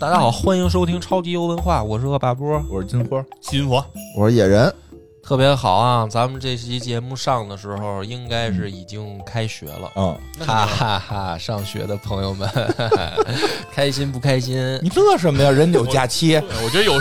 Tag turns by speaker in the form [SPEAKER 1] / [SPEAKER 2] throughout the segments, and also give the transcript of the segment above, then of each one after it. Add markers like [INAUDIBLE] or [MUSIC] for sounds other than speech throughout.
[SPEAKER 1] 大家好，欢迎收听超级游文化，我是恶霸波，
[SPEAKER 2] 我是金花，
[SPEAKER 3] 金佛，
[SPEAKER 2] 我是野人。
[SPEAKER 1] 特别好啊！咱们这期节目上的时候，应该是已经开学了，
[SPEAKER 2] 嗯，
[SPEAKER 1] 哈哈哈！上学的朋 [LAUGHS] 友们，开心不开心？
[SPEAKER 2] 你乐什么呀？人有假期，
[SPEAKER 3] 我觉得有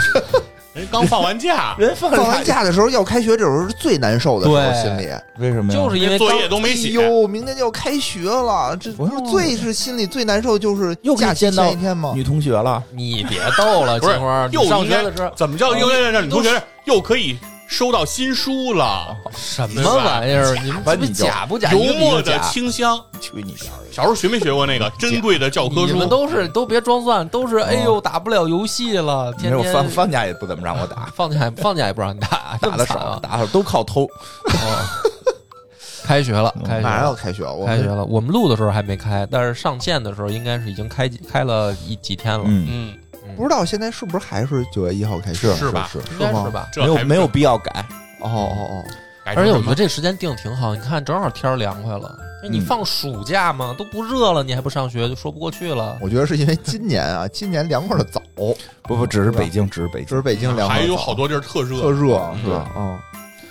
[SPEAKER 3] 人刚放
[SPEAKER 2] [LAUGHS]
[SPEAKER 3] 完假，
[SPEAKER 2] 人放
[SPEAKER 4] 放完假的时候要开学，这时候是最难受的时候，
[SPEAKER 1] 对
[SPEAKER 4] 心里
[SPEAKER 2] 为什么呀？
[SPEAKER 1] 就是因为
[SPEAKER 3] 作业都没写，
[SPEAKER 4] 哎呦，明天就要开学了，这
[SPEAKER 2] 不用
[SPEAKER 4] 最是心里最难受就是
[SPEAKER 2] 又可以
[SPEAKER 4] 假期
[SPEAKER 2] 见到
[SPEAKER 4] 前一天嘛。
[SPEAKER 2] 啊女同学了，
[SPEAKER 1] 你别逗了，
[SPEAKER 3] 不
[SPEAKER 1] 金
[SPEAKER 3] 是
[SPEAKER 1] 花，你
[SPEAKER 3] 又
[SPEAKER 1] 上
[SPEAKER 3] 应
[SPEAKER 1] 学
[SPEAKER 3] 该
[SPEAKER 1] 的时候啊
[SPEAKER 3] 怎么叫又让让女同学又可以收到新书了？
[SPEAKER 1] 什么玩意儿？你们
[SPEAKER 2] 吧
[SPEAKER 1] 这不
[SPEAKER 2] 你就
[SPEAKER 1] 假不哦假？
[SPEAKER 3] 油
[SPEAKER 1] 英语
[SPEAKER 3] 墨
[SPEAKER 1] 假
[SPEAKER 3] 的清香，
[SPEAKER 2] 去你娘的！
[SPEAKER 3] 小时候学没学过那个珍贵的教科
[SPEAKER 1] 你
[SPEAKER 3] 书
[SPEAKER 1] 们？都是都别装蒜，都是哎呦打不了游戏了，
[SPEAKER 2] 没
[SPEAKER 1] 天
[SPEAKER 2] 有
[SPEAKER 1] 天
[SPEAKER 2] 放放假也不怎么让我打，
[SPEAKER 1] 放假放假也不让你打，
[SPEAKER 2] 打的
[SPEAKER 1] 这么惨
[SPEAKER 2] 少，
[SPEAKER 1] 啊
[SPEAKER 2] 打的都靠偷。
[SPEAKER 1] [LAUGHS] 开学了，开学
[SPEAKER 4] 马上
[SPEAKER 1] 了
[SPEAKER 4] 要开学，我
[SPEAKER 1] 开学了。我们录的时候还没开，但是上线的时候应该是已经开几开了一几天了，
[SPEAKER 2] 嗯，
[SPEAKER 3] 嗯，
[SPEAKER 4] 不知道现在是不是还是九月一号开学？
[SPEAKER 3] 是吧
[SPEAKER 4] 是
[SPEAKER 1] 应
[SPEAKER 4] 是
[SPEAKER 1] 该
[SPEAKER 4] 吗
[SPEAKER 1] 是？吧？
[SPEAKER 3] 这
[SPEAKER 2] 没有
[SPEAKER 3] 还
[SPEAKER 2] 没有，必要改。
[SPEAKER 4] 哦哦
[SPEAKER 3] 改成
[SPEAKER 1] 而且我
[SPEAKER 3] 什
[SPEAKER 1] 觉得
[SPEAKER 3] 么
[SPEAKER 1] 这时间定挺好，你看正好天儿凉快了。哎你
[SPEAKER 4] 嗯
[SPEAKER 1] 放暑假嘛，都不热了，你还不上学，就说不过去了
[SPEAKER 4] 哦，。我觉得是因为今年啊， [LAUGHS] 今年凉快的早，
[SPEAKER 2] 不不，只是北京，只是北
[SPEAKER 4] 这
[SPEAKER 2] 京
[SPEAKER 4] 是。北京凉快
[SPEAKER 3] 还
[SPEAKER 4] 得早
[SPEAKER 3] 有好多地儿特热，
[SPEAKER 4] 特热
[SPEAKER 3] 嗯
[SPEAKER 4] 是吧？嗯，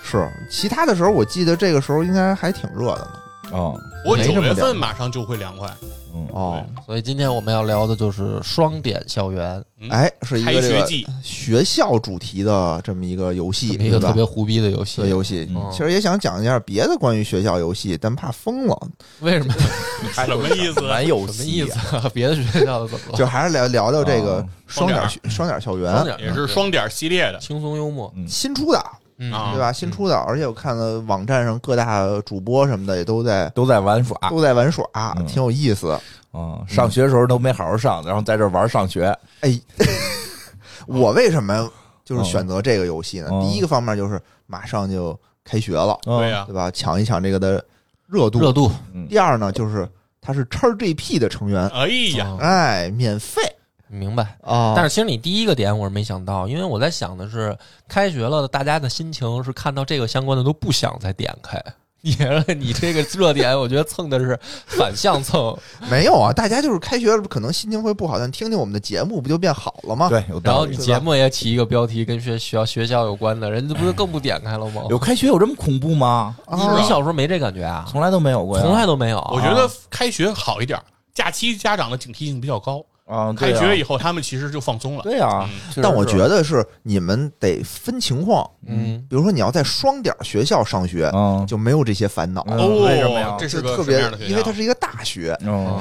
[SPEAKER 4] 是。其他的时候，我记得这个时候应该还挺热的呢。
[SPEAKER 2] 嗯
[SPEAKER 3] 我
[SPEAKER 4] 没
[SPEAKER 3] 九
[SPEAKER 4] 这么
[SPEAKER 3] 月份
[SPEAKER 4] 凉
[SPEAKER 3] 马上就会凉快，
[SPEAKER 2] 嗯，
[SPEAKER 4] 哦，
[SPEAKER 1] 所以今天我们要聊的就是双点校园，
[SPEAKER 3] 嗯
[SPEAKER 4] 哎，是一
[SPEAKER 3] 开
[SPEAKER 4] 个这
[SPEAKER 3] 学
[SPEAKER 4] 个
[SPEAKER 3] 季，
[SPEAKER 4] 学校主题的这么一个游戏，
[SPEAKER 1] 这么一个
[SPEAKER 4] 对吧
[SPEAKER 1] 特别胡逼的游
[SPEAKER 4] 这
[SPEAKER 1] 戏。
[SPEAKER 4] 游戏
[SPEAKER 2] 嗯
[SPEAKER 4] 其实也想讲一下别的关于学校游戏，但怕疯了，
[SPEAKER 1] 为什么嗯
[SPEAKER 3] 什么意思？啊
[SPEAKER 2] 玩游
[SPEAKER 1] 什么
[SPEAKER 2] 戏
[SPEAKER 1] 意思啊？ [LAUGHS] 别的学校怎么了？
[SPEAKER 4] 就还是聊聊聊这个
[SPEAKER 2] 嗯
[SPEAKER 4] 双
[SPEAKER 3] 双
[SPEAKER 4] 点
[SPEAKER 3] 点儿
[SPEAKER 4] 学双点校
[SPEAKER 1] 双
[SPEAKER 4] 园
[SPEAKER 1] 点
[SPEAKER 3] 也是双点系列的，
[SPEAKER 1] 轻松幽默，
[SPEAKER 4] 新出的，
[SPEAKER 1] 嗯
[SPEAKER 3] 啊
[SPEAKER 4] 对吧？新出的，而且我看了网站上各大主播什么的也都在
[SPEAKER 2] 都在玩耍
[SPEAKER 4] 都在玩耍，
[SPEAKER 2] 嗯
[SPEAKER 4] 挺有意思。
[SPEAKER 2] 嗯，上学的时候都没好好上，然后在这玩上学。
[SPEAKER 4] 我为什么就是
[SPEAKER 2] 嗯
[SPEAKER 4] 选择这个游戏呢？
[SPEAKER 2] 嗯
[SPEAKER 4] 第一个方面就是马上就开学了，
[SPEAKER 2] 嗯
[SPEAKER 3] 对，啊呀，
[SPEAKER 4] 对吧？抢一抢这个的热度。
[SPEAKER 1] 热度
[SPEAKER 4] 第二呢，就是他是叉 GP 的成员，
[SPEAKER 3] 哎呀，
[SPEAKER 1] 啊
[SPEAKER 4] 哎，免费
[SPEAKER 1] 明白。
[SPEAKER 4] 啊
[SPEAKER 1] 但是其实你第一个点我是没想到，因为我在想的是，开学了，大家的心情是看到这个相关的都不想再点 [LAUGHS] 开。你你这个热点，我觉得蹭的是反向 [LAUGHS] 蹭，
[SPEAKER 2] [LAUGHS]
[SPEAKER 4] 没有啊，大家就是开学了可能心情会不好，但听听我们的节目不就变好了
[SPEAKER 2] 嗯
[SPEAKER 4] 吗？
[SPEAKER 2] 对，有
[SPEAKER 1] 然
[SPEAKER 2] 道
[SPEAKER 1] 后
[SPEAKER 2] 理
[SPEAKER 1] 你。节目也起一个标题跟学学校学校有关的，人家不是更不点开了吗？
[SPEAKER 2] 有开学有这么恐怖吗？
[SPEAKER 4] 啊
[SPEAKER 1] 你你小时候没这感觉啊？
[SPEAKER 2] 从来都没有过呀，
[SPEAKER 1] 从来都没有啊。
[SPEAKER 3] 我觉得开学好一点，假期家长的警惕性比较高，
[SPEAKER 2] 啊，
[SPEAKER 3] 开
[SPEAKER 2] 对呀
[SPEAKER 3] 学以后他们其实就放松了。
[SPEAKER 2] 对啊呀
[SPEAKER 3] 嗯，
[SPEAKER 2] 确实
[SPEAKER 4] 但我
[SPEAKER 2] 是
[SPEAKER 4] 觉得是你们得分情况，
[SPEAKER 1] 嗯，
[SPEAKER 4] 比如说你要在双点儿学校上学，
[SPEAKER 2] 嗯
[SPEAKER 4] 就没有这些烦恼，
[SPEAKER 2] 嗯为什么呀
[SPEAKER 3] 哦这是
[SPEAKER 4] 就
[SPEAKER 3] 个什
[SPEAKER 4] 特
[SPEAKER 3] 么
[SPEAKER 4] 别
[SPEAKER 3] 样的学校？
[SPEAKER 4] 因为它是一个大学，
[SPEAKER 2] 嗯，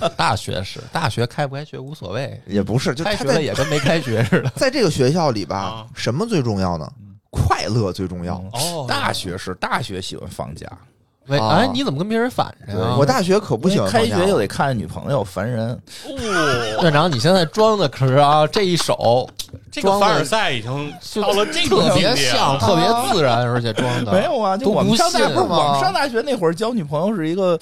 [SPEAKER 1] 嗯大学是大学，开不开学无所谓，
[SPEAKER 4] 也不是，就
[SPEAKER 1] 开
[SPEAKER 4] 他
[SPEAKER 1] 学了
[SPEAKER 4] 在
[SPEAKER 1] 也跟没开学似的。
[SPEAKER 4] 在这个学校里吧
[SPEAKER 2] 嗯
[SPEAKER 3] 啊，
[SPEAKER 4] 什么最重要呢？快乐最重要。
[SPEAKER 3] 哦，
[SPEAKER 2] 大学是大学喜欢放假，
[SPEAKER 1] [LAUGHS] 喂，
[SPEAKER 4] 啊
[SPEAKER 1] 哎，你怎么跟别人反着啊？
[SPEAKER 4] 我大学可不喜欢
[SPEAKER 2] 嗯开
[SPEAKER 4] 放假
[SPEAKER 2] 学又得看女朋友，烦人。
[SPEAKER 3] 哦，
[SPEAKER 1] 院长，你现在装的可是啊，这一手
[SPEAKER 3] 这个
[SPEAKER 1] 装
[SPEAKER 3] 凡
[SPEAKER 1] 的
[SPEAKER 3] 尔赛已经
[SPEAKER 1] 就
[SPEAKER 3] 到了这种
[SPEAKER 1] 特
[SPEAKER 3] 境
[SPEAKER 1] 别
[SPEAKER 3] 界
[SPEAKER 1] 像，
[SPEAKER 3] 了。
[SPEAKER 1] 特别自然，而且装的
[SPEAKER 2] [LAUGHS] 没有啊，就
[SPEAKER 1] 都
[SPEAKER 2] 我们
[SPEAKER 1] 不
[SPEAKER 2] 上大
[SPEAKER 1] 信
[SPEAKER 2] 不是
[SPEAKER 1] 吗
[SPEAKER 2] 我们上大学那会儿交女朋友是一个，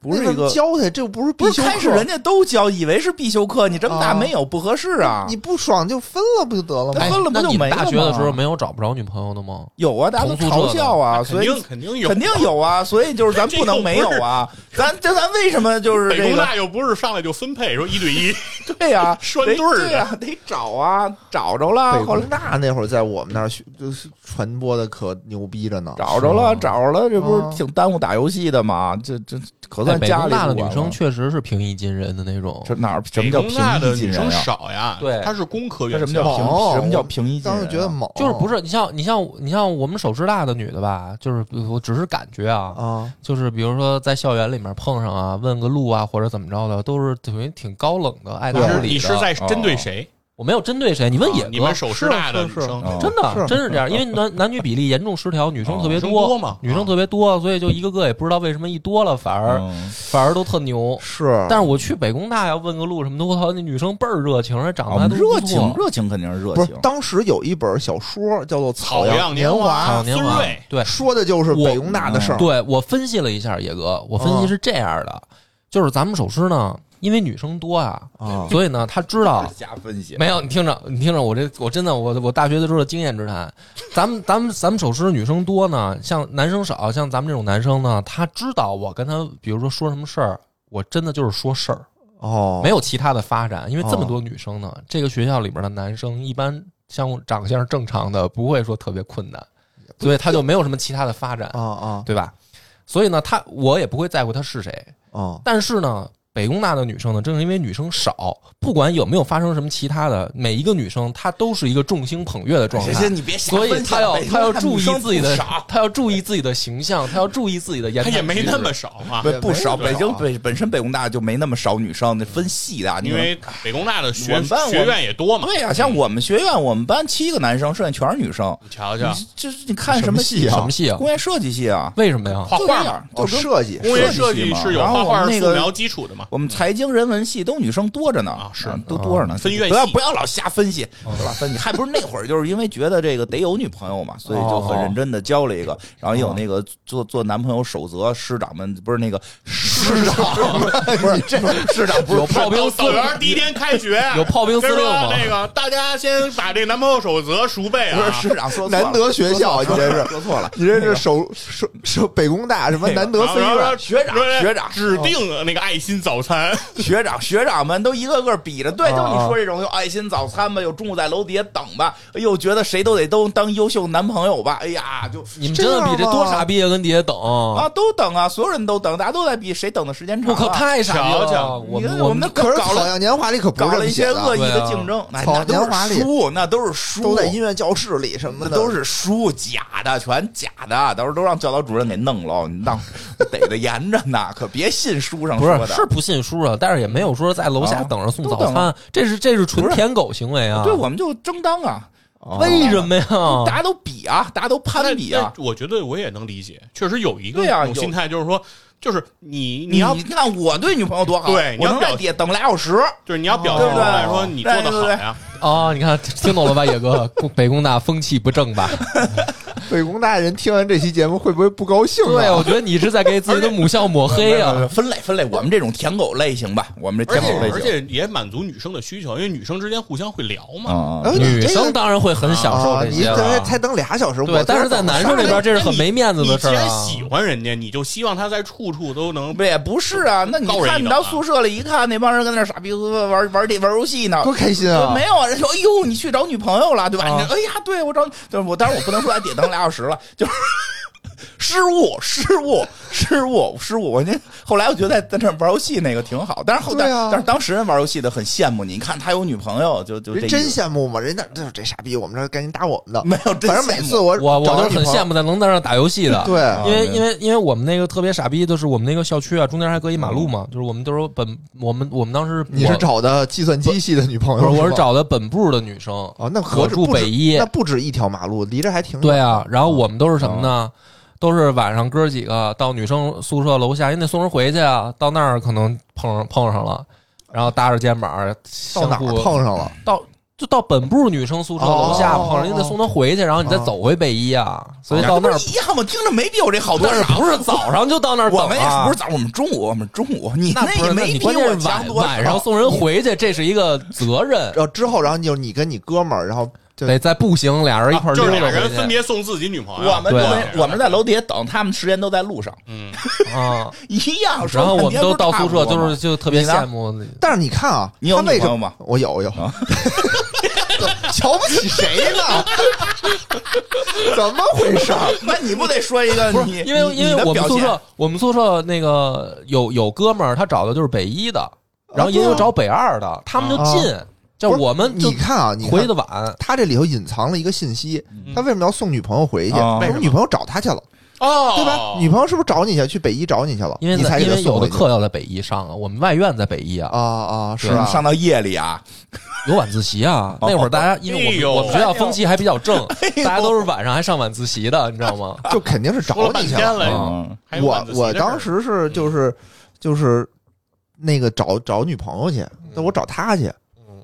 [SPEAKER 2] 不是
[SPEAKER 4] 那
[SPEAKER 2] 一
[SPEAKER 4] 怎么
[SPEAKER 2] 个，
[SPEAKER 4] 教他，这不是必
[SPEAKER 2] 不是
[SPEAKER 4] 修
[SPEAKER 2] 开始
[SPEAKER 4] 课，
[SPEAKER 2] 人家都交，以为是必修课，你这么大
[SPEAKER 4] 啊
[SPEAKER 2] 没有不合适啊
[SPEAKER 4] 你。不爽就分了不就得了吗
[SPEAKER 2] 哎？分了不
[SPEAKER 1] 那
[SPEAKER 2] 就
[SPEAKER 1] 你
[SPEAKER 2] 没了
[SPEAKER 1] 大学的时候
[SPEAKER 2] 吗
[SPEAKER 1] 没有找不着女朋友的吗？
[SPEAKER 2] 有啊，大家都
[SPEAKER 1] 同宿舍
[SPEAKER 2] 嘲
[SPEAKER 1] 的
[SPEAKER 2] 笑啊，
[SPEAKER 3] 肯
[SPEAKER 2] 所以
[SPEAKER 3] 定肯定有，
[SPEAKER 2] 肯定有啊，所以就是 [LAUGHS] 咱
[SPEAKER 3] 这
[SPEAKER 2] 不能
[SPEAKER 3] 又
[SPEAKER 2] 没
[SPEAKER 3] 不
[SPEAKER 2] 有
[SPEAKER 3] 是
[SPEAKER 2] 啊，咱这咱为什么就是
[SPEAKER 3] 北
[SPEAKER 2] 这
[SPEAKER 3] 工
[SPEAKER 2] 个
[SPEAKER 3] 大又不是上来就分配说一对一，
[SPEAKER 2] 对呀，
[SPEAKER 3] 拴
[SPEAKER 2] 得
[SPEAKER 3] 对儿的
[SPEAKER 2] 对呀，得找啊，找着了，
[SPEAKER 4] 北
[SPEAKER 2] 后来
[SPEAKER 4] 工大那会儿在我们那儿学就是传播的可牛逼着呢，
[SPEAKER 2] 找着了，
[SPEAKER 1] 是吗啊
[SPEAKER 2] 找着了，这不
[SPEAKER 4] 嗯
[SPEAKER 2] 是挺耽误打游戏的吗？这这可
[SPEAKER 1] 在
[SPEAKER 2] 算
[SPEAKER 1] 哎北
[SPEAKER 2] 家
[SPEAKER 1] 工
[SPEAKER 2] 里
[SPEAKER 1] 大的
[SPEAKER 2] 不
[SPEAKER 1] 女
[SPEAKER 2] 管
[SPEAKER 1] 生
[SPEAKER 2] 了
[SPEAKER 1] 确实是平易近人的那种，
[SPEAKER 2] 这哪儿什么
[SPEAKER 3] 北
[SPEAKER 2] 叫
[SPEAKER 3] 工
[SPEAKER 2] 平
[SPEAKER 3] 大的
[SPEAKER 2] 易近
[SPEAKER 3] 女
[SPEAKER 2] 人
[SPEAKER 3] 生
[SPEAKER 2] 啊？
[SPEAKER 3] 少呀，
[SPEAKER 1] 对
[SPEAKER 3] 她是工科
[SPEAKER 2] 这
[SPEAKER 3] 院
[SPEAKER 2] 什么叫
[SPEAKER 3] 校，啊
[SPEAKER 2] 平
[SPEAKER 4] 哦
[SPEAKER 2] 什么叫平易近
[SPEAKER 4] 当
[SPEAKER 2] 人
[SPEAKER 4] 时
[SPEAKER 2] 啊？
[SPEAKER 4] 觉得猛，
[SPEAKER 1] 就是不是你像你像你像我们手持大的女的吧，就是我只是感觉啊，
[SPEAKER 4] 啊，
[SPEAKER 1] 就是比如说在校园里面碰上啊，问个路啊或者怎么着的，都是属于挺高冷的，爱搭
[SPEAKER 3] 你
[SPEAKER 1] 不
[SPEAKER 3] 是
[SPEAKER 1] 理
[SPEAKER 3] 你是
[SPEAKER 1] 的
[SPEAKER 3] 在
[SPEAKER 2] 啊
[SPEAKER 3] 针对谁？
[SPEAKER 1] 我没有针对谁，你问野
[SPEAKER 3] 啊
[SPEAKER 1] 哥，
[SPEAKER 3] 你们手啊持大的
[SPEAKER 1] 是
[SPEAKER 3] 女
[SPEAKER 1] 是是
[SPEAKER 3] 生，
[SPEAKER 2] 嗯
[SPEAKER 1] 真的啊
[SPEAKER 4] 是
[SPEAKER 1] 真是这样，因为男男女比例严重失调，女生特别
[SPEAKER 3] 啊女生多嘛
[SPEAKER 1] 女生
[SPEAKER 3] 啊
[SPEAKER 1] 特别多，所以就一个个也不知道为什么一多了反而
[SPEAKER 2] 嗯
[SPEAKER 1] 反而都特牛。
[SPEAKER 4] 是，
[SPEAKER 1] 但是我去北工大要问个路什么的，我操，那女生倍儿热情，还长得还
[SPEAKER 2] 啊
[SPEAKER 1] 都不
[SPEAKER 2] 热
[SPEAKER 1] 错
[SPEAKER 2] 情，热情肯定是热
[SPEAKER 4] 不是
[SPEAKER 2] 情。
[SPEAKER 4] 当时有一本小说叫做《
[SPEAKER 3] 草
[SPEAKER 4] 样
[SPEAKER 3] 样
[SPEAKER 4] 年
[SPEAKER 3] 年
[SPEAKER 1] 啊，
[SPEAKER 3] 华，
[SPEAKER 1] 年
[SPEAKER 3] 孙
[SPEAKER 1] 华
[SPEAKER 3] 瑞，
[SPEAKER 1] 对
[SPEAKER 4] 说的就是北工大的事儿。
[SPEAKER 1] 对，我分析了一下，野哥，我分析是这样的，就是咱们手师呢，因为女生多啊，
[SPEAKER 4] 啊，
[SPEAKER 1] 所以呢，他知道
[SPEAKER 2] 瞎分析，
[SPEAKER 1] 没有，你听着，你听着，我这我真的我我大学的时候的经验之谈，咱们咱们咱们手师女生多呢，像男生少，像咱们这种男生呢，他知道我跟他，比如说说什么事儿，我真的就是说事儿，
[SPEAKER 4] 哦，
[SPEAKER 1] 没
[SPEAKER 4] 有
[SPEAKER 1] 有其他的发展，因为这么多女生呢，
[SPEAKER 2] 哦
[SPEAKER 1] 这个学校里边的男生一般像我长相正常的，不会说特别困难，所以他就没有什么其他的发展，
[SPEAKER 2] 哦
[SPEAKER 4] 啊啊
[SPEAKER 1] 对吧？所以呢，他我也不会在乎他是谁，
[SPEAKER 4] 啊
[SPEAKER 1] 但是呢，北工大的女生呢，正是因为女生少，不管有没有发生什么其他的，每一个女生她都是一个众星捧月的状态。
[SPEAKER 2] 你别瞎
[SPEAKER 1] 所以
[SPEAKER 2] 分
[SPEAKER 1] 她
[SPEAKER 2] 享
[SPEAKER 1] 要
[SPEAKER 2] 啊北京
[SPEAKER 1] 她要
[SPEAKER 2] 看
[SPEAKER 1] 注
[SPEAKER 2] 女
[SPEAKER 1] 意
[SPEAKER 2] 生
[SPEAKER 1] 自己
[SPEAKER 2] 不
[SPEAKER 1] 的
[SPEAKER 2] 少，
[SPEAKER 1] 她要注意自己的形象，她要注意自己的言
[SPEAKER 3] 他
[SPEAKER 1] 谈
[SPEAKER 3] 也没那
[SPEAKER 1] 举
[SPEAKER 3] 么
[SPEAKER 1] 止
[SPEAKER 3] 少啊，
[SPEAKER 2] 不不少，
[SPEAKER 4] 没
[SPEAKER 2] 北
[SPEAKER 4] 那么
[SPEAKER 2] 京
[SPEAKER 4] 少啊
[SPEAKER 2] 北本身北工大就没那么少女生，那分系的啊，你
[SPEAKER 3] 因
[SPEAKER 2] 们
[SPEAKER 3] 为北工大的
[SPEAKER 2] 我
[SPEAKER 3] 学
[SPEAKER 2] 们班我们
[SPEAKER 3] 学院也多嘛。
[SPEAKER 2] 对呀、像我们学院，我们班七个男生，剩下全是女生。
[SPEAKER 3] 你瞧
[SPEAKER 2] 你
[SPEAKER 3] 瞧，
[SPEAKER 2] 就是你看么
[SPEAKER 4] 什
[SPEAKER 1] 什么系啊？
[SPEAKER 2] 工业设计系啊，
[SPEAKER 1] 为什么呀？
[SPEAKER 3] 画
[SPEAKER 2] 就
[SPEAKER 3] 画
[SPEAKER 2] 这
[SPEAKER 3] 嘛，
[SPEAKER 2] 样，就
[SPEAKER 4] 哦，
[SPEAKER 2] 跟
[SPEAKER 4] 设计
[SPEAKER 3] 工业设计
[SPEAKER 2] 嘛
[SPEAKER 3] 是有
[SPEAKER 2] 然后
[SPEAKER 3] 画
[SPEAKER 2] 我们
[SPEAKER 3] 画
[SPEAKER 2] 那
[SPEAKER 3] 素
[SPEAKER 2] 个
[SPEAKER 3] 描基础的嘛。
[SPEAKER 2] 我们财经人文系都女生多着呢嗯
[SPEAKER 3] 啊是
[SPEAKER 2] 都多着呢，
[SPEAKER 3] 分院系
[SPEAKER 2] 不要不要老瞎分析，是吧？分析还不是那会儿就是因为觉得这个得有女朋友嘛，所以就很认真的交了一个，然后有那个做做男朋友守则，师长们不是那个师长，不是这师长不是
[SPEAKER 1] 有炮兵司，
[SPEAKER 3] 导员第一天开学
[SPEAKER 1] 有炮兵司令
[SPEAKER 3] 跟
[SPEAKER 1] 吗
[SPEAKER 3] 说那个大家先把这男朋友守则熟背
[SPEAKER 2] 不
[SPEAKER 3] 啊
[SPEAKER 2] 是。师长说错了
[SPEAKER 4] 难得学校，你这是
[SPEAKER 2] 说错了，
[SPEAKER 4] 你这是首首首北工大什么
[SPEAKER 2] 那个
[SPEAKER 4] 难得分
[SPEAKER 3] 然后
[SPEAKER 4] 院
[SPEAKER 3] 说
[SPEAKER 2] 学长
[SPEAKER 3] 说
[SPEAKER 2] 学长
[SPEAKER 3] 指定那个爱心早餐，
[SPEAKER 2] 学长学长们都一个个比着，对，
[SPEAKER 4] 啊
[SPEAKER 2] 就你说这种有爱心早餐吧，有中午在楼底下等吧，又觉得谁都得都当优秀男朋友吧，哎呀，就
[SPEAKER 1] 你们真的比这
[SPEAKER 4] 这样吗
[SPEAKER 1] 多傻逼啊！跟底下等，
[SPEAKER 2] 啊，都等啊，所有人都等，大家都在比谁等的时间长、
[SPEAKER 1] 我
[SPEAKER 2] 啊。
[SPEAKER 1] 靠，太傻逼
[SPEAKER 3] 瞧瞧
[SPEAKER 1] 了！我
[SPEAKER 2] 你看
[SPEAKER 1] 们
[SPEAKER 2] 我
[SPEAKER 1] 我
[SPEAKER 2] 们
[SPEAKER 1] 们
[SPEAKER 2] 那
[SPEAKER 4] 可是
[SPEAKER 2] 搞
[SPEAKER 4] 草
[SPEAKER 2] 了
[SPEAKER 4] 样年华里可不是
[SPEAKER 2] 搞
[SPEAKER 4] 这
[SPEAKER 2] 了
[SPEAKER 4] 么
[SPEAKER 2] 一
[SPEAKER 4] 写
[SPEAKER 2] 些恶
[SPEAKER 4] 的，啊
[SPEAKER 2] 意的竞争，哎
[SPEAKER 4] 草
[SPEAKER 2] 那都
[SPEAKER 4] 年华
[SPEAKER 2] 是
[SPEAKER 4] 里
[SPEAKER 2] 书，那都是书，
[SPEAKER 4] 都在音乐教室里什么
[SPEAKER 2] 那
[SPEAKER 4] 的，
[SPEAKER 2] 都是书，假的，全假的，到时候都让教导主任给弄了，你
[SPEAKER 4] [LAUGHS]
[SPEAKER 2] 当逮得严着呢，可别信书上
[SPEAKER 1] 不
[SPEAKER 2] 说的。
[SPEAKER 1] 是是不信书啊，但是也没有说在楼下
[SPEAKER 2] 啊
[SPEAKER 1] 等着送
[SPEAKER 2] 都
[SPEAKER 1] 早
[SPEAKER 2] 等
[SPEAKER 1] 餐，这是这是纯
[SPEAKER 2] 不是
[SPEAKER 1] 舔狗行为啊！
[SPEAKER 2] 对，我们就争当啊，
[SPEAKER 4] 哦
[SPEAKER 1] 为什么呀？
[SPEAKER 2] 大家都比啊，大家都 [LAUGHS] 攀比啊。
[SPEAKER 3] 那我觉得我也能理解，确实有一个
[SPEAKER 2] 对啊
[SPEAKER 3] 种
[SPEAKER 2] 有
[SPEAKER 3] 心态，就是说，就是你
[SPEAKER 2] 你
[SPEAKER 3] 要
[SPEAKER 2] 看我对女朋友多好，
[SPEAKER 3] 对你
[SPEAKER 2] 我
[SPEAKER 3] 要
[SPEAKER 2] 能在
[SPEAKER 3] 表
[SPEAKER 2] 底下等俩小时，
[SPEAKER 3] 就是你要表
[SPEAKER 2] 对
[SPEAKER 3] 现
[SPEAKER 2] 不
[SPEAKER 3] 出
[SPEAKER 2] 对
[SPEAKER 3] 来说你做的好
[SPEAKER 2] 哦对对
[SPEAKER 3] 呀，
[SPEAKER 1] 哦，你看听懂了吧，野哥？工北工大风气不正 [LAUGHS] 吧？
[SPEAKER 4] 北工大人听完这期节目会不会不高兴啊？
[SPEAKER 1] 对，我觉得你是在给自己的母校抹黑 [LAUGHS] 啊！
[SPEAKER 2] 分类分类，我们这种舔狗类型吧，我们这
[SPEAKER 3] 而
[SPEAKER 2] 舔狗
[SPEAKER 3] 且
[SPEAKER 2] 类
[SPEAKER 3] 而
[SPEAKER 2] 型。
[SPEAKER 3] 且也满足女生的需求，因为女生之间互相会聊嘛。
[SPEAKER 2] 啊
[SPEAKER 4] 哎
[SPEAKER 1] 女
[SPEAKER 4] 这个
[SPEAKER 1] 生当然会很享受
[SPEAKER 4] 啊
[SPEAKER 1] 这
[SPEAKER 4] 你
[SPEAKER 1] 些
[SPEAKER 4] 这
[SPEAKER 1] 了，
[SPEAKER 4] 才等俩小时，
[SPEAKER 1] 对
[SPEAKER 4] 我，
[SPEAKER 1] 但是在男生这边这是很没面子的事儿
[SPEAKER 3] 你既然
[SPEAKER 1] 啊。
[SPEAKER 3] 喜欢人家，你就希望他在处处都能
[SPEAKER 2] 不也不是啊，那你
[SPEAKER 3] 高人一
[SPEAKER 2] 看你
[SPEAKER 3] 等
[SPEAKER 2] 到
[SPEAKER 3] 啊
[SPEAKER 2] 宿舍里一看，那帮人跟那儿傻逼玩玩玩这玩游戏呢。
[SPEAKER 4] 多开心
[SPEAKER 2] 说
[SPEAKER 4] 啊！
[SPEAKER 2] 没有啊，人说哎呦，你去找女朋友了，对吧？
[SPEAKER 1] 啊
[SPEAKER 2] 你哎呀，对我找，就是我，当然我不能说在底下等俩小时了，就是失误，失误，失误，失误。我那后来我觉得在在这儿玩游戏那个挺好，但是后但、
[SPEAKER 4] 对啊
[SPEAKER 2] 但是当时人玩游戏的很羡慕你，你看他有女朋友，就就这
[SPEAKER 4] 人
[SPEAKER 2] 意思
[SPEAKER 4] 真羡慕嘛，人那就是这傻逼，我们这赶紧打我们的。
[SPEAKER 2] 没有，真
[SPEAKER 4] 反正每
[SPEAKER 2] 羡慕
[SPEAKER 4] 次我
[SPEAKER 1] 我我
[SPEAKER 4] 找
[SPEAKER 1] 就
[SPEAKER 4] 到
[SPEAKER 1] 是很
[SPEAKER 4] 女朋
[SPEAKER 1] 羡
[SPEAKER 4] 友
[SPEAKER 1] 慕在能在那儿打游戏的。
[SPEAKER 4] 对，
[SPEAKER 1] 因为
[SPEAKER 2] 啊
[SPEAKER 1] 因为因为我们那个特别傻逼，就是我们那个校区啊，中间还隔一马路嘛，就是我们都是本我们我们当时
[SPEAKER 4] 你是
[SPEAKER 1] 我
[SPEAKER 4] 找的计算机系的女朋
[SPEAKER 1] 不是
[SPEAKER 4] 友，
[SPEAKER 1] 我
[SPEAKER 4] 是
[SPEAKER 1] 是
[SPEAKER 4] 吗
[SPEAKER 1] 找的本部的女生，
[SPEAKER 4] 哦，那
[SPEAKER 1] 我
[SPEAKER 4] 何止
[SPEAKER 1] 住
[SPEAKER 4] 不
[SPEAKER 1] 北
[SPEAKER 4] 止
[SPEAKER 1] 一
[SPEAKER 4] 那不止一条马路，离这还挺远
[SPEAKER 1] 对啊，
[SPEAKER 2] 嗯
[SPEAKER 1] 然后我们都是什么呢？都是晚上哥几个到女生宿舍楼下，因为那送人回去啊，到那儿可能碰上碰上了，然后搭着肩膀
[SPEAKER 4] 到
[SPEAKER 1] 相
[SPEAKER 4] 哪儿
[SPEAKER 1] 互嗯
[SPEAKER 4] 碰上了？
[SPEAKER 1] 到就到本部女生宿舍楼下
[SPEAKER 4] 哦
[SPEAKER 1] 碰上，因为得送她回去，然后你再走回北一啊，所以到那
[SPEAKER 2] 哦不
[SPEAKER 1] 儿
[SPEAKER 2] 是一样吗？听着没比我这好多
[SPEAKER 1] 但是
[SPEAKER 2] 少。
[SPEAKER 1] 不是早上就到那儿等
[SPEAKER 2] 我们也
[SPEAKER 1] 啊？
[SPEAKER 2] 不是早，我们中午，我们中午，你
[SPEAKER 1] 那不
[SPEAKER 2] 也
[SPEAKER 1] 是，那
[SPEAKER 2] 没
[SPEAKER 1] 你
[SPEAKER 2] 比
[SPEAKER 1] 关键
[SPEAKER 2] 我
[SPEAKER 1] 是
[SPEAKER 2] 强
[SPEAKER 1] 晚
[SPEAKER 2] 多少。
[SPEAKER 1] 晚上送人回去，这是一个责
[SPEAKER 2] [LAUGHS]
[SPEAKER 1] 任，
[SPEAKER 4] 然后之后，然后你就你跟你哥们儿，然后就
[SPEAKER 1] 得在步行俩人一块儿
[SPEAKER 3] 啊就
[SPEAKER 1] 溜
[SPEAKER 3] 是
[SPEAKER 1] 达
[SPEAKER 3] 俩
[SPEAKER 1] 回
[SPEAKER 3] 人分
[SPEAKER 1] 去
[SPEAKER 3] 别送自己女朋友。
[SPEAKER 2] 我们
[SPEAKER 1] 对
[SPEAKER 2] 都没我们在楼底下等，他们时间都在路上，
[SPEAKER 3] 嗯，
[SPEAKER 1] 啊。
[SPEAKER 2] 一样。说
[SPEAKER 1] 然后我
[SPEAKER 2] 半
[SPEAKER 1] 们
[SPEAKER 2] 天
[SPEAKER 1] 都
[SPEAKER 2] 不
[SPEAKER 1] 到
[SPEAKER 2] 差
[SPEAKER 1] 宿
[SPEAKER 2] 不
[SPEAKER 1] 舍，
[SPEAKER 2] 多
[SPEAKER 1] 就
[SPEAKER 2] 吗
[SPEAKER 1] 是就特别
[SPEAKER 2] 你呢
[SPEAKER 1] 羡慕那。
[SPEAKER 4] 但是你看啊，
[SPEAKER 2] 你有
[SPEAKER 4] 他为
[SPEAKER 2] 女
[SPEAKER 4] 什
[SPEAKER 2] 朋友
[SPEAKER 4] 么
[SPEAKER 2] 吗啊
[SPEAKER 4] 我有我有， [LAUGHS] 瞧不起谁呢？ [LAUGHS] 怎么回事儿？
[SPEAKER 2] [LAUGHS] 那你不得说一个？你
[SPEAKER 1] 因为
[SPEAKER 2] 你
[SPEAKER 1] 因为
[SPEAKER 2] 你的
[SPEAKER 1] 我们
[SPEAKER 2] 表
[SPEAKER 1] 宿
[SPEAKER 2] 现
[SPEAKER 1] 舍我们宿舍那个有有哥们儿，他找的就是北一的，然后也有找北二的，他们就近，就
[SPEAKER 4] 不是
[SPEAKER 1] 我们就
[SPEAKER 4] 你看啊，你看
[SPEAKER 1] 回的晚。
[SPEAKER 4] 他这里头隐藏了一个信息，
[SPEAKER 2] 嗯
[SPEAKER 4] 他为什么要送女朋友回去？
[SPEAKER 2] 哦
[SPEAKER 4] 我们女朋友找他去了，
[SPEAKER 3] 哦，
[SPEAKER 4] 对吧？女朋友是不是找你去了？去北医找你去了，
[SPEAKER 1] 因为
[SPEAKER 4] 你才给
[SPEAKER 1] 因
[SPEAKER 4] 他
[SPEAKER 1] 为有
[SPEAKER 4] 送
[SPEAKER 1] 的
[SPEAKER 4] 回去
[SPEAKER 1] 课要在北一上啊，我们外院在北一啊，
[SPEAKER 4] 啊啊，是
[SPEAKER 2] 是
[SPEAKER 4] 吧？
[SPEAKER 2] 上到夜里啊，
[SPEAKER 1] 有晚自习啊。
[SPEAKER 2] 哦
[SPEAKER 1] 那会儿大家因
[SPEAKER 3] 哎
[SPEAKER 1] 为
[SPEAKER 3] 呦
[SPEAKER 1] 我们我们学校风气还比较正，大家都是晚上还上晚自习的，你知道吗？
[SPEAKER 4] 就肯定是
[SPEAKER 3] 说
[SPEAKER 4] 找
[SPEAKER 3] 了半
[SPEAKER 4] 你去
[SPEAKER 3] 天
[SPEAKER 4] 了。
[SPEAKER 3] 了，
[SPEAKER 2] 嗯
[SPEAKER 3] 还有晚
[SPEAKER 4] 我
[SPEAKER 3] 自习
[SPEAKER 4] 我
[SPEAKER 3] 的事儿嗯
[SPEAKER 4] 当时是就是就是那个找找女朋友去，
[SPEAKER 3] 嗯
[SPEAKER 4] 但我找他去，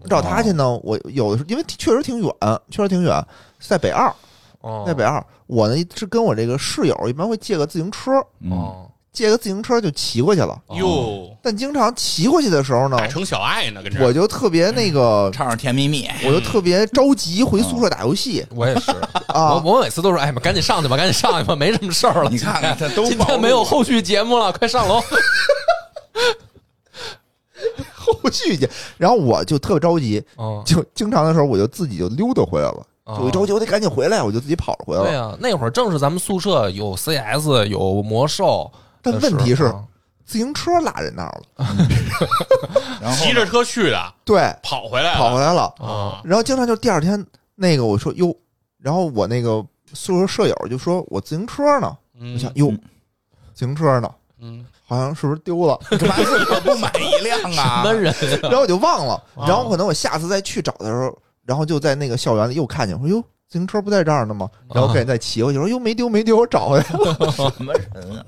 [SPEAKER 4] 找他去
[SPEAKER 1] 哦
[SPEAKER 4] 呢，我有的时候因为确实挺远，确实挺远，是在北二，
[SPEAKER 1] 哦
[SPEAKER 4] 在北二，我呢是跟我这个室友一般会借个自行车，
[SPEAKER 2] 嗯，
[SPEAKER 1] 哦，
[SPEAKER 4] 借个自行车就骑过去了。
[SPEAKER 3] 哟，
[SPEAKER 4] 但经常骑过去的时候呢
[SPEAKER 3] 打，成小爱呢，跟这儿
[SPEAKER 4] 哦我就特别那个，
[SPEAKER 2] 唱上《甜蜜蜜》，
[SPEAKER 1] 嗯
[SPEAKER 4] 我就特别着急回宿舍打
[SPEAKER 1] [LAUGHS]
[SPEAKER 4] 游戏
[SPEAKER 1] 我也是，我
[SPEAKER 4] 啊。
[SPEAKER 1] 我每次都说，哎，赶紧上去吧，赶紧上去吧，没什么事儿了。
[SPEAKER 2] 你看看这都
[SPEAKER 1] 今
[SPEAKER 2] 暴露
[SPEAKER 1] 天没有后续节目了，快上楼。
[SPEAKER 4] 后去去。然后我就特别着急，
[SPEAKER 1] 嗯，
[SPEAKER 4] 就经常的时候我就自己就溜达回来了，
[SPEAKER 1] 啊
[SPEAKER 4] 哦就一着急我得赶紧回来，我就自己跑着回来
[SPEAKER 1] 对
[SPEAKER 4] 了。
[SPEAKER 1] 啊，那会儿正是咱们宿舍有 CS 有魔兽的
[SPEAKER 4] 但
[SPEAKER 1] 时候，
[SPEAKER 4] 问题是
[SPEAKER 1] 啊
[SPEAKER 4] 自行车落人那儿了，
[SPEAKER 2] 然后
[SPEAKER 3] 骑着车去的，
[SPEAKER 4] 对，
[SPEAKER 3] 跑回来了
[SPEAKER 4] 跑回来了。
[SPEAKER 3] 啊，
[SPEAKER 4] 然后经常就第二天那个我说哟，然后我那个宿舍舍友就说我自行车呢，我
[SPEAKER 3] 嗯
[SPEAKER 4] 想哟
[SPEAKER 2] 嗯，
[SPEAKER 4] 自行车呢，
[SPEAKER 3] 嗯，
[SPEAKER 4] 好像是不是丢了？
[SPEAKER 2] 干嘛自个儿不买一辆
[SPEAKER 1] 什？
[SPEAKER 2] 啊
[SPEAKER 1] 么人 [LAUGHS] 啊
[SPEAKER 4] 然后我就忘了，然后可能我下次再去找的时候，然后就在那个校园里又看见，我说哟，自行车不在这儿呢吗？然后赶紧再骑回去，说哟没丢没丢，我找回来了。
[SPEAKER 2] 什么人啊？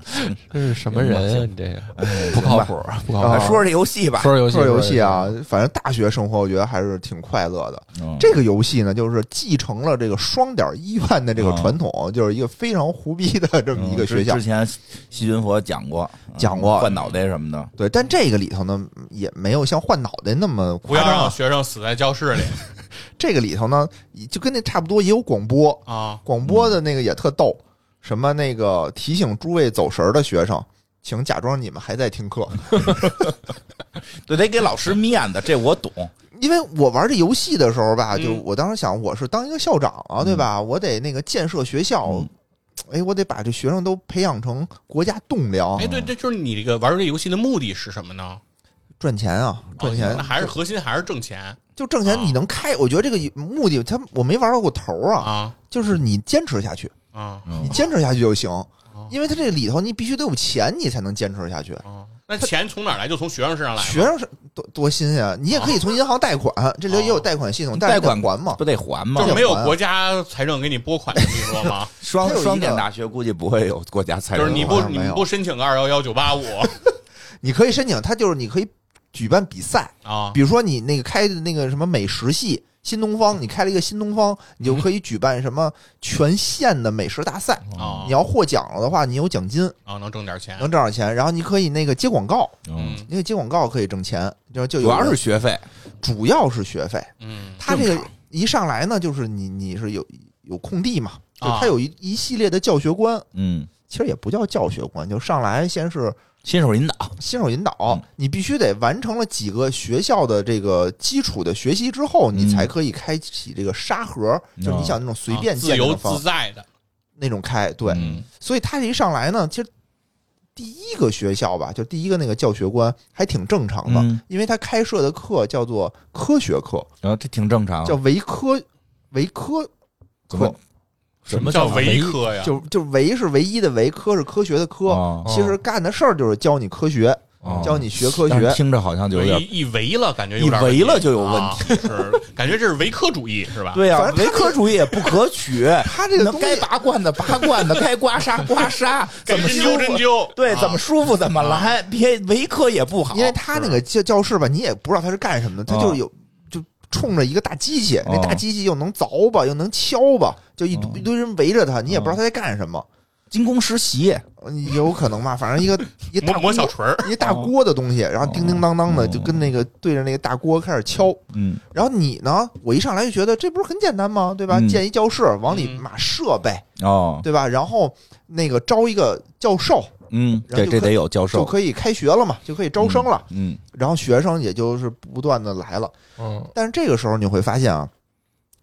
[SPEAKER 1] 这是什么人啊？你这个
[SPEAKER 2] 哎
[SPEAKER 1] 不靠。
[SPEAKER 2] 行吧
[SPEAKER 1] 谱，不靠
[SPEAKER 2] 啊
[SPEAKER 1] 谱。
[SPEAKER 4] 啊
[SPEAKER 2] 说说这游戏吧，
[SPEAKER 1] 说说游戏，
[SPEAKER 4] 这游戏啊
[SPEAKER 1] 说说游戏，，
[SPEAKER 4] 反正大学生活我觉得还是挺快乐的。
[SPEAKER 2] 嗯
[SPEAKER 4] 这个游戏呢，就是继承了这个双点医院的这个
[SPEAKER 2] 啊
[SPEAKER 4] 传统，就是一个非常胡逼的这么一个
[SPEAKER 2] 嗯
[SPEAKER 4] 学校
[SPEAKER 2] 之。之前细菌佛讲过，嗯
[SPEAKER 4] 讲过嗯
[SPEAKER 2] 换脑袋什么的，
[SPEAKER 4] 对，但这个里头呢，也没有像换脑袋那么
[SPEAKER 3] 不
[SPEAKER 4] 夸
[SPEAKER 3] 要
[SPEAKER 4] 张
[SPEAKER 3] 让
[SPEAKER 4] 啊。
[SPEAKER 3] 学生死在教室里
[SPEAKER 4] 这个里头呢，就跟那差不多，也有广播，
[SPEAKER 3] 啊，
[SPEAKER 4] 广播的那个也特逗，什么那个提醒诸位走神儿的学生，请假装你们还在听课，
[SPEAKER 2] 对，得给老师面子，这我懂。
[SPEAKER 4] 因为我玩这游戏的时候吧，
[SPEAKER 3] 嗯
[SPEAKER 4] 就我当时想，我是当一个校长啊，对吧？我得那个建设学校，
[SPEAKER 2] 嗯
[SPEAKER 4] 哎，我得把这学生都培养成国家栋梁
[SPEAKER 3] 哎，，对，这就是你这个玩这游戏的目的是什么呢？
[SPEAKER 4] 赚钱啊，赚
[SPEAKER 3] 哦
[SPEAKER 4] 钱
[SPEAKER 3] 那还是核心还是挣钱
[SPEAKER 4] 就挣钱，
[SPEAKER 3] 啊
[SPEAKER 4] 你能开？我觉得这个目的，他我没玩到过头儿啊，
[SPEAKER 3] 啊
[SPEAKER 4] 就是你坚持下去，
[SPEAKER 3] 啊
[SPEAKER 4] 你坚持下去就行
[SPEAKER 3] 哦，
[SPEAKER 4] 因为他这里头你必须得有钱，你才能坚持下去。
[SPEAKER 3] 啊！那钱从哪儿来？就从学生身上来吗。
[SPEAKER 4] 学生是多多新鲜啊！你也可以从银行贷款，这里也有贷款系统，但是
[SPEAKER 2] 哦贷款
[SPEAKER 4] 你得还嘛
[SPEAKER 2] 不。得还吗
[SPEAKER 3] 就？是没有
[SPEAKER 4] 还啊
[SPEAKER 3] 国家财政给你拨款的地方
[SPEAKER 4] [LAUGHS]
[SPEAKER 3] 吗？
[SPEAKER 2] 双
[SPEAKER 4] 它有一个
[SPEAKER 2] 双电大学估计不会有国家财
[SPEAKER 3] 就是
[SPEAKER 2] 政
[SPEAKER 3] 你
[SPEAKER 2] 的
[SPEAKER 3] 不
[SPEAKER 2] 话，
[SPEAKER 4] 好像
[SPEAKER 3] 你
[SPEAKER 4] 没有
[SPEAKER 3] 不申请个二幺幺九八
[SPEAKER 4] [LAUGHS]
[SPEAKER 3] 五
[SPEAKER 4] 你可以申请，它就是你可以举办比赛，
[SPEAKER 3] 啊
[SPEAKER 2] 哦
[SPEAKER 4] 比如说你那个开的那个什么美食系新东方，你开了一个新东方，
[SPEAKER 2] 嗯
[SPEAKER 4] 你就可以举办什么全县的美食大赛。
[SPEAKER 2] 哦
[SPEAKER 3] 啊
[SPEAKER 4] 你要获奖了的话，你有奖金，
[SPEAKER 3] 啊，能挣点
[SPEAKER 2] 哎
[SPEAKER 3] 钱
[SPEAKER 4] 能挣点钱。然后你可以那个接广告，
[SPEAKER 2] 嗯，
[SPEAKER 3] 嗯
[SPEAKER 4] 因为接广告可以挣钱。就就
[SPEAKER 2] 主
[SPEAKER 4] 有
[SPEAKER 2] 要是
[SPEAKER 4] 人
[SPEAKER 2] 学费，
[SPEAKER 4] 主要是学费，
[SPEAKER 3] 嗯
[SPEAKER 4] 它这
[SPEAKER 2] 正
[SPEAKER 4] 个
[SPEAKER 2] 常
[SPEAKER 4] 一上来呢，就是你你是有有空地嘛，就
[SPEAKER 2] 哦
[SPEAKER 3] 啊
[SPEAKER 4] 它有一一系列的教学观。
[SPEAKER 2] 嗯，
[SPEAKER 4] 其实也不叫教学观，就上来
[SPEAKER 2] [LAUGHS]
[SPEAKER 4] 先是
[SPEAKER 2] 新手引导，
[SPEAKER 4] 新手引导，
[SPEAKER 2] 嗯
[SPEAKER 4] 你必须得完成了几个学校的这个基础的学习之后，你才可以开启这个沙盒，
[SPEAKER 2] 嗯
[SPEAKER 4] 就是你想那种随便
[SPEAKER 3] 啊
[SPEAKER 4] 建
[SPEAKER 3] 自
[SPEAKER 4] 的
[SPEAKER 3] 由
[SPEAKER 4] 那方、
[SPEAKER 3] 自在的，
[SPEAKER 4] 那种开，对。
[SPEAKER 2] 嗯
[SPEAKER 4] 所以他这一上来呢，其实第一个学校吧，就第一个那个教学观还挺正常的，
[SPEAKER 2] 嗯
[SPEAKER 4] 因为他开设的课叫做科学课，
[SPEAKER 2] 然后这挺正常。
[SPEAKER 4] 叫维科维科
[SPEAKER 2] 啊怎么
[SPEAKER 4] 课，
[SPEAKER 2] 什么
[SPEAKER 3] 叫
[SPEAKER 2] 唯
[SPEAKER 3] 维科呀？
[SPEAKER 4] 就就维是唯一的维，科是科学的科。
[SPEAKER 2] 啊
[SPEAKER 4] 其实干的事儿就是教你科学，
[SPEAKER 2] 哦
[SPEAKER 4] 教你学科
[SPEAKER 2] 但是
[SPEAKER 4] 学。
[SPEAKER 2] 听着好像就有
[SPEAKER 3] 一
[SPEAKER 2] 点
[SPEAKER 3] 一围了，感觉有点问
[SPEAKER 2] 一
[SPEAKER 3] 题
[SPEAKER 2] 围了就有问
[SPEAKER 3] 题，是感觉这是维科主义是吧？
[SPEAKER 2] 对呀
[SPEAKER 4] 反，正
[SPEAKER 2] 唯
[SPEAKER 4] 他
[SPEAKER 2] 科主义也不可 [LAUGHS] 取。
[SPEAKER 4] 他这个
[SPEAKER 2] 那
[SPEAKER 4] 东西
[SPEAKER 2] 该拔罐的拔罐的，该刮痧刮
[SPEAKER 3] [LAUGHS]
[SPEAKER 2] 痧，
[SPEAKER 3] 该
[SPEAKER 2] 怎么
[SPEAKER 3] 针
[SPEAKER 2] 舒
[SPEAKER 3] 灸针
[SPEAKER 2] 服
[SPEAKER 3] 灸，
[SPEAKER 2] 对
[SPEAKER 3] 啊
[SPEAKER 2] 怎么舒服怎么来，别唯科也不好。
[SPEAKER 4] 因为他那个教教室吧，你也不知道他是干什么的，他就
[SPEAKER 2] 哦
[SPEAKER 4] 有就冲着一个大机器，那
[SPEAKER 2] 哦
[SPEAKER 4] 大机器又能凿吧，又能敲吧，就一
[SPEAKER 2] 哦
[SPEAKER 4] 一堆人围着他，你也不知道
[SPEAKER 2] 哦
[SPEAKER 4] 他在干什么，
[SPEAKER 2] 精工实习，
[SPEAKER 4] 嗯有可能吧，反正一个一
[SPEAKER 3] 磨
[SPEAKER 4] 大
[SPEAKER 3] 磨小
[SPEAKER 4] 锅。
[SPEAKER 3] 锤儿，
[SPEAKER 4] 一大锅的东西，然后叮叮当当的，
[SPEAKER 2] 哦
[SPEAKER 4] 就跟那个对着那个大锅开始敲。
[SPEAKER 2] 嗯，
[SPEAKER 4] 然后你呢，我一上来就觉得这不是很简单吗？对吧？
[SPEAKER 2] 嗯
[SPEAKER 4] 建一教室，往里
[SPEAKER 3] 嗯
[SPEAKER 4] 码设备，
[SPEAKER 2] 哦，
[SPEAKER 4] 对吧？然后那个招一个教授，
[SPEAKER 2] 嗯，
[SPEAKER 4] 然
[SPEAKER 2] 这
[SPEAKER 4] 后就
[SPEAKER 2] 这
[SPEAKER 4] 可
[SPEAKER 2] 得有教
[SPEAKER 4] 就
[SPEAKER 2] 授
[SPEAKER 4] 可以开学了嘛，就可以招生了。，
[SPEAKER 2] 嗯
[SPEAKER 4] 然后学生也就是不断的来了。
[SPEAKER 1] 嗯
[SPEAKER 4] 但是这个时候你会发现啊，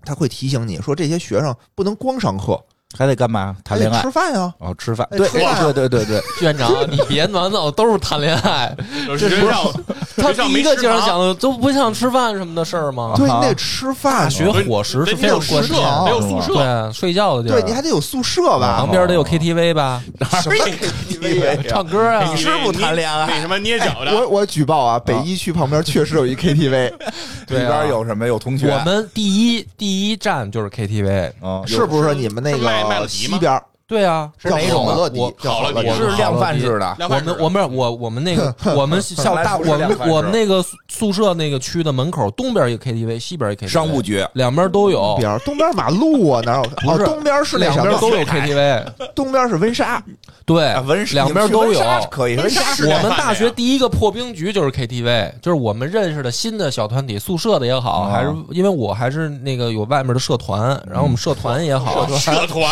[SPEAKER 4] 他会提醒你说，这些学生不能光上课，
[SPEAKER 2] 嗯，还得干嘛？
[SPEAKER 4] 还
[SPEAKER 2] 谈
[SPEAKER 4] 得
[SPEAKER 2] 恋爱
[SPEAKER 4] 吃。饭呀、
[SPEAKER 2] 哦，吃饭，
[SPEAKER 4] 哎
[SPEAKER 2] 对
[SPEAKER 4] 吃饭啊
[SPEAKER 2] 对对对对， [LAUGHS]
[SPEAKER 1] 院长，你别挠挠，都是谈恋爱。
[SPEAKER 3] 学校
[SPEAKER 1] [LAUGHS] 他
[SPEAKER 3] 学校
[SPEAKER 1] 第
[SPEAKER 3] 没
[SPEAKER 1] 一个
[SPEAKER 3] 食
[SPEAKER 1] 经常
[SPEAKER 3] 堂
[SPEAKER 1] 想的都不像吃饭什么的事儿吗？
[SPEAKER 4] 对，
[SPEAKER 2] 啊
[SPEAKER 4] 你得吃饭哦
[SPEAKER 1] 大
[SPEAKER 4] 呢，
[SPEAKER 1] 学伙食是
[SPEAKER 3] 对你
[SPEAKER 1] 非
[SPEAKER 3] 得
[SPEAKER 1] 常
[SPEAKER 3] 有
[SPEAKER 1] 关键
[SPEAKER 3] 宿舍，
[SPEAKER 1] 的
[SPEAKER 3] 得，有宿舍，
[SPEAKER 1] 对，啊睡觉的地儿，
[SPEAKER 4] 对你还啊得有宿舍吧
[SPEAKER 1] 旁？边得有 KTV
[SPEAKER 4] [LAUGHS]
[SPEAKER 1] 吧，
[SPEAKER 2] 哪儿有
[SPEAKER 3] [LAUGHS]
[SPEAKER 2] KTV
[SPEAKER 1] 唱歌啊
[SPEAKER 3] 你，
[SPEAKER 2] 是不谈恋哎爱
[SPEAKER 3] 那什么捏脚
[SPEAKER 4] 我
[SPEAKER 3] 的，
[SPEAKER 4] 我举报啊，北一区旁边确实
[SPEAKER 2] [LAUGHS]
[SPEAKER 4] 有一 KTV，
[SPEAKER 1] 对啊
[SPEAKER 2] 什么？有同
[SPEAKER 1] 我们第一第一站就是 KTV。
[SPEAKER 2] 哦有
[SPEAKER 4] 是不是你们那
[SPEAKER 3] 是麦麦乐
[SPEAKER 4] 个
[SPEAKER 3] 迪
[SPEAKER 4] 西
[SPEAKER 3] 吗
[SPEAKER 4] 边儿
[SPEAKER 1] 对啊，
[SPEAKER 4] 叫
[SPEAKER 2] 哪种
[SPEAKER 4] 好
[SPEAKER 2] 啊
[SPEAKER 4] 乐迪
[SPEAKER 1] 我？
[SPEAKER 4] 叫好乐
[SPEAKER 1] 我
[SPEAKER 2] 是量贩式的，
[SPEAKER 3] 两
[SPEAKER 1] 我
[SPEAKER 3] 块纸
[SPEAKER 1] 们我们我我们那个我们校
[SPEAKER 2] 来
[SPEAKER 1] 大
[SPEAKER 2] 不是
[SPEAKER 1] 我们
[SPEAKER 2] 量贩式
[SPEAKER 1] 我们那个宿舍那个区的门口东边一个 KTV，西边一个 KTV，
[SPEAKER 2] 商务局哎
[SPEAKER 1] 两边都有
[SPEAKER 4] 东，边儿东边儿马路啊，哪有？
[SPEAKER 1] 不
[SPEAKER 4] 哦，
[SPEAKER 1] 是
[SPEAKER 4] 东边儿是那
[SPEAKER 1] 两
[SPEAKER 4] 什
[SPEAKER 1] 边
[SPEAKER 4] 么？
[SPEAKER 1] 都有 KTV，
[SPEAKER 4] 东边儿是温莎，
[SPEAKER 1] 对
[SPEAKER 2] 啊，文史
[SPEAKER 1] 两边都
[SPEAKER 2] 文
[SPEAKER 1] 有。
[SPEAKER 2] 莎是可以，
[SPEAKER 3] 文
[SPEAKER 2] 文
[SPEAKER 3] 莎
[SPEAKER 2] 莎
[SPEAKER 3] 是
[SPEAKER 2] 是
[SPEAKER 1] 我们大
[SPEAKER 2] 啊
[SPEAKER 1] 学第一个破冰局就是 KTV，就是我们认识的新的小团体，宿舍的也好，
[SPEAKER 2] 啊
[SPEAKER 1] 还是因为我还是那个有外面的社团，然后我们社团也好，
[SPEAKER 2] 嗯
[SPEAKER 3] 社团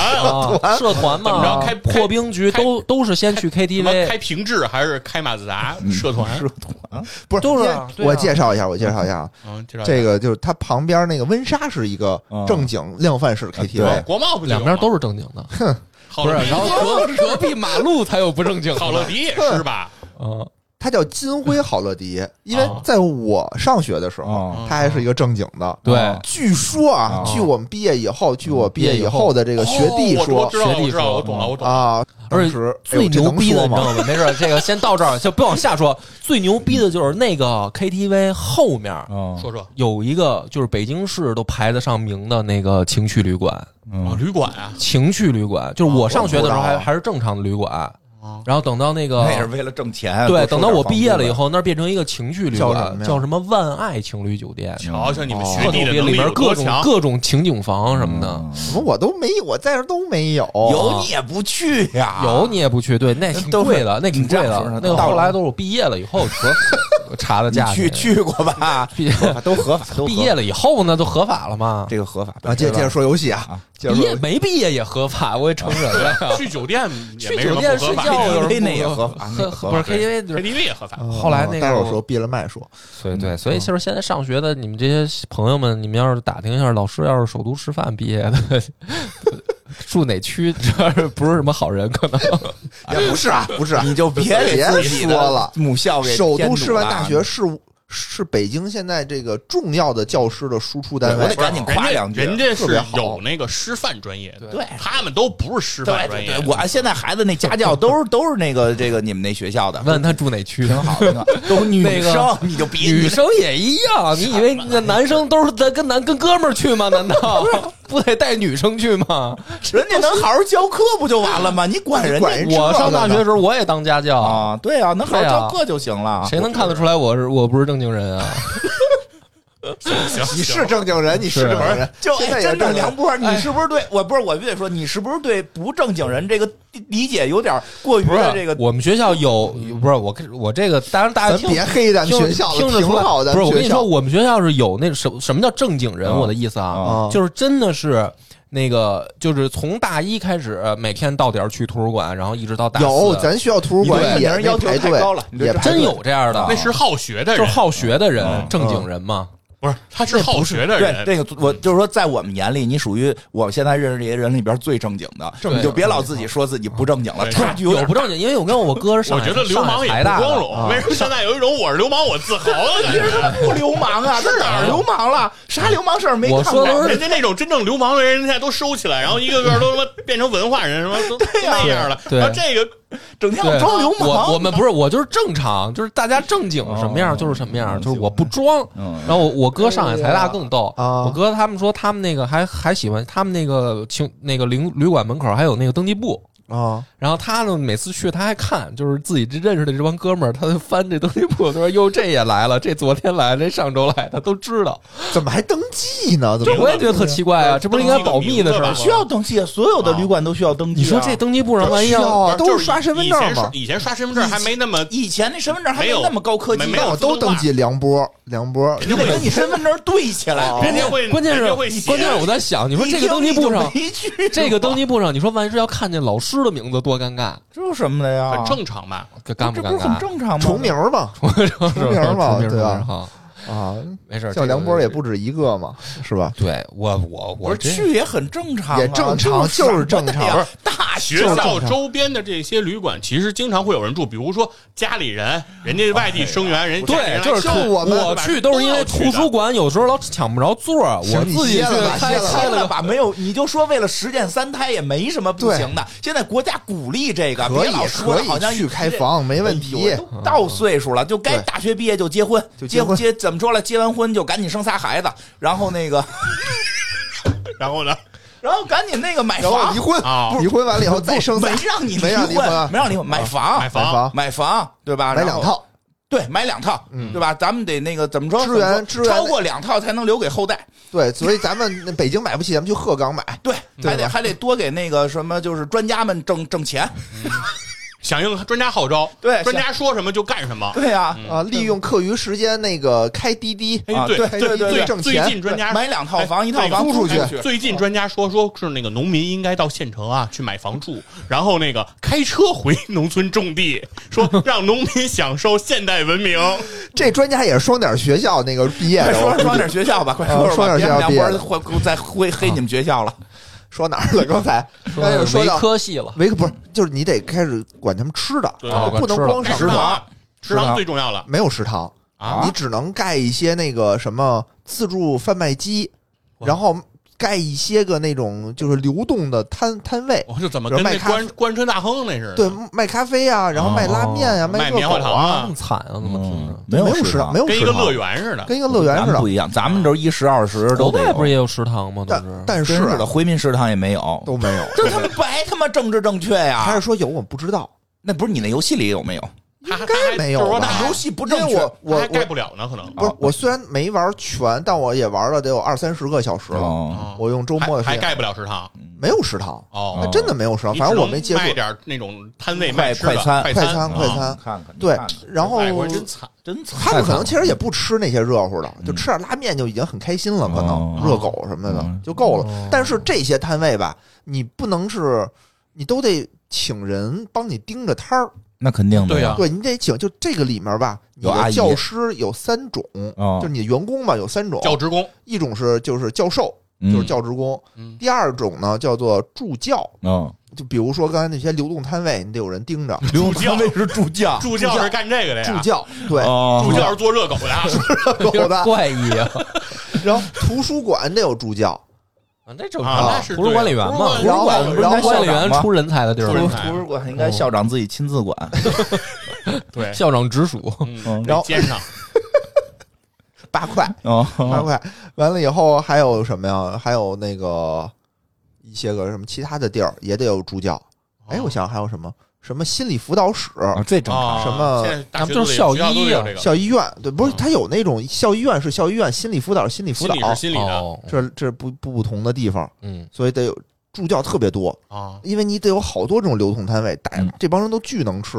[SPEAKER 1] 啊，社团
[SPEAKER 3] 怎
[SPEAKER 1] 嘛，
[SPEAKER 3] 么着开
[SPEAKER 1] 破冰局都都是先去
[SPEAKER 3] 什么
[SPEAKER 1] KTV，
[SPEAKER 3] 开平治还是开马自达社团
[SPEAKER 2] 社团啊？
[SPEAKER 4] 不是，
[SPEAKER 1] 就是啊
[SPEAKER 4] 因为
[SPEAKER 1] 对啊
[SPEAKER 4] 我介绍一下，我介绍一下啊，
[SPEAKER 3] 嗯，知道
[SPEAKER 4] 这个就是它旁边那个温莎是一个正经量贩式
[SPEAKER 2] 对
[SPEAKER 4] KTV，
[SPEAKER 3] 国贸不就有
[SPEAKER 1] 两
[SPEAKER 3] 吗
[SPEAKER 1] 边都是正经的，
[SPEAKER 3] 好
[SPEAKER 1] 不是？
[SPEAKER 3] 乐
[SPEAKER 1] 然后
[SPEAKER 3] 迪，
[SPEAKER 1] 隔隔壁马路才有不正经的。
[SPEAKER 3] 好乐迪也是吧？
[SPEAKER 1] 嗯，
[SPEAKER 4] 它叫金辉好乐迪，
[SPEAKER 2] 哦
[SPEAKER 4] 因为
[SPEAKER 3] 啊
[SPEAKER 4] 在我上学的时候，
[SPEAKER 2] 啊
[SPEAKER 4] 它还是一个正经的。
[SPEAKER 1] 对，
[SPEAKER 2] 啊
[SPEAKER 4] 据说啊
[SPEAKER 2] 啊，
[SPEAKER 4] 据我们毕业以后，据我毕
[SPEAKER 1] 毕
[SPEAKER 4] 业
[SPEAKER 1] 业以
[SPEAKER 4] 以
[SPEAKER 1] 后
[SPEAKER 4] 后的这个学弟
[SPEAKER 3] 哦我
[SPEAKER 4] 说
[SPEAKER 3] 知道，
[SPEAKER 1] 学弟
[SPEAKER 3] 我知道，
[SPEAKER 1] 说
[SPEAKER 3] 我懂了，我懂了。
[SPEAKER 2] 哦
[SPEAKER 4] 啊，
[SPEAKER 1] 而
[SPEAKER 4] 当
[SPEAKER 1] 且
[SPEAKER 4] 时哎
[SPEAKER 1] 最
[SPEAKER 4] 呦这
[SPEAKER 1] 牛
[SPEAKER 4] 能
[SPEAKER 1] 逼的，你
[SPEAKER 4] 说
[SPEAKER 1] 知
[SPEAKER 4] 吗？
[SPEAKER 1] 道吗？没事儿，这个先到这儿，就不往下说。最牛逼的就是那个 KTV 后面
[SPEAKER 2] 嗯
[SPEAKER 3] 说说
[SPEAKER 1] 有一个，就是北京市都排得上名的那个情趣旅馆。
[SPEAKER 2] 嗯
[SPEAKER 3] 啊，旅馆啊，
[SPEAKER 1] 情趣旅馆就是我上学的时候
[SPEAKER 4] 我不知
[SPEAKER 1] 还
[SPEAKER 4] 道啊
[SPEAKER 1] 还是正常的旅馆
[SPEAKER 3] 哦，
[SPEAKER 1] 然后等到那个
[SPEAKER 2] 那也是为了挣钱。
[SPEAKER 1] 对，
[SPEAKER 2] 多收
[SPEAKER 1] 等到
[SPEAKER 2] 点
[SPEAKER 1] 我
[SPEAKER 2] 房
[SPEAKER 1] 毕业
[SPEAKER 2] 租
[SPEAKER 1] 了以
[SPEAKER 2] 呗，
[SPEAKER 1] 后，那儿变成一个情趣旅
[SPEAKER 4] 叫什
[SPEAKER 1] 馆，
[SPEAKER 4] 么呀
[SPEAKER 1] 叫什么万爱情侣酒店，
[SPEAKER 3] 瞧瞧你们
[SPEAKER 4] 哦
[SPEAKER 3] 学
[SPEAKER 1] 特
[SPEAKER 3] 弟
[SPEAKER 1] 牛
[SPEAKER 3] 的
[SPEAKER 1] 逼，
[SPEAKER 3] 能
[SPEAKER 1] 里
[SPEAKER 3] 力
[SPEAKER 1] 面
[SPEAKER 3] 有
[SPEAKER 1] 各
[SPEAKER 3] 多
[SPEAKER 1] 种
[SPEAKER 3] 强？
[SPEAKER 1] 各种情景房什么的，
[SPEAKER 2] 嗯
[SPEAKER 4] 怎么我都没有，我在这儿都没有。
[SPEAKER 2] 有你也不去呀？
[SPEAKER 1] 有你也不去，对，那挺贵的，那挺贵
[SPEAKER 2] 你这样
[SPEAKER 1] 的
[SPEAKER 2] 说是，
[SPEAKER 1] 那个
[SPEAKER 2] 道理
[SPEAKER 1] 后来都是我毕业了以后我查的
[SPEAKER 2] 你
[SPEAKER 1] 价钱，
[SPEAKER 2] 去去过 [LAUGHS] 吧？
[SPEAKER 1] 毕
[SPEAKER 2] 合法都合法，都合法
[SPEAKER 1] 毕业了以后呢，就合法了嘛，
[SPEAKER 2] 这个合法
[SPEAKER 4] 啊，接接着说游戏啊
[SPEAKER 2] 啊，
[SPEAKER 4] 接着
[SPEAKER 1] 毕
[SPEAKER 4] 说游
[SPEAKER 1] 业
[SPEAKER 4] 戏
[SPEAKER 1] 没毕业也合法，我也承认了。
[SPEAKER 3] 啊去酒店也
[SPEAKER 1] 去
[SPEAKER 3] 没什
[SPEAKER 1] 酒
[SPEAKER 3] 么
[SPEAKER 1] 店
[SPEAKER 3] 不合
[SPEAKER 1] 睡
[SPEAKER 3] 法
[SPEAKER 1] 觉有什
[SPEAKER 2] KTV 那也
[SPEAKER 1] 么不
[SPEAKER 2] 合
[SPEAKER 1] 合
[SPEAKER 2] 法
[SPEAKER 1] 合合
[SPEAKER 2] 那合
[SPEAKER 1] 不是
[SPEAKER 2] 法
[SPEAKER 1] KTV 就是
[SPEAKER 3] ，KTV 也合法。
[SPEAKER 1] 后来那个
[SPEAKER 4] 啊待会儿说闭了麦说，
[SPEAKER 1] 对
[SPEAKER 2] 嗯
[SPEAKER 1] 对，所以就是现在上学的你们这些朋友们，你们要是打听一下，老师要是首都师范毕业的，住哪区，这不是什么好人，可能
[SPEAKER 4] 也不是啊，不是啊，
[SPEAKER 2] 你就别给
[SPEAKER 4] 别
[SPEAKER 2] 自己的
[SPEAKER 4] 说了
[SPEAKER 2] 母校给
[SPEAKER 4] 首
[SPEAKER 2] 添
[SPEAKER 4] 都
[SPEAKER 2] 堵
[SPEAKER 4] 师范
[SPEAKER 2] 了
[SPEAKER 4] 大学是是北京现在这个重要的教师的输出单
[SPEAKER 2] 对我得
[SPEAKER 4] 位
[SPEAKER 2] 给，赶紧夸两句
[SPEAKER 3] 人家人家
[SPEAKER 4] 特别
[SPEAKER 3] 是
[SPEAKER 4] 好
[SPEAKER 3] 有那个师范专业的，
[SPEAKER 2] 对
[SPEAKER 3] 他们都不是师
[SPEAKER 2] 对
[SPEAKER 3] 范专
[SPEAKER 2] 对
[SPEAKER 3] 业
[SPEAKER 2] 对，。我现在孩子那家教都是都是那个这个你们那学校的，
[SPEAKER 1] 问他住哪区。
[SPEAKER 2] 挺好的，都是女
[SPEAKER 1] 那
[SPEAKER 2] 生
[SPEAKER 1] 个，
[SPEAKER 2] 你就别
[SPEAKER 1] 女生也一样，你以为那男生都是在跟男跟哥们儿去吗？难道不得带女生去吗？
[SPEAKER 2] 人家能好好教课不就完了吗？你管人
[SPEAKER 4] 管人
[SPEAKER 2] 家
[SPEAKER 4] 哎知道
[SPEAKER 1] 我上大学的
[SPEAKER 4] 的
[SPEAKER 1] 时候我也当家教，
[SPEAKER 2] 啊？对啊，能好好教课就行了。
[SPEAKER 1] 谁能看得出来我是我不是正经人啊？
[SPEAKER 3] 行，
[SPEAKER 4] 你
[SPEAKER 3] 行
[SPEAKER 4] 是正经人，你是正经人，
[SPEAKER 2] 就
[SPEAKER 4] 现在
[SPEAKER 2] 哎
[SPEAKER 4] 也
[SPEAKER 2] 真
[SPEAKER 4] 是
[SPEAKER 2] 的
[SPEAKER 4] 正
[SPEAKER 2] 梁
[SPEAKER 4] 经。
[SPEAKER 2] 波，你是不是对我不是？我必须得说，你是不是对不正经人这个理解有点过于
[SPEAKER 1] 不是
[SPEAKER 2] 的这个？
[SPEAKER 1] 我们学校有不是我跟我这个，当然大家
[SPEAKER 4] 咱
[SPEAKER 1] 啊听
[SPEAKER 4] 别黑咱们学校
[SPEAKER 1] 听
[SPEAKER 4] 了，
[SPEAKER 1] 着
[SPEAKER 4] 挺
[SPEAKER 1] 出来
[SPEAKER 4] 好的。
[SPEAKER 1] 不是我跟
[SPEAKER 4] 学
[SPEAKER 1] 你
[SPEAKER 4] 校
[SPEAKER 1] 说，，我们学校是有那什什么叫正经人？
[SPEAKER 2] 啊
[SPEAKER 1] 我的意思啊，
[SPEAKER 4] 啊
[SPEAKER 1] 就是真的是那个，就是从大一开始呃每天到点儿去图书馆，然后一直到大四
[SPEAKER 4] 有咱学校图书
[SPEAKER 2] 你
[SPEAKER 4] 馆
[SPEAKER 2] 对
[SPEAKER 4] 也
[SPEAKER 2] 你这人要求
[SPEAKER 4] 排
[SPEAKER 2] 太
[SPEAKER 4] 队
[SPEAKER 2] 高了你这
[SPEAKER 4] 也排队
[SPEAKER 1] 真有这样的
[SPEAKER 2] 啊
[SPEAKER 3] 那，是好学的
[SPEAKER 1] [LAUGHS] 就是
[SPEAKER 3] 人，
[SPEAKER 1] 好学的人
[SPEAKER 2] 嗯，
[SPEAKER 1] 正经人嘛。
[SPEAKER 3] 不是他是好学的
[SPEAKER 2] 对
[SPEAKER 3] 人，
[SPEAKER 2] 那个，我就是说，在我们眼里，你属于我现在认识这些人里边最正经的，
[SPEAKER 1] 正经
[SPEAKER 2] 你就别老自己说自己不正经了，
[SPEAKER 3] 对
[SPEAKER 2] 差距有
[SPEAKER 1] 有
[SPEAKER 2] 点
[SPEAKER 1] 不正经，因为我跟我哥是
[SPEAKER 3] 我
[SPEAKER 1] 上海
[SPEAKER 3] 觉得流氓也
[SPEAKER 1] 上海台
[SPEAKER 3] 不
[SPEAKER 1] 大的啊
[SPEAKER 3] 光荣。为什么现在有一种我是流氓我自豪的感觉？
[SPEAKER 2] 不流氓啊，这哪儿流氓了？啥流氓事儿没
[SPEAKER 1] 我
[SPEAKER 2] 干
[SPEAKER 1] 说的
[SPEAKER 2] 过
[SPEAKER 1] 都是
[SPEAKER 3] 人家那种真正流氓的人，人家都收起来，然后一个个都他妈变成文化人，什么都都那样了。
[SPEAKER 1] 对
[SPEAKER 3] 然后这个
[SPEAKER 2] 整天
[SPEAKER 1] 对
[SPEAKER 2] [LAUGHS] 我装流
[SPEAKER 1] 我
[SPEAKER 2] 氓，哦
[SPEAKER 1] 我们不是，我就是正常，就是大家正经什么样就是什么样，就是我不装。
[SPEAKER 2] 嗯
[SPEAKER 1] 然后我我哥上海财大更逗，
[SPEAKER 2] 哎
[SPEAKER 4] 啊
[SPEAKER 1] 我哥他们说他们那个还还喜欢他们那个情那个旅旅馆门口还有那个登记簿。
[SPEAKER 4] 啊，
[SPEAKER 1] 然后他呢，每次去他还看，就是自己认识的这帮哥们儿，他就翻这登记簿，他说：“哟，这也来了，这昨天来，这上周来，他都知道。
[SPEAKER 4] 怎么还登记呢？怎
[SPEAKER 1] 这
[SPEAKER 4] 么
[SPEAKER 1] 我也觉得特奇怪啊，
[SPEAKER 2] 嗯
[SPEAKER 1] 这不是应该保密的事儿吗
[SPEAKER 3] 登记个名字吧
[SPEAKER 2] 需要登记，啊所有的旅馆都需要登记啊。
[SPEAKER 1] 你说这登记簿上万一
[SPEAKER 4] 需要
[SPEAKER 1] 要
[SPEAKER 4] 啊？都
[SPEAKER 3] 就是
[SPEAKER 4] 刷身份证嘛
[SPEAKER 3] 以前是以前刷身份证还没那么
[SPEAKER 2] 以前那身份证还
[SPEAKER 3] 没有
[SPEAKER 2] 那么高科技
[SPEAKER 3] 没，没
[SPEAKER 4] 那
[SPEAKER 3] 有
[SPEAKER 4] 我都登记梁波，梁波
[SPEAKER 2] 你得跟你身份证对起来。
[SPEAKER 4] 哦
[SPEAKER 3] 人家会，
[SPEAKER 1] 关键是
[SPEAKER 3] 人家会写
[SPEAKER 1] 关键是我在想，你
[SPEAKER 2] 你
[SPEAKER 1] 说这个登记簿上，
[SPEAKER 2] 没去
[SPEAKER 1] 这个登
[SPEAKER 2] 记
[SPEAKER 1] 记簿上，你说万一是要看见老师的名字，多尴尬，
[SPEAKER 2] 这有什么的呀？
[SPEAKER 3] 很正常吧？
[SPEAKER 1] 这尴不
[SPEAKER 2] 这
[SPEAKER 1] 尴
[SPEAKER 2] 不是很
[SPEAKER 1] 尬？
[SPEAKER 2] 正常吗？
[SPEAKER 4] 重名儿嘛重名儿嘛对吧
[SPEAKER 1] 吧？
[SPEAKER 4] 啊，
[SPEAKER 1] 没事，
[SPEAKER 4] 叫梁波也
[SPEAKER 1] 这个
[SPEAKER 4] 不止一个嘛，是吧？
[SPEAKER 1] 对我我
[SPEAKER 2] 不
[SPEAKER 1] 我
[SPEAKER 2] 是
[SPEAKER 1] 这
[SPEAKER 2] 去也很正常啊，
[SPEAKER 4] 也正常，
[SPEAKER 2] 这
[SPEAKER 4] 就是正
[SPEAKER 2] 有什么
[SPEAKER 4] 常
[SPEAKER 2] 呀。大
[SPEAKER 3] 学
[SPEAKER 2] 学
[SPEAKER 3] 校周边的这些旅馆，其实经常会有人住，比如说家里人，人家外地生源，人家家里
[SPEAKER 1] 对，
[SPEAKER 3] 人
[SPEAKER 1] 就是
[SPEAKER 3] 来
[SPEAKER 4] 就我们
[SPEAKER 1] 我去都是因为图书馆有时候老抢不着座儿，我
[SPEAKER 4] 行你
[SPEAKER 1] 自己去
[SPEAKER 4] 歇了吧
[SPEAKER 1] 开
[SPEAKER 4] 歇了吧
[SPEAKER 1] 开
[SPEAKER 2] 开
[SPEAKER 1] 了
[SPEAKER 2] 了
[SPEAKER 1] 个
[SPEAKER 2] 吧，没有，你就说为了实践三胎也没什么不行的。现在国家鼓励这个，
[SPEAKER 4] 可
[SPEAKER 2] 别
[SPEAKER 4] 以
[SPEAKER 2] 老说
[SPEAKER 4] 可
[SPEAKER 2] 好像
[SPEAKER 4] 以去开房，没
[SPEAKER 2] 没
[SPEAKER 4] 问题。嗯
[SPEAKER 2] 到岁数了就该
[SPEAKER 4] 对
[SPEAKER 2] 大学毕业就结婚，
[SPEAKER 4] 就结
[SPEAKER 2] 结
[SPEAKER 4] 婚
[SPEAKER 2] 结怎么说了？结完婚就赶紧生仨孩子，然后那
[SPEAKER 4] [LAUGHS]
[SPEAKER 2] 个，
[SPEAKER 3] 然后呢，
[SPEAKER 2] 然后赶紧那个买
[SPEAKER 4] 然后
[SPEAKER 2] 房
[SPEAKER 4] 离，婚
[SPEAKER 3] 啊，
[SPEAKER 4] 离婚完了以后再生
[SPEAKER 2] 没
[SPEAKER 4] 仨，
[SPEAKER 2] 让你
[SPEAKER 4] 没让离
[SPEAKER 2] 离
[SPEAKER 4] 婚啊
[SPEAKER 2] 没让离婚，买房
[SPEAKER 3] 买
[SPEAKER 4] 买
[SPEAKER 3] 房，
[SPEAKER 4] 房啊
[SPEAKER 2] 买房，对吧？
[SPEAKER 4] 买
[SPEAKER 2] 然
[SPEAKER 4] 两
[SPEAKER 2] 后，
[SPEAKER 4] 套，嗯
[SPEAKER 2] 对，买两套，对吧？咱们得那个怎么说？
[SPEAKER 4] 支援
[SPEAKER 2] 怎么
[SPEAKER 4] 支
[SPEAKER 2] 说
[SPEAKER 4] 援
[SPEAKER 2] 超过两套才能留给后代。
[SPEAKER 4] 对，所以咱们那北京买不起，咱们去鹤岗买。
[SPEAKER 2] 对，
[SPEAKER 4] 对
[SPEAKER 2] 还得
[SPEAKER 4] 吧
[SPEAKER 2] 嗯还得多给那个什么，就是专家们挣挣钱。
[SPEAKER 3] 响应专家号召，
[SPEAKER 2] 对
[SPEAKER 3] 专家说什么就干什么。
[SPEAKER 2] 对呀，
[SPEAKER 4] 啊，利用课余时间那个开滴滴，
[SPEAKER 3] 哎
[SPEAKER 2] 啊，
[SPEAKER 3] 对
[SPEAKER 2] 对
[SPEAKER 4] 对
[SPEAKER 2] 对
[SPEAKER 4] 对
[SPEAKER 3] 最
[SPEAKER 2] 对，
[SPEAKER 4] 挣
[SPEAKER 3] 最
[SPEAKER 4] 钱
[SPEAKER 3] 近专家
[SPEAKER 2] 买两套房，一套
[SPEAKER 3] 对
[SPEAKER 2] 房
[SPEAKER 4] 租出去
[SPEAKER 3] 最近专家说，说是那个农民应该到县城啊去买房住，然后那个开车回农村种地，说让农民享受现代文明。
[SPEAKER 4] 这专家也是双点学校那个毕业
[SPEAKER 2] [LAUGHS] 快
[SPEAKER 4] 的，
[SPEAKER 2] 哎说
[SPEAKER 4] 哎我
[SPEAKER 2] 说点学校吧，快说
[SPEAKER 4] 啊说点学校
[SPEAKER 2] 别
[SPEAKER 4] 毕业
[SPEAKER 2] 两
[SPEAKER 4] 了
[SPEAKER 2] 波会再黑黑你们学校了。
[SPEAKER 4] 说哪
[SPEAKER 2] [LAUGHS]
[SPEAKER 4] 儿了？刚才
[SPEAKER 1] 说
[SPEAKER 4] 刚才哎说
[SPEAKER 1] 没
[SPEAKER 4] 到
[SPEAKER 1] 科系了，
[SPEAKER 4] 维克不是，就是你得开始管他们吃的，
[SPEAKER 3] 对
[SPEAKER 4] 不能光上
[SPEAKER 3] 食
[SPEAKER 4] 课
[SPEAKER 3] 堂啊，食
[SPEAKER 2] 食
[SPEAKER 3] 堂
[SPEAKER 2] 堂
[SPEAKER 3] 最重要了
[SPEAKER 4] 没有食堂，
[SPEAKER 3] 啊！
[SPEAKER 4] 你只能盖一些那个什么自助贩卖机，
[SPEAKER 1] 哇
[SPEAKER 4] 然后盖一些个那种就是流动的摊摊位，
[SPEAKER 3] 我就怎么
[SPEAKER 4] 比如
[SPEAKER 3] 跟那
[SPEAKER 4] 卖咖
[SPEAKER 3] 关关车大亨那似的。
[SPEAKER 4] 对，卖咖啡啊，然后卖拉面啊，
[SPEAKER 3] 哦卖
[SPEAKER 4] 热
[SPEAKER 3] 棉花
[SPEAKER 4] 狗
[SPEAKER 3] 糖
[SPEAKER 4] 啊，
[SPEAKER 1] 这
[SPEAKER 3] 啊
[SPEAKER 1] 么，惨啊！怎么听着？
[SPEAKER 2] 嗯没
[SPEAKER 4] 有
[SPEAKER 2] 食
[SPEAKER 4] 堂，没有
[SPEAKER 3] 跟一
[SPEAKER 4] 食
[SPEAKER 3] 个
[SPEAKER 4] 堂，
[SPEAKER 3] 乐园似的。
[SPEAKER 4] 跟一个乐园
[SPEAKER 2] 咱
[SPEAKER 4] 似
[SPEAKER 2] 们
[SPEAKER 4] 的
[SPEAKER 2] 不。一样，咱们这一十二
[SPEAKER 4] 嗯
[SPEAKER 2] 十都
[SPEAKER 1] 国
[SPEAKER 2] 得
[SPEAKER 1] 外
[SPEAKER 2] 有。
[SPEAKER 1] 不是也有食堂吗？都
[SPEAKER 4] 但 [LAUGHS]
[SPEAKER 1] 是，
[SPEAKER 4] 但
[SPEAKER 2] 真
[SPEAKER 4] 是啊
[SPEAKER 2] 是的，回民食堂也没有，
[SPEAKER 4] 都没有，
[SPEAKER 3] 啊
[SPEAKER 2] 这他妈不还他妈政治正确
[SPEAKER 4] 还
[SPEAKER 2] 呀
[SPEAKER 4] 是？说有我不知道，
[SPEAKER 2] 那不是你那游戏里有没有？
[SPEAKER 3] 他
[SPEAKER 4] 应该没有
[SPEAKER 3] 就是说
[SPEAKER 4] 吧
[SPEAKER 3] 他
[SPEAKER 2] 游
[SPEAKER 3] 还
[SPEAKER 2] 戏不
[SPEAKER 4] 因为
[SPEAKER 2] 正确，
[SPEAKER 4] 我我
[SPEAKER 3] 他还盖
[SPEAKER 4] 我
[SPEAKER 3] 不了呢，可能。
[SPEAKER 2] 啊
[SPEAKER 4] 不是我虽然没玩全，但我也玩了得有二三十个小时了。
[SPEAKER 2] 哦，
[SPEAKER 4] 嗯我用周末的
[SPEAKER 3] 还还
[SPEAKER 4] 时间
[SPEAKER 3] 盖不了食堂
[SPEAKER 4] 没有食堂，
[SPEAKER 3] 哦
[SPEAKER 4] 那。真的没有食堂，
[SPEAKER 3] 你
[SPEAKER 4] 反正
[SPEAKER 3] 只
[SPEAKER 4] 我
[SPEAKER 3] 能
[SPEAKER 4] 没接触
[SPEAKER 3] 卖。点儿那种摊位
[SPEAKER 2] 快
[SPEAKER 3] 卖吃的
[SPEAKER 2] 快餐
[SPEAKER 4] 快
[SPEAKER 3] 餐
[SPEAKER 4] 餐快餐
[SPEAKER 3] 啊
[SPEAKER 4] 啊
[SPEAKER 2] 看看，哦
[SPEAKER 4] 对
[SPEAKER 2] 你看看，
[SPEAKER 4] 然后
[SPEAKER 3] 外国人真惨，
[SPEAKER 2] 真惨
[SPEAKER 4] 他们可能其实也不吃那些热乎的，就
[SPEAKER 2] 嗯
[SPEAKER 4] 吃点拉面就已经很开心了，可能
[SPEAKER 2] 哦
[SPEAKER 4] 热狗什么的
[SPEAKER 2] 嗯
[SPEAKER 4] 就够
[SPEAKER 1] 哦
[SPEAKER 4] 了。但是这些摊位吧，你不能是，你都得请人帮你盯着摊儿，
[SPEAKER 2] 那肯定的，
[SPEAKER 3] 对呀
[SPEAKER 4] 对你得请。就这个里面吧，你
[SPEAKER 2] 有阿
[SPEAKER 4] 的
[SPEAKER 2] 姨
[SPEAKER 4] 教师有三种，
[SPEAKER 2] 哦
[SPEAKER 4] 就是你的员工吧有三种，
[SPEAKER 3] 教职工，
[SPEAKER 4] 一种是就是教授，
[SPEAKER 2] 嗯
[SPEAKER 4] 就是教职工；
[SPEAKER 3] 嗯
[SPEAKER 4] 第二种呢叫做助教，
[SPEAKER 2] 嗯，
[SPEAKER 4] 就比如说刚才那些流动摊位，你得有人盯着。
[SPEAKER 2] 刘永强那是助教，
[SPEAKER 3] [LAUGHS] 助教是干这个的
[SPEAKER 4] 助
[SPEAKER 3] 呀，
[SPEAKER 4] 教对，
[SPEAKER 2] 哦
[SPEAKER 3] 助教是做热狗
[SPEAKER 4] [LAUGHS]
[SPEAKER 3] 的啊，
[SPEAKER 1] 有
[SPEAKER 4] 狗
[SPEAKER 1] 点
[SPEAKER 4] 的，
[SPEAKER 1] 怪异
[SPEAKER 4] [LAUGHS]
[SPEAKER 1] 啊！
[SPEAKER 4] 然后图书馆得有
[SPEAKER 3] [LAUGHS]
[SPEAKER 4] 助教，
[SPEAKER 1] 啊那正
[SPEAKER 3] 啊
[SPEAKER 1] 常
[SPEAKER 3] 那，是
[SPEAKER 1] 图书管理员嘛，
[SPEAKER 3] 对啊
[SPEAKER 4] 然
[SPEAKER 1] 图
[SPEAKER 4] 后然
[SPEAKER 1] 书
[SPEAKER 4] 后
[SPEAKER 1] 管理员出人才的地儿
[SPEAKER 3] 出
[SPEAKER 2] 图
[SPEAKER 3] 人
[SPEAKER 1] 吗，
[SPEAKER 3] 才
[SPEAKER 2] 图书馆应该校长自己亲自管，
[SPEAKER 3] 对，
[SPEAKER 1] 校长直属。
[SPEAKER 4] [LAUGHS]
[SPEAKER 2] 嗯
[SPEAKER 4] 然后
[SPEAKER 3] 肩上 [LAUGHS]
[SPEAKER 4] 八块
[SPEAKER 2] 哦，
[SPEAKER 4] 八块，完了以后还有什么呀？还有那个一些个什么其他的地儿也得有助教。
[SPEAKER 3] 哦
[SPEAKER 4] 哎，我想还有什么什么心理辅导室、
[SPEAKER 2] 啊这正常，
[SPEAKER 3] 啊
[SPEAKER 4] 什么
[SPEAKER 3] 现在大
[SPEAKER 1] 咱
[SPEAKER 3] 学
[SPEAKER 1] 们就是校医啊
[SPEAKER 3] 都有这个，
[SPEAKER 4] 校医院，对，不是他有那种校医院是校医院，心理辅导是心理
[SPEAKER 3] 心
[SPEAKER 4] 辅导
[SPEAKER 3] 理，是心理的
[SPEAKER 1] 哦，
[SPEAKER 4] 这这不不不同的地方，
[SPEAKER 1] 嗯，
[SPEAKER 4] 所以得有助教特别多，
[SPEAKER 3] 啊，
[SPEAKER 4] 因为你得有好多这种流通摊位，大
[SPEAKER 2] 嗯。
[SPEAKER 4] 这帮人都巨能吃，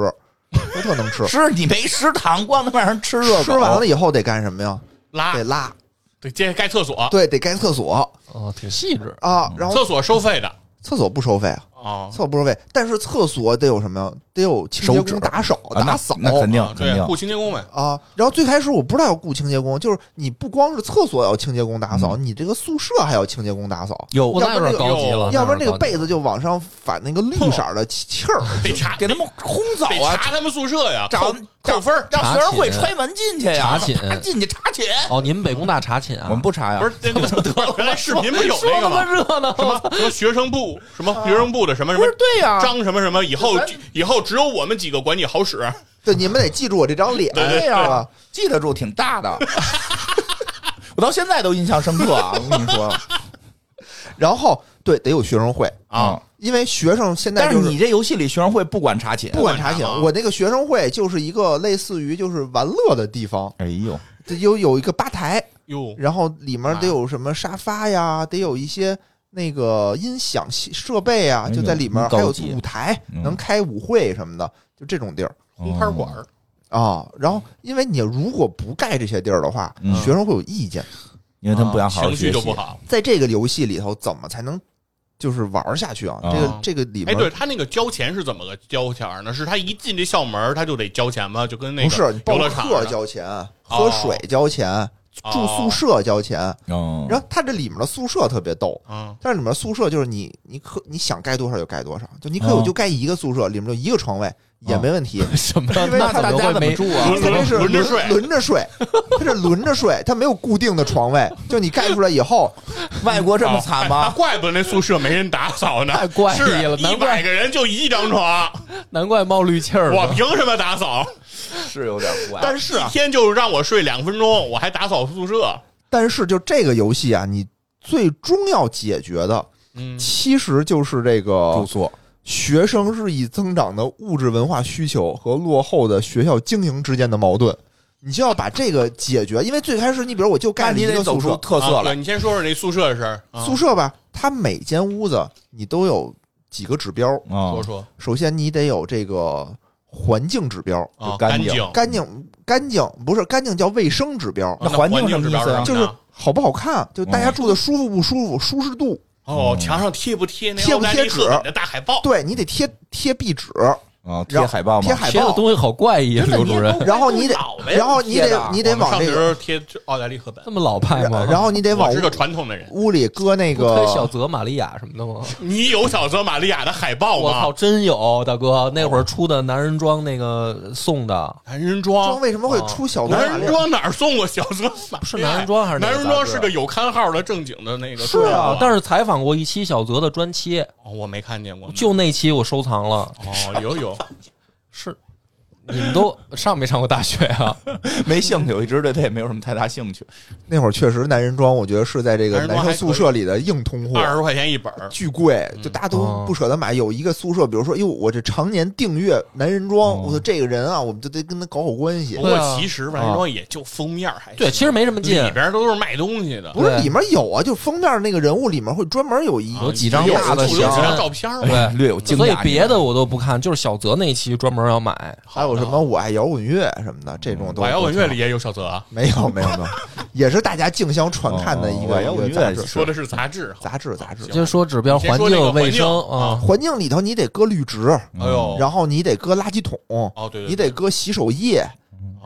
[SPEAKER 4] 都特能吃
[SPEAKER 2] 是你没食堂，光他妈让人吃热狗，啊
[SPEAKER 4] 吃完了以后得干什么呀？
[SPEAKER 3] 拉
[SPEAKER 4] 得拉，
[SPEAKER 3] 对，接盖厕所，
[SPEAKER 4] 对，得盖厕所
[SPEAKER 1] 哦，挺细致。
[SPEAKER 2] 嗯
[SPEAKER 4] 啊。然后
[SPEAKER 3] 厕所收费的
[SPEAKER 4] 厕所不收费啊，
[SPEAKER 3] 啊
[SPEAKER 2] 哦
[SPEAKER 4] 厕，所不收费，但是厕所得有什么呀？得有清洁
[SPEAKER 2] 手指
[SPEAKER 4] 工打扫
[SPEAKER 2] 啊那
[SPEAKER 4] 打扫
[SPEAKER 2] 那肯定
[SPEAKER 3] 啊
[SPEAKER 2] 肯
[SPEAKER 3] 对，
[SPEAKER 2] 定
[SPEAKER 3] 雇清洁工们，
[SPEAKER 4] 啊。然后最开始我不知道要雇清洁工，就是你不光是厕所要清洁工打扫，你这个宿舍还要清洁工打扫，
[SPEAKER 2] 嗯有
[SPEAKER 1] 我那有点高级了，
[SPEAKER 4] 要不然这个被
[SPEAKER 1] 子
[SPEAKER 4] 子就往上反那个绿色的气气儿。
[SPEAKER 3] 得查
[SPEAKER 2] 给他们轰走
[SPEAKER 3] 得
[SPEAKER 2] 啊，
[SPEAKER 3] 查他们宿舍呀，
[SPEAKER 2] 找
[SPEAKER 3] 扣扣分儿
[SPEAKER 2] 让学生会
[SPEAKER 1] 查寝
[SPEAKER 2] 揣门进去呀，
[SPEAKER 1] 查寝
[SPEAKER 2] 查进去查寝，
[SPEAKER 1] 哦，你们北工大查寝啊？
[SPEAKER 2] 我们不查呀，
[SPEAKER 3] 不是那个原来视
[SPEAKER 4] [LAUGHS]
[SPEAKER 3] 频不有
[SPEAKER 1] 说
[SPEAKER 3] 那
[SPEAKER 1] 他
[SPEAKER 3] 个
[SPEAKER 1] 妈
[SPEAKER 3] 吗？
[SPEAKER 1] 热闹，
[SPEAKER 3] 什么什么学生部，什么学生部的什么什
[SPEAKER 2] 啊不
[SPEAKER 3] 么
[SPEAKER 2] 是对呀，
[SPEAKER 3] 张什么什么，以后
[SPEAKER 2] 咱
[SPEAKER 3] 以后只有我们几个管你好使，啊
[SPEAKER 4] 对，你们得记住我这张脸，啊
[SPEAKER 2] 对呀、
[SPEAKER 4] 是
[SPEAKER 2] [LAUGHS]
[SPEAKER 4] 吧？
[SPEAKER 2] 记得住，挺大的。 [LAUGHS] 我到现在都印象深刻啊！我跟你说
[SPEAKER 4] 然后对，得有学生会，
[SPEAKER 2] 啊，
[SPEAKER 4] 因为学生现在
[SPEAKER 2] 但
[SPEAKER 4] 就是
[SPEAKER 2] 你这游戏里学生会不管查寝，
[SPEAKER 4] 不管查寝
[SPEAKER 3] 不管查，吗
[SPEAKER 4] 我那个学生会就是一个类似于就是玩乐的地方，
[SPEAKER 2] 哎呦，
[SPEAKER 4] 得有有一个吧台，
[SPEAKER 3] 哟，
[SPEAKER 2] 嗯
[SPEAKER 4] 然后里面得有什么沙发呀，得有一些那个音响系设备啊，
[SPEAKER 2] 哎呦
[SPEAKER 4] 就在里面，
[SPEAKER 2] 真
[SPEAKER 4] 还有
[SPEAKER 2] 高级
[SPEAKER 4] 舞台
[SPEAKER 2] 嗯
[SPEAKER 4] 能开舞会什么的，就这种地儿
[SPEAKER 3] 红牌
[SPEAKER 2] 哦
[SPEAKER 3] 馆儿，
[SPEAKER 4] 啊。然后，因为你如果不盖这些地儿的话
[SPEAKER 2] 嗯，
[SPEAKER 4] 学生会有意见，
[SPEAKER 2] 因为他们不想好好
[SPEAKER 3] 啊情绪
[SPEAKER 2] 学
[SPEAKER 3] 就
[SPEAKER 2] 习，
[SPEAKER 3] 不好。
[SPEAKER 4] 在这个游戏里头怎么才能就是玩下去啊？
[SPEAKER 2] 啊
[SPEAKER 4] 这个这个里
[SPEAKER 3] 哎，
[SPEAKER 4] 面
[SPEAKER 3] 对他那个交钱是怎么个交钱儿呢？是他一进这校门儿他就得交钱吗？就跟那
[SPEAKER 4] 不是
[SPEAKER 3] 个
[SPEAKER 4] 你
[SPEAKER 3] 游
[SPEAKER 4] 报
[SPEAKER 3] 乐场啊
[SPEAKER 4] 课
[SPEAKER 3] 似的哦
[SPEAKER 4] 交钱，喝水交钱，住宿舍交钱。
[SPEAKER 2] 嗯
[SPEAKER 4] 然后它这里面的宿舍特别逗，
[SPEAKER 3] 啊
[SPEAKER 4] 但是里面宿舍就是你你可你想盖多少就盖多少，就你可
[SPEAKER 3] 哦
[SPEAKER 4] 以我就盖一个宿舍，里面就一个床位也没
[SPEAKER 3] [LAUGHS]
[SPEAKER 4] 问题。
[SPEAKER 1] [LAUGHS] 什么？
[SPEAKER 4] 因为
[SPEAKER 1] 那
[SPEAKER 4] 大
[SPEAKER 1] 怎
[SPEAKER 4] 家
[SPEAKER 1] 么会
[SPEAKER 4] 怎么
[SPEAKER 1] 没
[SPEAKER 4] 住啊？
[SPEAKER 3] 轮
[SPEAKER 4] 它这是
[SPEAKER 3] 哦轮着睡
[SPEAKER 4] 轮着睡，它是轮着睡，它没有固定的床位。就你盖出来
[SPEAKER 3] [LAUGHS]
[SPEAKER 4] 以后，
[SPEAKER 2] 外国这么
[SPEAKER 3] 哦
[SPEAKER 2] 惨
[SPEAKER 3] 哎
[SPEAKER 2] [LAUGHS]
[SPEAKER 3] 那
[SPEAKER 2] 吗？
[SPEAKER 3] 怪不得那宿舍没人打扫呢，
[SPEAKER 1] 太怪异了
[SPEAKER 3] 一
[SPEAKER 1] 难怪
[SPEAKER 3] 百个人就一张床，
[SPEAKER 1] 难怪冒绿气儿呢。
[SPEAKER 3] 我凭什么打扫？
[SPEAKER 2] 是有点怪
[SPEAKER 4] 但是啊
[SPEAKER 3] 一天就让我睡两分钟，我还打扫宿舍，
[SPEAKER 4] 但是就这个游戏啊，你最终要解决的
[SPEAKER 3] 嗯，
[SPEAKER 4] 其实就是这个
[SPEAKER 2] 住宿
[SPEAKER 4] 学生日益增长的物质文化需求和落后的学校经营之间的矛盾，你就要把这个解决。因为最开始，你比如我就盖
[SPEAKER 2] 但
[SPEAKER 4] 了一
[SPEAKER 2] 你
[SPEAKER 4] 个
[SPEAKER 2] 得
[SPEAKER 4] 宿
[SPEAKER 2] 走嗯出
[SPEAKER 4] 舍，
[SPEAKER 2] 特色
[SPEAKER 3] 啊
[SPEAKER 2] 来
[SPEAKER 3] 对，你先说说那宿舍的事儿。啊
[SPEAKER 4] 宿舍吧，它每间屋子你都有几个指标，
[SPEAKER 2] 啊
[SPEAKER 1] 说，说
[SPEAKER 4] 首先你得有这个环境指标，
[SPEAKER 3] 啊，
[SPEAKER 2] 就干
[SPEAKER 3] 干
[SPEAKER 2] 净哦
[SPEAKER 4] 干净干净不是干净叫卫生指标，
[SPEAKER 2] 那
[SPEAKER 3] 那
[SPEAKER 2] 环境
[SPEAKER 3] 境
[SPEAKER 2] 什么
[SPEAKER 3] 指
[SPEAKER 2] 意
[SPEAKER 3] 标
[SPEAKER 2] 思啊
[SPEAKER 3] 什
[SPEAKER 4] 就
[SPEAKER 3] 么
[SPEAKER 4] 是
[SPEAKER 3] 的
[SPEAKER 4] 好不好看，就大家住的舒服不舒服，舒适度，
[SPEAKER 3] 哦，墙上贴不贴那
[SPEAKER 4] 贴
[SPEAKER 3] 奥
[SPEAKER 4] 不
[SPEAKER 3] 黛
[SPEAKER 4] 贴
[SPEAKER 3] 丽
[SPEAKER 4] 纸
[SPEAKER 3] 赫本的大海报？
[SPEAKER 4] 对你得贴贴壁纸，
[SPEAKER 2] 啊，贴海报
[SPEAKER 4] 贴
[SPEAKER 2] 吗？
[SPEAKER 4] 海
[SPEAKER 1] 贴的
[SPEAKER 4] 报，
[SPEAKER 1] 东西好怪异，啊
[SPEAKER 3] 真的
[SPEAKER 1] 刘主任
[SPEAKER 3] 你也
[SPEAKER 4] 然后你得
[SPEAKER 3] 脑袋
[SPEAKER 4] 然后你
[SPEAKER 2] 贴的
[SPEAKER 4] 得你得
[SPEAKER 3] 我们
[SPEAKER 4] 往
[SPEAKER 3] 上
[SPEAKER 4] 这
[SPEAKER 3] 学
[SPEAKER 4] 个，
[SPEAKER 3] 时贴奥黛丽赫本
[SPEAKER 1] 这，么老派吗？
[SPEAKER 4] 然后你得往
[SPEAKER 3] 我是个
[SPEAKER 4] 屋
[SPEAKER 3] 传统的人。
[SPEAKER 4] 屋里搁那
[SPEAKER 1] 哎不推小
[SPEAKER 4] 个，
[SPEAKER 1] 泽玛利亚什么的吗？
[SPEAKER 3] 你有小泽玛利亚的海报
[SPEAKER 1] 我
[SPEAKER 3] 吗
[SPEAKER 1] 操，？真有大哥，那会儿出的男人装那个送的，
[SPEAKER 3] 男人
[SPEAKER 4] 装
[SPEAKER 3] 装，
[SPEAKER 4] 为什么会出小啊泽玛
[SPEAKER 3] 男
[SPEAKER 4] 利
[SPEAKER 3] 人
[SPEAKER 4] 亚？
[SPEAKER 3] 装哪儿送过小泽玛利亚？
[SPEAKER 1] 是男人装还是哪
[SPEAKER 3] 男
[SPEAKER 1] 个
[SPEAKER 3] 人装？
[SPEAKER 1] 杂志
[SPEAKER 3] 是个有刊号的正经的那个。
[SPEAKER 1] 是啊，但
[SPEAKER 3] 是
[SPEAKER 1] 是采访过一期小泽的专期，
[SPEAKER 3] 我没看见过。
[SPEAKER 1] 就那期我收藏了。
[SPEAKER 3] 哦，有有，
[SPEAKER 1] 是你们都上没上过大学
[SPEAKER 3] [LAUGHS]
[SPEAKER 1] 啊？
[SPEAKER 2] 没兴趣，我一直对他也没有什么太大兴 [LAUGHS] 趣。
[SPEAKER 4] 那会儿确实男人装，我觉得是在这
[SPEAKER 3] 男
[SPEAKER 4] 个
[SPEAKER 3] 人装
[SPEAKER 4] 男生
[SPEAKER 3] 还可以
[SPEAKER 4] 宿舍里的硬通货，
[SPEAKER 3] 二十嗯块钱一本儿，
[SPEAKER 4] 巨贵，就大家都
[SPEAKER 1] 哦
[SPEAKER 4] 不舍得买。有一个宿舍，比如说，哟，我这常年订阅男人
[SPEAKER 1] 哦
[SPEAKER 4] 装，我说这个人啊，我们就得跟他搞好关系
[SPEAKER 3] 不。
[SPEAKER 1] 对
[SPEAKER 3] 过
[SPEAKER 1] 啊
[SPEAKER 3] 其实吧，人装也就封面儿还
[SPEAKER 1] 对，其实没什么劲
[SPEAKER 3] 里，边都是卖东西的，
[SPEAKER 4] 不是
[SPEAKER 1] 对
[SPEAKER 4] 里面有啊，就封面那个人物里面会专门有
[SPEAKER 3] 啊
[SPEAKER 4] 一
[SPEAKER 1] 有几张
[SPEAKER 3] 有
[SPEAKER 1] 大的
[SPEAKER 3] 有几张
[SPEAKER 1] 箱
[SPEAKER 3] 照片
[SPEAKER 4] 哎
[SPEAKER 3] 儿嘛。
[SPEAKER 1] 对，
[SPEAKER 2] 略有惊讶
[SPEAKER 1] 所以别的我都不看，就是小泽那一期专门要买。
[SPEAKER 4] 还有什么我爱摇滚乐什么的这种都。
[SPEAKER 3] 嗯我摇滚乐里也有小泽啊，
[SPEAKER 4] 没有没有
[SPEAKER 3] [LAUGHS]
[SPEAKER 4] 没有，也是大家竞相传看的一
[SPEAKER 2] 哦
[SPEAKER 4] 个
[SPEAKER 2] 摇
[SPEAKER 4] 一个
[SPEAKER 2] 滚
[SPEAKER 4] 杂
[SPEAKER 2] 乐
[SPEAKER 4] 志，
[SPEAKER 3] 说的是杂志，
[SPEAKER 4] 杂志杂志
[SPEAKER 3] 行。
[SPEAKER 1] 就说指标
[SPEAKER 3] 你先
[SPEAKER 1] 环
[SPEAKER 3] 说那个
[SPEAKER 1] 境
[SPEAKER 3] 环
[SPEAKER 1] 卫
[SPEAKER 3] 境
[SPEAKER 1] 生
[SPEAKER 3] 啊
[SPEAKER 1] 啊，
[SPEAKER 4] 环境里头你得搁绿植，
[SPEAKER 3] 哎呦，
[SPEAKER 4] 嗯然后你得搁垃圾桶，
[SPEAKER 3] 哦对对，
[SPEAKER 4] 你得搁洗手液，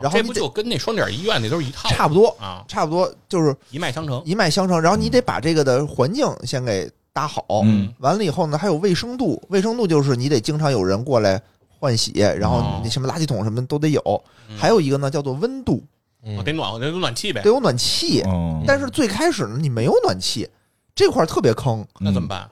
[SPEAKER 4] 然后
[SPEAKER 3] 这
[SPEAKER 4] 你
[SPEAKER 3] 不
[SPEAKER 4] 得
[SPEAKER 3] 就跟那双点医院那都是一套
[SPEAKER 4] 差不多
[SPEAKER 3] 啊，
[SPEAKER 4] 差不多就是
[SPEAKER 3] 一脉相承。
[SPEAKER 4] 一脉相承。然后你得把这个的环境先给搭好，
[SPEAKER 2] 嗯
[SPEAKER 4] 完了以后呢，还有卫生度，卫生度就是你得经常有人过来换洗，然后
[SPEAKER 3] 哦
[SPEAKER 4] 你什么垃圾桶什么都得有。
[SPEAKER 3] 嗯
[SPEAKER 4] 还有一个呢，叫做温度，
[SPEAKER 1] 嗯
[SPEAKER 3] 哦得暖和，得有暖气呗
[SPEAKER 4] 得。有暖气。
[SPEAKER 2] 嗯，
[SPEAKER 4] 但是最开始呢，你没有暖气，这块儿特别坑，
[SPEAKER 3] 那怎么办？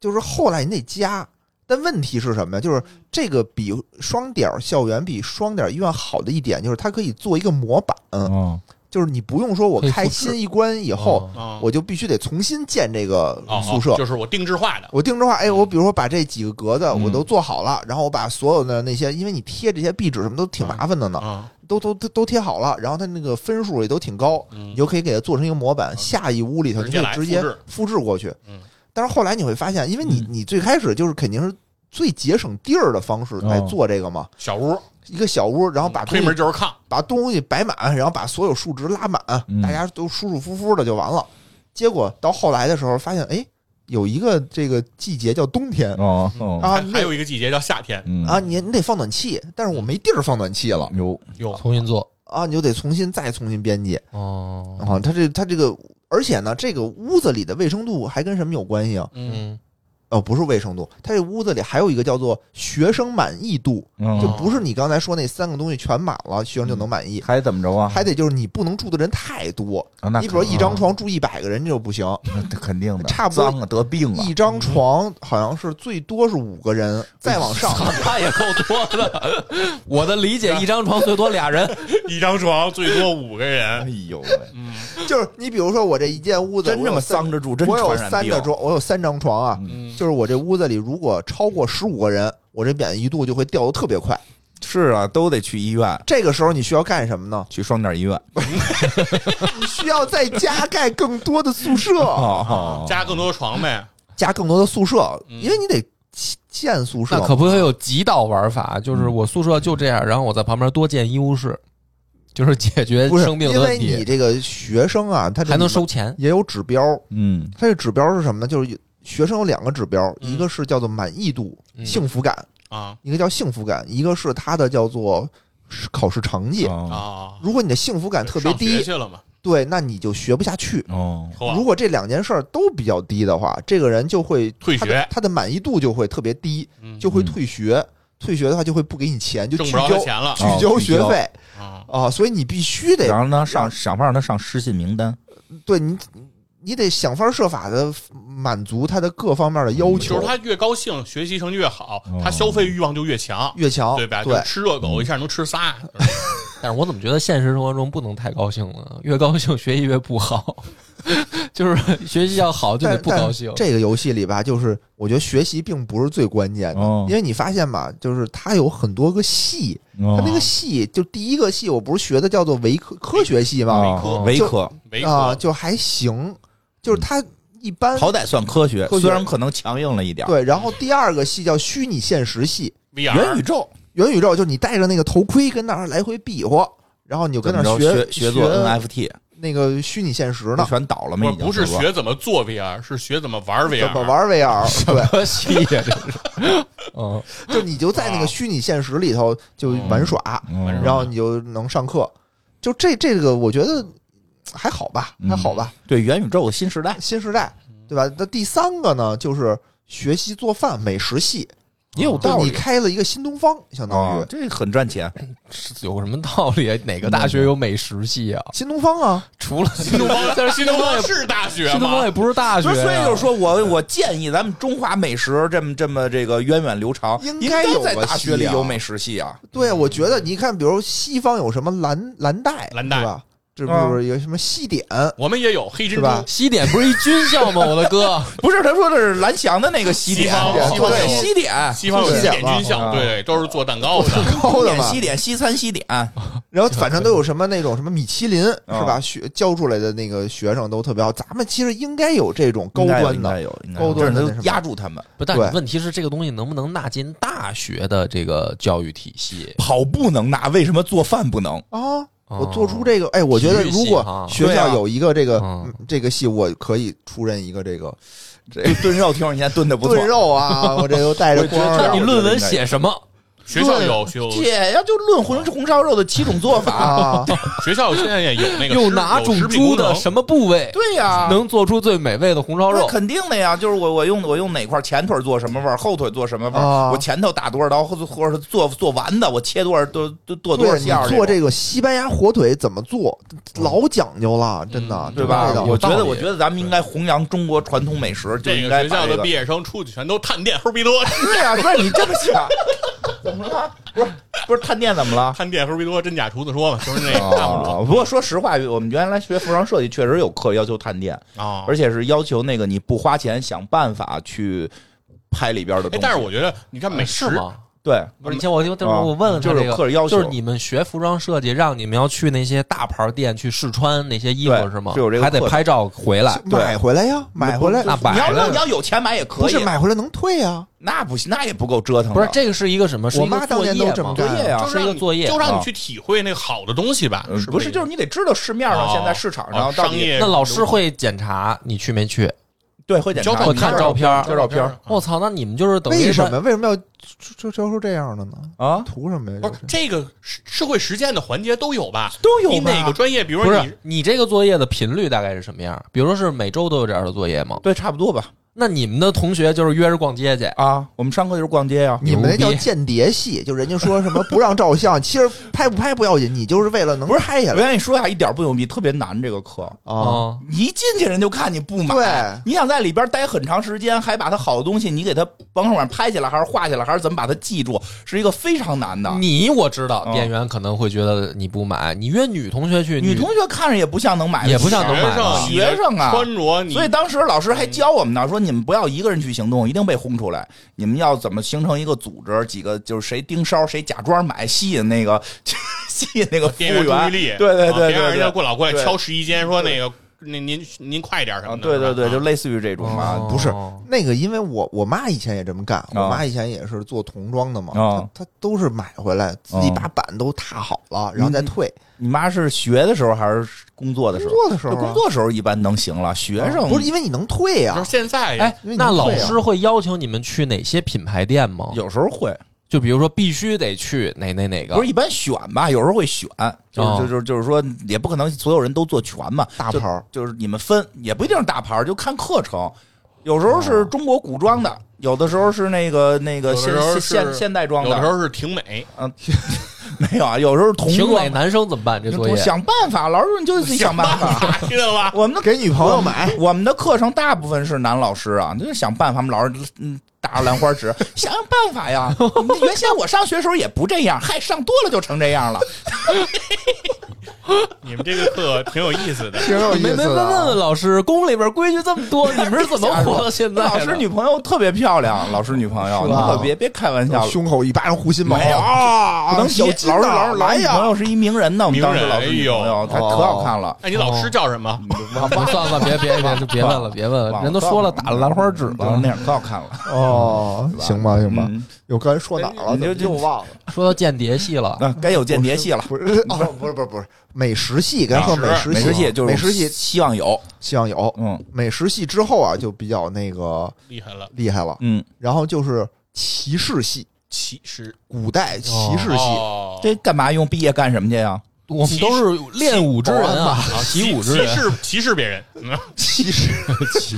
[SPEAKER 4] 就是后来你得加。但问题是什么呀？就是这个比双点儿校园比双点儿医院好的一点，就是它可以做一个模板，
[SPEAKER 2] 嗯？
[SPEAKER 4] 就是你不用说我
[SPEAKER 1] 可以
[SPEAKER 4] 开
[SPEAKER 1] 复制哦
[SPEAKER 4] 新一关以后，
[SPEAKER 3] 啊，
[SPEAKER 4] 我就必须得重新建这个
[SPEAKER 3] 哦
[SPEAKER 4] 宿舍
[SPEAKER 3] 哦。就是嗯我定制化的。
[SPEAKER 4] 我定制化，哎，我比如说把这几个格子
[SPEAKER 2] 嗯
[SPEAKER 4] 我都做好了，然后我把所有的那些，因为你贴这些壁纸什么都挺麻烦的呢，
[SPEAKER 3] 啊，
[SPEAKER 4] 都都都都贴好了，然后它那个分数也都挺高，你
[SPEAKER 3] 嗯
[SPEAKER 4] 就可以给它做成一个模板，下一屋里头你可以直
[SPEAKER 3] 直接
[SPEAKER 4] 接
[SPEAKER 3] 来复制
[SPEAKER 4] 复制过去
[SPEAKER 3] 嗯。
[SPEAKER 4] 但是后来你会发现，因为你你最开始就是肯定是最节省地儿的方式来
[SPEAKER 2] 哦
[SPEAKER 4] 做这个嘛，
[SPEAKER 3] 小屋，
[SPEAKER 4] 一个小屋，然后把
[SPEAKER 3] 推
[SPEAKER 4] 东西
[SPEAKER 3] 门就是炕，
[SPEAKER 4] 把东西摆满，然后把所有数值拉满，
[SPEAKER 2] 嗯
[SPEAKER 4] 大家都舒舒服服的就完了。结果到后来的时候，发现哎，有一个这个季节叫冬天
[SPEAKER 2] 哦哦
[SPEAKER 4] 啊，
[SPEAKER 3] 还
[SPEAKER 4] 那
[SPEAKER 3] 还有一个季节叫夏天。
[SPEAKER 2] 嗯
[SPEAKER 4] 啊，你你得放暖气，但是我没地儿放暖气了
[SPEAKER 2] 有
[SPEAKER 3] 哟，
[SPEAKER 1] 重新做
[SPEAKER 4] 啊，你就得重新再重新编辑
[SPEAKER 1] 哦，
[SPEAKER 4] 啊。它这它这个，而且呢，这个屋子里的卫生度还跟什么有关系啊？
[SPEAKER 3] 嗯，
[SPEAKER 1] 嗯， [LAUGHS]
[SPEAKER 4] 哦，不是卫生度，它这屋子里还有一个叫做学生满意度，就
[SPEAKER 2] 嗯，
[SPEAKER 4] 不是你刚才说那三个东西全满了，学生就能满意。
[SPEAKER 2] 还怎么着啊？
[SPEAKER 4] 还得就是你不能住的人太多，
[SPEAKER 2] 啊那
[SPEAKER 4] 你比如说一
[SPEAKER 2] 肯
[SPEAKER 4] 张床住一百个人，这就不行。
[SPEAKER 2] 那肯定的，
[SPEAKER 4] 差不多
[SPEAKER 2] 脏啊了得病了
[SPEAKER 4] 一，张床好像是最多是五个人，再往上
[SPEAKER 1] [LAUGHS] 那也够多的。 [LAUGHS] 我的理解，一张床最多俩人， [LAUGHS]
[SPEAKER 3] 一张床最多五个
[SPEAKER 2] 哎
[SPEAKER 3] 人。
[SPEAKER 2] 呦喂，
[SPEAKER 3] 嗯
[SPEAKER 4] 就是你比如说我这一间屋子，
[SPEAKER 2] 真这么丧着住，真
[SPEAKER 4] 我有
[SPEAKER 2] 传染
[SPEAKER 4] 三
[SPEAKER 2] 病
[SPEAKER 4] 个床，我有三张床啊，
[SPEAKER 3] 嗯，
[SPEAKER 4] 就是我这屋子里如果超过十五个人，我这免疫度就会掉的特别快。
[SPEAKER 2] 是啊，都得去医院，？
[SPEAKER 4] 这个时候你需要干什么呢
[SPEAKER 2] 去双点医院。
[SPEAKER 4] 你需要在家盖更多的宿舍，
[SPEAKER 2] 哦，
[SPEAKER 3] 加更多床呗。
[SPEAKER 4] 加更多的宿舍，
[SPEAKER 3] 嗯
[SPEAKER 4] 因为你得建宿舍
[SPEAKER 1] 那。可不可以有极道玩法？就是我宿舍就这样，然后我在旁边多建医务室，就是解决
[SPEAKER 4] 不是
[SPEAKER 1] 生病
[SPEAKER 4] 因
[SPEAKER 1] 的问
[SPEAKER 4] 为你
[SPEAKER 1] 题，
[SPEAKER 4] 这个学生啊，他这
[SPEAKER 1] 还能收钱。
[SPEAKER 4] 也有指标，
[SPEAKER 2] 嗯
[SPEAKER 4] 它这指标是什么呢？就是学生有两个指标，
[SPEAKER 3] 嗯
[SPEAKER 4] 一个是叫做满意度、
[SPEAKER 1] 嗯
[SPEAKER 4] 幸福感，
[SPEAKER 3] 啊
[SPEAKER 4] 一个叫幸福感，一个是他的叫做是考试成绩。
[SPEAKER 2] 哦
[SPEAKER 3] 啊，
[SPEAKER 4] 如果你的幸福感特别
[SPEAKER 3] 上学
[SPEAKER 4] 低，
[SPEAKER 3] 去了嘛？
[SPEAKER 4] 对，那你就学不下去。
[SPEAKER 2] 哦，
[SPEAKER 3] 呵
[SPEAKER 4] 如果这两件事儿都比较低的话，这个人就会
[SPEAKER 3] 退
[SPEAKER 4] 他
[SPEAKER 3] 学
[SPEAKER 4] 的他的满意度就会特别低，
[SPEAKER 3] 嗯
[SPEAKER 4] 就会退学。退学的话就会不给你钱，就
[SPEAKER 3] 挣
[SPEAKER 4] 拒
[SPEAKER 3] 不着他
[SPEAKER 4] 交
[SPEAKER 3] 钱了
[SPEAKER 4] 拒
[SPEAKER 2] 哦
[SPEAKER 4] 交
[SPEAKER 2] 拒
[SPEAKER 4] 学
[SPEAKER 2] 交
[SPEAKER 4] 费
[SPEAKER 3] 啊。
[SPEAKER 4] 啊！所以你必须得
[SPEAKER 2] 然后呢，上想法让他上失信名单，
[SPEAKER 4] 对你，你得想方设法的满足他的各方面的要求
[SPEAKER 3] 嗯就是。他越高兴，学习成绩越好
[SPEAKER 2] 哦，
[SPEAKER 3] 他消费欲望就越强，
[SPEAKER 4] 越强，
[SPEAKER 3] 对吧？就吃热狗一下能吃仨，
[SPEAKER 1] 但是我怎么觉得现实生活中不能太高兴呢？越高兴学习越不好， [LAUGHS] 就是学习要好就得
[SPEAKER 4] 但
[SPEAKER 1] 不高兴
[SPEAKER 4] 但。这个游戏里吧，就是我觉得学习并不是最关键的，
[SPEAKER 1] 嗯
[SPEAKER 2] 哦
[SPEAKER 4] 因为你发现吧，就是它有很多个系，
[SPEAKER 1] 嗯
[SPEAKER 2] 哦
[SPEAKER 4] 它那个系就第一个系，我不是学的叫做维科科学系吗？
[SPEAKER 2] 哦维
[SPEAKER 4] 就
[SPEAKER 2] 科
[SPEAKER 3] 维
[SPEAKER 4] 啊、
[SPEAKER 3] 克
[SPEAKER 4] 就还行，就是它一般
[SPEAKER 2] 好歹算科学
[SPEAKER 4] 科，学
[SPEAKER 2] 虽然可能强硬了一点儿。
[SPEAKER 4] 对。然后第二个戏叫虚拟现实戏，
[SPEAKER 2] 元宇
[SPEAKER 3] ，VR
[SPEAKER 2] 宙
[SPEAKER 4] 元宇宙，就你戴着那个头盔跟那儿来回比划，然后你就跟那
[SPEAKER 2] 怎
[SPEAKER 4] 儿
[SPEAKER 2] 么着学
[SPEAKER 4] 学
[SPEAKER 2] 做 NFT，
[SPEAKER 4] 那个虚拟现实
[SPEAKER 2] 那
[SPEAKER 4] 呢，
[SPEAKER 2] 全倒了吗？
[SPEAKER 3] 不是
[SPEAKER 2] 已经
[SPEAKER 3] 不是
[SPEAKER 2] 吧
[SPEAKER 3] 学怎么做 VR，是学怎么玩
[SPEAKER 4] 怎
[SPEAKER 3] VR。
[SPEAKER 4] 么？玩 VR？对，
[SPEAKER 1] [LAUGHS] 可惜呀，这是，嗯，
[SPEAKER 4] 就你就在那
[SPEAKER 2] 啊
[SPEAKER 4] 个虚拟现实里头就玩耍，
[SPEAKER 2] 嗯
[SPEAKER 3] 然
[SPEAKER 4] 然后你就能上课。就这这个，我觉得还好吧，
[SPEAKER 2] 嗯
[SPEAKER 4] 还好吧，
[SPEAKER 2] 对元宇宙新时代，
[SPEAKER 4] 新时代，对吧？那第三个呢，就是学习做饭美食系，
[SPEAKER 1] 也有道
[SPEAKER 4] 就你
[SPEAKER 1] 理，
[SPEAKER 4] 开了一个新东方，相当
[SPEAKER 2] 啊
[SPEAKER 4] 于，
[SPEAKER 2] 这很赚钱。
[SPEAKER 1] 是有什么道理啊？哪个大学有美食系啊？
[SPEAKER 4] 新东方啊，
[SPEAKER 1] 除了
[SPEAKER 3] 新东方，但是 [LAUGHS] 新东方
[SPEAKER 1] 也
[SPEAKER 3] 是大学
[SPEAKER 1] 新东方
[SPEAKER 3] 吗
[SPEAKER 1] 也？不是
[SPEAKER 4] 哎
[SPEAKER 1] 大学
[SPEAKER 2] 所
[SPEAKER 1] 啊，
[SPEAKER 2] 以就是说我我建议咱们中华美食这么这么这个源远流长，
[SPEAKER 4] 应
[SPEAKER 2] 应
[SPEAKER 4] 该有
[SPEAKER 2] 在
[SPEAKER 4] 个
[SPEAKER 2] 大
[SPEAKER 4] 系
[SPEAKER 2] 学里
[SPEAKER 4] 啊
[SPEAKER 2] 有美食系啊。
[SPEAKER 4] 对，我觉得你看，比如西方有什么蓝蓝带，
[SPEAKER 3] 蓝带
[SPEAKER 4] 是吧？这
[SPEAKER 2] 啊
[SPEAKER 4] 不是有什么西点？
[SPEAKER 3] 我们也有黑珍
[SPEAKER 4] 是
[SPEAKER 3] 珠，
[SPEAKER 4] 吧
[SPEAKER 1] [LAUGHS] 西点不是一军校吗？我的哥，
[SPEAKER 2] 不是，他说的是蓝翔的那个西点，
[SPEAKER 3] 西方
[SPEAKER 4] 西方
[SPEAKER 2] 对
[SPEAKER 3] 有
[SPEAKER 2] 西点，
[SPEAKER 3] 西方有
[SPEAKER 4] 西
[SPEAKER 3] 西
[SPEAKER 4] 点
[SPEAKER 3] 点
[SPEAKER 4] 吧
[SPEAKER 3] 军校，
[SPEAKER 2] 啊
[SPEAKER 3] 对，都是做蛋糕的。
[SPEAKER 4] 高的
[SPEAKER 2] 东点
[SPEAKER 4] 嘛
[SPEAKER 2] 西点，西餐西点，
[SPEAKER 4] 然后反正都有什么那种什么米其林是
[SPEAKER 2] 啊
[SPEAKER 4] 吧？学教出来的那个学生都特别好，咱们其实应该有这种高端
[SPEAKER 2] 应
[SPEAKER 4] 的
[SPEAKER 2] 该有，应该有应该有
[SPEAKER 4] 高端的
[SPEAKER 2] 这
[SPEAKER 4] 那什
[SPEAKER 2] 都
[SPEAKER 4] 么
[SPEAKER 2] 压住他们。
[SPEAKER 1] [LAUGHS] 不，但
[SPEAKER 4] 对
[SPEAKER 1] 问题是这个东西能不能纳进大学的这个教育体系？
[SPEAKER 2] 跑步能拿，为什么做饭不
[SPEAKER 4] [LAUGHS]
[SPEAKER 2] 能？
[SPEAKER 4] 啊。我
[SPEAKER 1] 哦
[SPEAKER 4] 做出这个，哎，我觉得
[SPEAKER 1] 体育
[SPEAKER 4] 如
[SPEAKER 1] 系
[SPEAKER 4] 果
[SPEAKER 1] 哈
[SPEAKER 4] 学
[SPEAKER 2] 对
[SPEAKER 4] 校
[SPEAKER 2] 啊
[SPEAKER 4] 有一个这个
[SPEAKER 1] 嗯
[SPEAKER 4] 嗯这个系，我可以出任一个这个
[SPEAKER 2] 这炖肉听着你现在炖的不错
[SPEAKER 4] 炖，
[SPEAKER 2] [LAUGHS]
[SPEAKER 4] 肉啊，我这又带着
[SPEAKER 2] 我觉
[SPEAKER 4] 光啊
[SPEAKER 2] 得
[SPEAKER 1] 那
[SPEAKER 4] 儿
[SPEAKER 1] 你
[SPEAKER 2] 我
[SPEAKER 1] 论
[SPEAKER 2] 觉得
[SPEAKER 1] 文
[SPEAKER 2] 应该
[SPEAKER 1] 写什么？
[SPEAKER 3] 学校有
[SPEAKER 1] 哦
[SPEAKER 3] 学有
[SPEAKER 2] 姐呀，就论红红烧肉的七种做法。[LAUGHS]
[SPEAKER 4] [LAUGHS] 啊，
[SPEAKER 3] 学校现在也有那个
[SPEAKER 1] 又
[SPEAKER 3] 食
[SPEAKER 1] 哪
[SPEAKER 3] 有
[SPEAKER 1] 种
[SPEAKER 3] 食品
[SPEAKER 1] 猪
[SPEAKER 3] 功
[SPEAKER 1] 的
[SPEAKER 3] 能
[SPEAKER 1] 什么部位
[SPEAKER 2] 对呀、
[SPEAKER 1] 能做出最美味的红烧
[SPEAKER 2] 那
[SPEAKER 1] 肉？
[SPEAKER 2] 肯定的呀，就是我我用我用哪块前腿做什么味儿，后腿做什么味儿、
[SPEAKER 4] 啊
[SPEAKER 2] 我前头打多少刀，后或者是做做丸子，我切多少多多剁多少
[SPEAKER 4] 对，
[SPEAKER 2] 馅儿
[SPEAKER 4] 你
[SPEAKER 2] 种，
[SPEAKER 4] 做这个西班牙火腿怎么做，
[SPEAKER 1] 嗯
[SPEAKER 4] 老讲究了，真的，
[SPEAKER 3] 嗯
[SPEAKER 2] 对
[SPEAKER 4] 这
[SPEAKER 2] 吧
[SPEAKER 4] 味？道
[SPEAKER 2] 我觉
[SPEAKER 1] 有道
[SPEAKER 2] 得
[SPEAKER 1] 理
[SPEAKER 2] 我觉得咱们应该弘扬中国传统美食，就
[SPEAKER 3] 这
[SPEAKER 2] 应
[SPEAKER 3] 个
[SPEAKER 2] 该
[SPEAKER 3] 学
[SPEAKER 2] 把
[SPEAKER 3] 校
[SPEAKER 2] 这
[SPEAKER 3] 的
[SPEAKER 2] 个
[SPEAKER 3] 毕业生出去全都探店齁逼多，
[SPEAKER 2] [LAUGHS]
[SPEAKER 3] [LAUGHS]
[SPEAKER 2] 对呀、不是你这么想，怎么了？不是不是探店怎么了？
[SPEAKER 3] 探店齁逼多，真假厨子说嘛，就是那个看不
[SPEAKER 2] 啊，
[SPEAKER 3] 住
[SPEAKER 2] 不过说实话，我们原来学服装设计确实有课要求探店，
[SPEAKER 3] 啊。
[SPEAKER 2] 而且是要求那个你不花钱想办法去拍里边的东
[SPEAKER 3] 哎
[SPEAKER 2] 西。，
[SPEAKER 3] 但是我觉得你看美食
[SPEAKER 1] 是，吗？
[SPEAKER 2] 对，
[SPEAKER 1] 不是，你先我等会儿我问问他
[SPEAKER 2] 啊就是
[SPEAKER 1] 这
[SPEAKER 2] 有
[SPEAKER 1] 个，
[SPEAKER 2] 客人要求
[SPEAKER 1] 就是你们学服装设计，让你们要去那些大牌店去试穿那些衣服
[SPEAKER 2] 对
[SPEAKER 1] 是吗？
[SPEAKER 2] 是有这个
[SPEAKER 1] 还得
[SPEAKER 2] 课程
[SPEAKER 1] 拍照回来。
[SPEAKER 2] 对
[SPEAKER 4] 买回来呀，买回来
[SPEAKER 1] 那
[SPEAKER 2] 你
[SPEAKER 1] 摆
[SPEAKER 2] 要
[SPEAKER 1] 了
[SPEAKER 2] 你要有钱买也
[SPEAKER 4] 不
[SPEAKER 2] 可以
[SPEAKER 4] 是，买回来能退啊，
[SPEAKER 2] 那不行，那也不够折腾的。
[SPEAKER 1] 不是这个是一个什么？是
[SPEAKER 4] 我
[SPEAKER 1] 一个
[SPEAKER 4] 妈当
[SPEAKER 1] 作
[SPEAKER 4] 年
[SPEAKER 1] 业
[SPEAKER 4] 都这
[SPEAKER 1] 吗
[SPEAKER 4] 么
[SPEAKER 2] 作
[SPEAKER 4] 干
[SPEAKER 2] 业啊
[SPEAKER 3] 就
[SPEAKER 1] 这是一个作业
[SPEAKER 3] 就让
[SPEAKER 2] 啊
[SPEAKER 3] 你去体会那个好的东西吧
[SPEAKER 2] 呃，不
[SPEAKER 3] 不
[SPEAKER 2] 是，就是你得知道市面上现在市场
[SPEAKER 3] 哦
[SPEAKER 2] 上到
[SPEAKER 3] 商
[SPEAKER 2] 底
[SPEAKER 3] 业
[SPEAKER 1] 那老师会检查你去没去？
[SPEAKER 2] 对会检
[SPEAKER 3] 交
[SPEAKER 2] 查，
[SPEAKER 3] 代
[SPEAKER 1] 我
[SPEAKER 3] 你
[SPEAKER 1] 看
[SPEAKER 3] 看
[SPEAKER 1] 照
[SPEAKER 3] 照
[SPEAKER 1] 片儿
[SPEAKER 2] 交照片儿
[SPEAKER 1] 我操，那你们就是等于
[SPEAKER 4] 为
[SPEAKER 1] 说
[SPEAKER 4] 什么？为什么要教教授这样的呢？
[SPEAKER 2] 啊
[SPEAKER 4] 图什么呀？
[SPEAKER 3] 不是这个社社会实践的环节都有吧？
[SPEAKER 2] 都有
[SPEAKER 3] 你
[SPEAKER 2] 吧
[SPEAKER 3] 哪个专业，比如
[SPEAKER 1] 不
[SPEAKER 3] 说
[SPEAKER 1] 是
[SPEAKER 3] 你
[SPEAKER 1] 你这个作业的频率大概是什么样？比如说是每周都有这样的作业吗？
[SPEAKER 2] 对，差不多吧
[SPEAKER 1] 那你们的同学就是约着逛街去，
[SPEAKER 2] 啊，我们上课就是逛街呀。
[SPEAKER 4] 你们那
[SPEAKER 1] 牛
[SPEAKER 4] 叫
[SPEAKER 1] 逼
[SPEAKER 4] 间谍戏，就人家说什么不让照相，其实拍不拍不要紧，你就是为了能拍下
[SPEAKER 2] 我
[SPEAKER 4] 来
[SPEAKER 2] 跟你说呀，一点不牛逼，特别难这个课。
[SPEAKER 4] 啊。
[SPEAKER 1] 嗯
[SPEAKER 2] 你一进去人就看你不买，
[SPEAKER 4] 对
[SPEAKER 2] 你想在里边待很长时间，还把它好的东西你给它甭管拍下来还是画下来，还是怎么把它记住，是一个非常难的。
[SPEAKER 1] 你我知道，
[SPEAKER 2] 嗯
[SPEAKER 1] 店员可能会觉得你不买，你约女同学去，
[SPEAKER 2] 女同学看着也不像能买得起，
[SPEAKER 1] 也不像能买
[SPEAKER 3] 学
[SPEAKER 1] 啊
[SPEAKER 3] 生你的
[SPEAKER 2] 学生啊
[SPEAKER 3] 穿着你
[SPEAKER 2] 所以当时老师还教我们呢，说你们不要一个人去行动，一定被轰出来。你们要怎么形成一个组织？几个就是谁盯梢，谁假装买，吸引那个 [LAUGHS] 吸引那个服务
[SPEAKER 3] 店员
[SPEAKER 2] 员。
[SPEAKER 3] 注
[SPEAKER 2] 对
[SPEAKER 3] 意力，
[SPEAKER 2] 对对
[SPEAKER 3] 啊
[SPEAKER 2] 对
[SPEAKER 3] 别让人
[SPEAKER 2] 对
[SPEAKER 3] 家过老过来
[SPEAKER 2] 对
[SPEAKER 3] 敲试衣间说那个那您您快点什
[SPEAKER 2] 啊，
[SPEAKER 3] 么的，
[SPEAKER 2] 对对对，就是
[SPEAKER 3] 吧
[SPEAKER 2] 类似于这种吧，
[SPEAKER 1] 哦
[SPEAKER 2] 不是
[SPEAKER 4] 那个，因为我我妈以前也这么干，我妈以前也是做童装的嘛，
[SPEAKER 2] 啊
[SPEAKER 4] 她她都是买回来自己把板都踏好了，然后再退。
[SPEAKER 2] 你妈是学的时候还是工作的时
[SPEAKER 4] 工
[SPEAKER 2] 候？
[SPEAKER 4] 作的时候
[SPEAKER 2] 就
[SPEAKER 4] 啊，哦
[SPEAKER 2] 工作时候一般能行了，学生
[SPEAKER 4] 不是因为你能退呀、
[SPEAKER 3] 就是现在
[SPEAKER 1] 哎，
[SPEAKER 4] 因为你
[SPEAKER 1] 那
[SPEAKER 4] 退
[SPEAKER 1] 老
[SPEAKER 4] 啊
[SPEAKER 1] 师会要求你们去哪些品牌店吗？
[SPEAKER 2] 有时候会，
[SPEAKER 1] 就比如说必须得去哪哪哪个？
[SPEAKER 2] 不是一般选吧，有时候会选，就是
[SPEAKER 1] 哦
[SPEAKER 2] 就是就是说，也不可能所有人都做全嘛，
[SPEAKER 4] 大
[SPEAKER 2] 就
[SPEAKER 4] 牌儿
[SPEAKER 2] 就是你们分，也不一定是大牌儿，就看课程。有时候是中国古装的，有的时候是那个那个
[SPEAKER 3] 有的
[SPEAKER 2] 现
[SPEAKER 3] 时候
[SPEAKER 2] 现现
[SPEAKER 3] 是
[SPEAKER 2] 现代装
[SPEAKER 3] 有的时
[SPEAKER 2] 的，嗯
[SPEAKER 3] 候是挺美，
[SPEAKER 2] [LAUGHS] 没有啊，有时候是童
[SPEAKER 1] 评委
[SPEAKER 2] 装的。
[SPEAKER 1] 男生怎么办？这作
[SPEAKER 2] 我
[SPEAKER 1] 业
[SPEAKER 2] 想办法，老师你就自己想办法。
[SPEAKER 3] [LAUGHS] 法，啊知道吧？
[SPEAKER 2] 我们的
[SPEAKER 4] 给女朋友买，
[SPEAKER 2] 我们的课程大部分是男老师啊，就是想办法。我们老师嗯打着兰花
[SPEAKER 4] [LAUGHS]
[SPEAKER 2] 指，想想办法呀。
[SPEAKER 4] [LAUGHS]
[SPEAKER 2] 原先我上学的时候也不这样，嗨，上多了就成这样了。
[SPEAKER 3] 你们这个课挺有意 [LAUGHS] 思的。
[SPEAKER 4] 挺有意
[SPEAKER 1] 没
[SPEAKER 4] 思
[SPEAKER 1] 没问
[SPEAKER 4] 的
[SPEAKER 1] 问
[SPEAKER 4] 啊。
[SPEAKER 1] 老师，宫里边规矩这么多，你们是怎么活到现在的？
[SPEAKER 2] 老师
[SPEAKER 1] [LAUGHS]
[SPEAKER 2] 女朋友特别漂亮，老师女朋友，
[SPEAKER 4] 是
[SPEAKER 2] 你
[SPEAKER 4] 吧
[SPEAKER 2] 可别别开玩笑了。
[SPEAKER 4] 胸口一巴掌，胡心毛
[SPEAKER 2] 没有
[SPEAKER 4] 啊！
[SPEAKER 2] 不能提
[SPEAKER 4] 小金
[SPEAKER 2] 老师
[SPEAKER 4] 呐
[SPEAKER 2] 老师老
[SPEAKER 4] 来
[SPEAKER 2] 师女朋
[SPEAKER 4] 呀！
[SPEAKER 2] 友是一名人呢，我们当时
[SPEAKER 3] 名人
[SPEAKER 2] 老师女朋
[SPEAKER 3] 哎
[SPEAKER 2] 友
[SPEAKER 3] 呦
[SPEAKER 2] 她可好看了，
[SPEAKER 3] 哎那你老师叫什么？
[SPEAKER 4] 哦
[SPEAKER 1] 啊不算了，别别别，就别问了，别问了，
[SPEAKER 2] 忘
[SPEAKER 1] 人都说了打了兰花指
[SPEAKER 2] 当时
[SPEAKER 1] 了。
[SPEAKER 2] 嗯那样可好看了，
[SPEAKER 4] 哦，行吧行吧，
[SPEAKER 2] 嗯
[SPEAKER 4] 哟，刚才说哪儿了？
[SPEAKER 2] 你就
[SPEAKER 4] 怎么又忘了。
[SPEAKER 1] 说到间谍戏了，
[SPEAKER 2] 那该有间谍戏了，
[SPEAKER 4] 不是，哦，不是，不是，不是，美食系，刚才说
[SPEAKER 3] 美
[SPEAKER 4] 食
[SPEAKER 2] 美
[SPEAKER 4] 系，
[SPEAKER 2] 食戏就是
[SPEAKER 4] 美食系，
[SPEAKER 2] 希望有，
[SPEAKER 4] 希望有
[SPEAKER 2] 嗯
[SPEAKER 4] 美食系之后啊，就比较那个
[SPEAKER 3] 厉害了，
[SPEAKER 4] 厉害了。
[SPEAKER 2] 嗯，
[SPEAKER 4] 然后就是骑士系，
[SPEAKER 3] 骑士
[SPEAKER 4] 古代骑士系，
[SPEAKER 3] 哦
[SPEAKER 2] 这干嘛用毕业干什么去呀？
[SPEAKER 1] 我们都是练武之人
[SPEAKER 2] 哦
[SPEAKER 1] 啊，习武之
[SPEAKER 3] 歧
[SPEAKER 1] 人。
[SPEAKER 3] 视歧视别人，嗯
[SPEAKER 4] 骑士，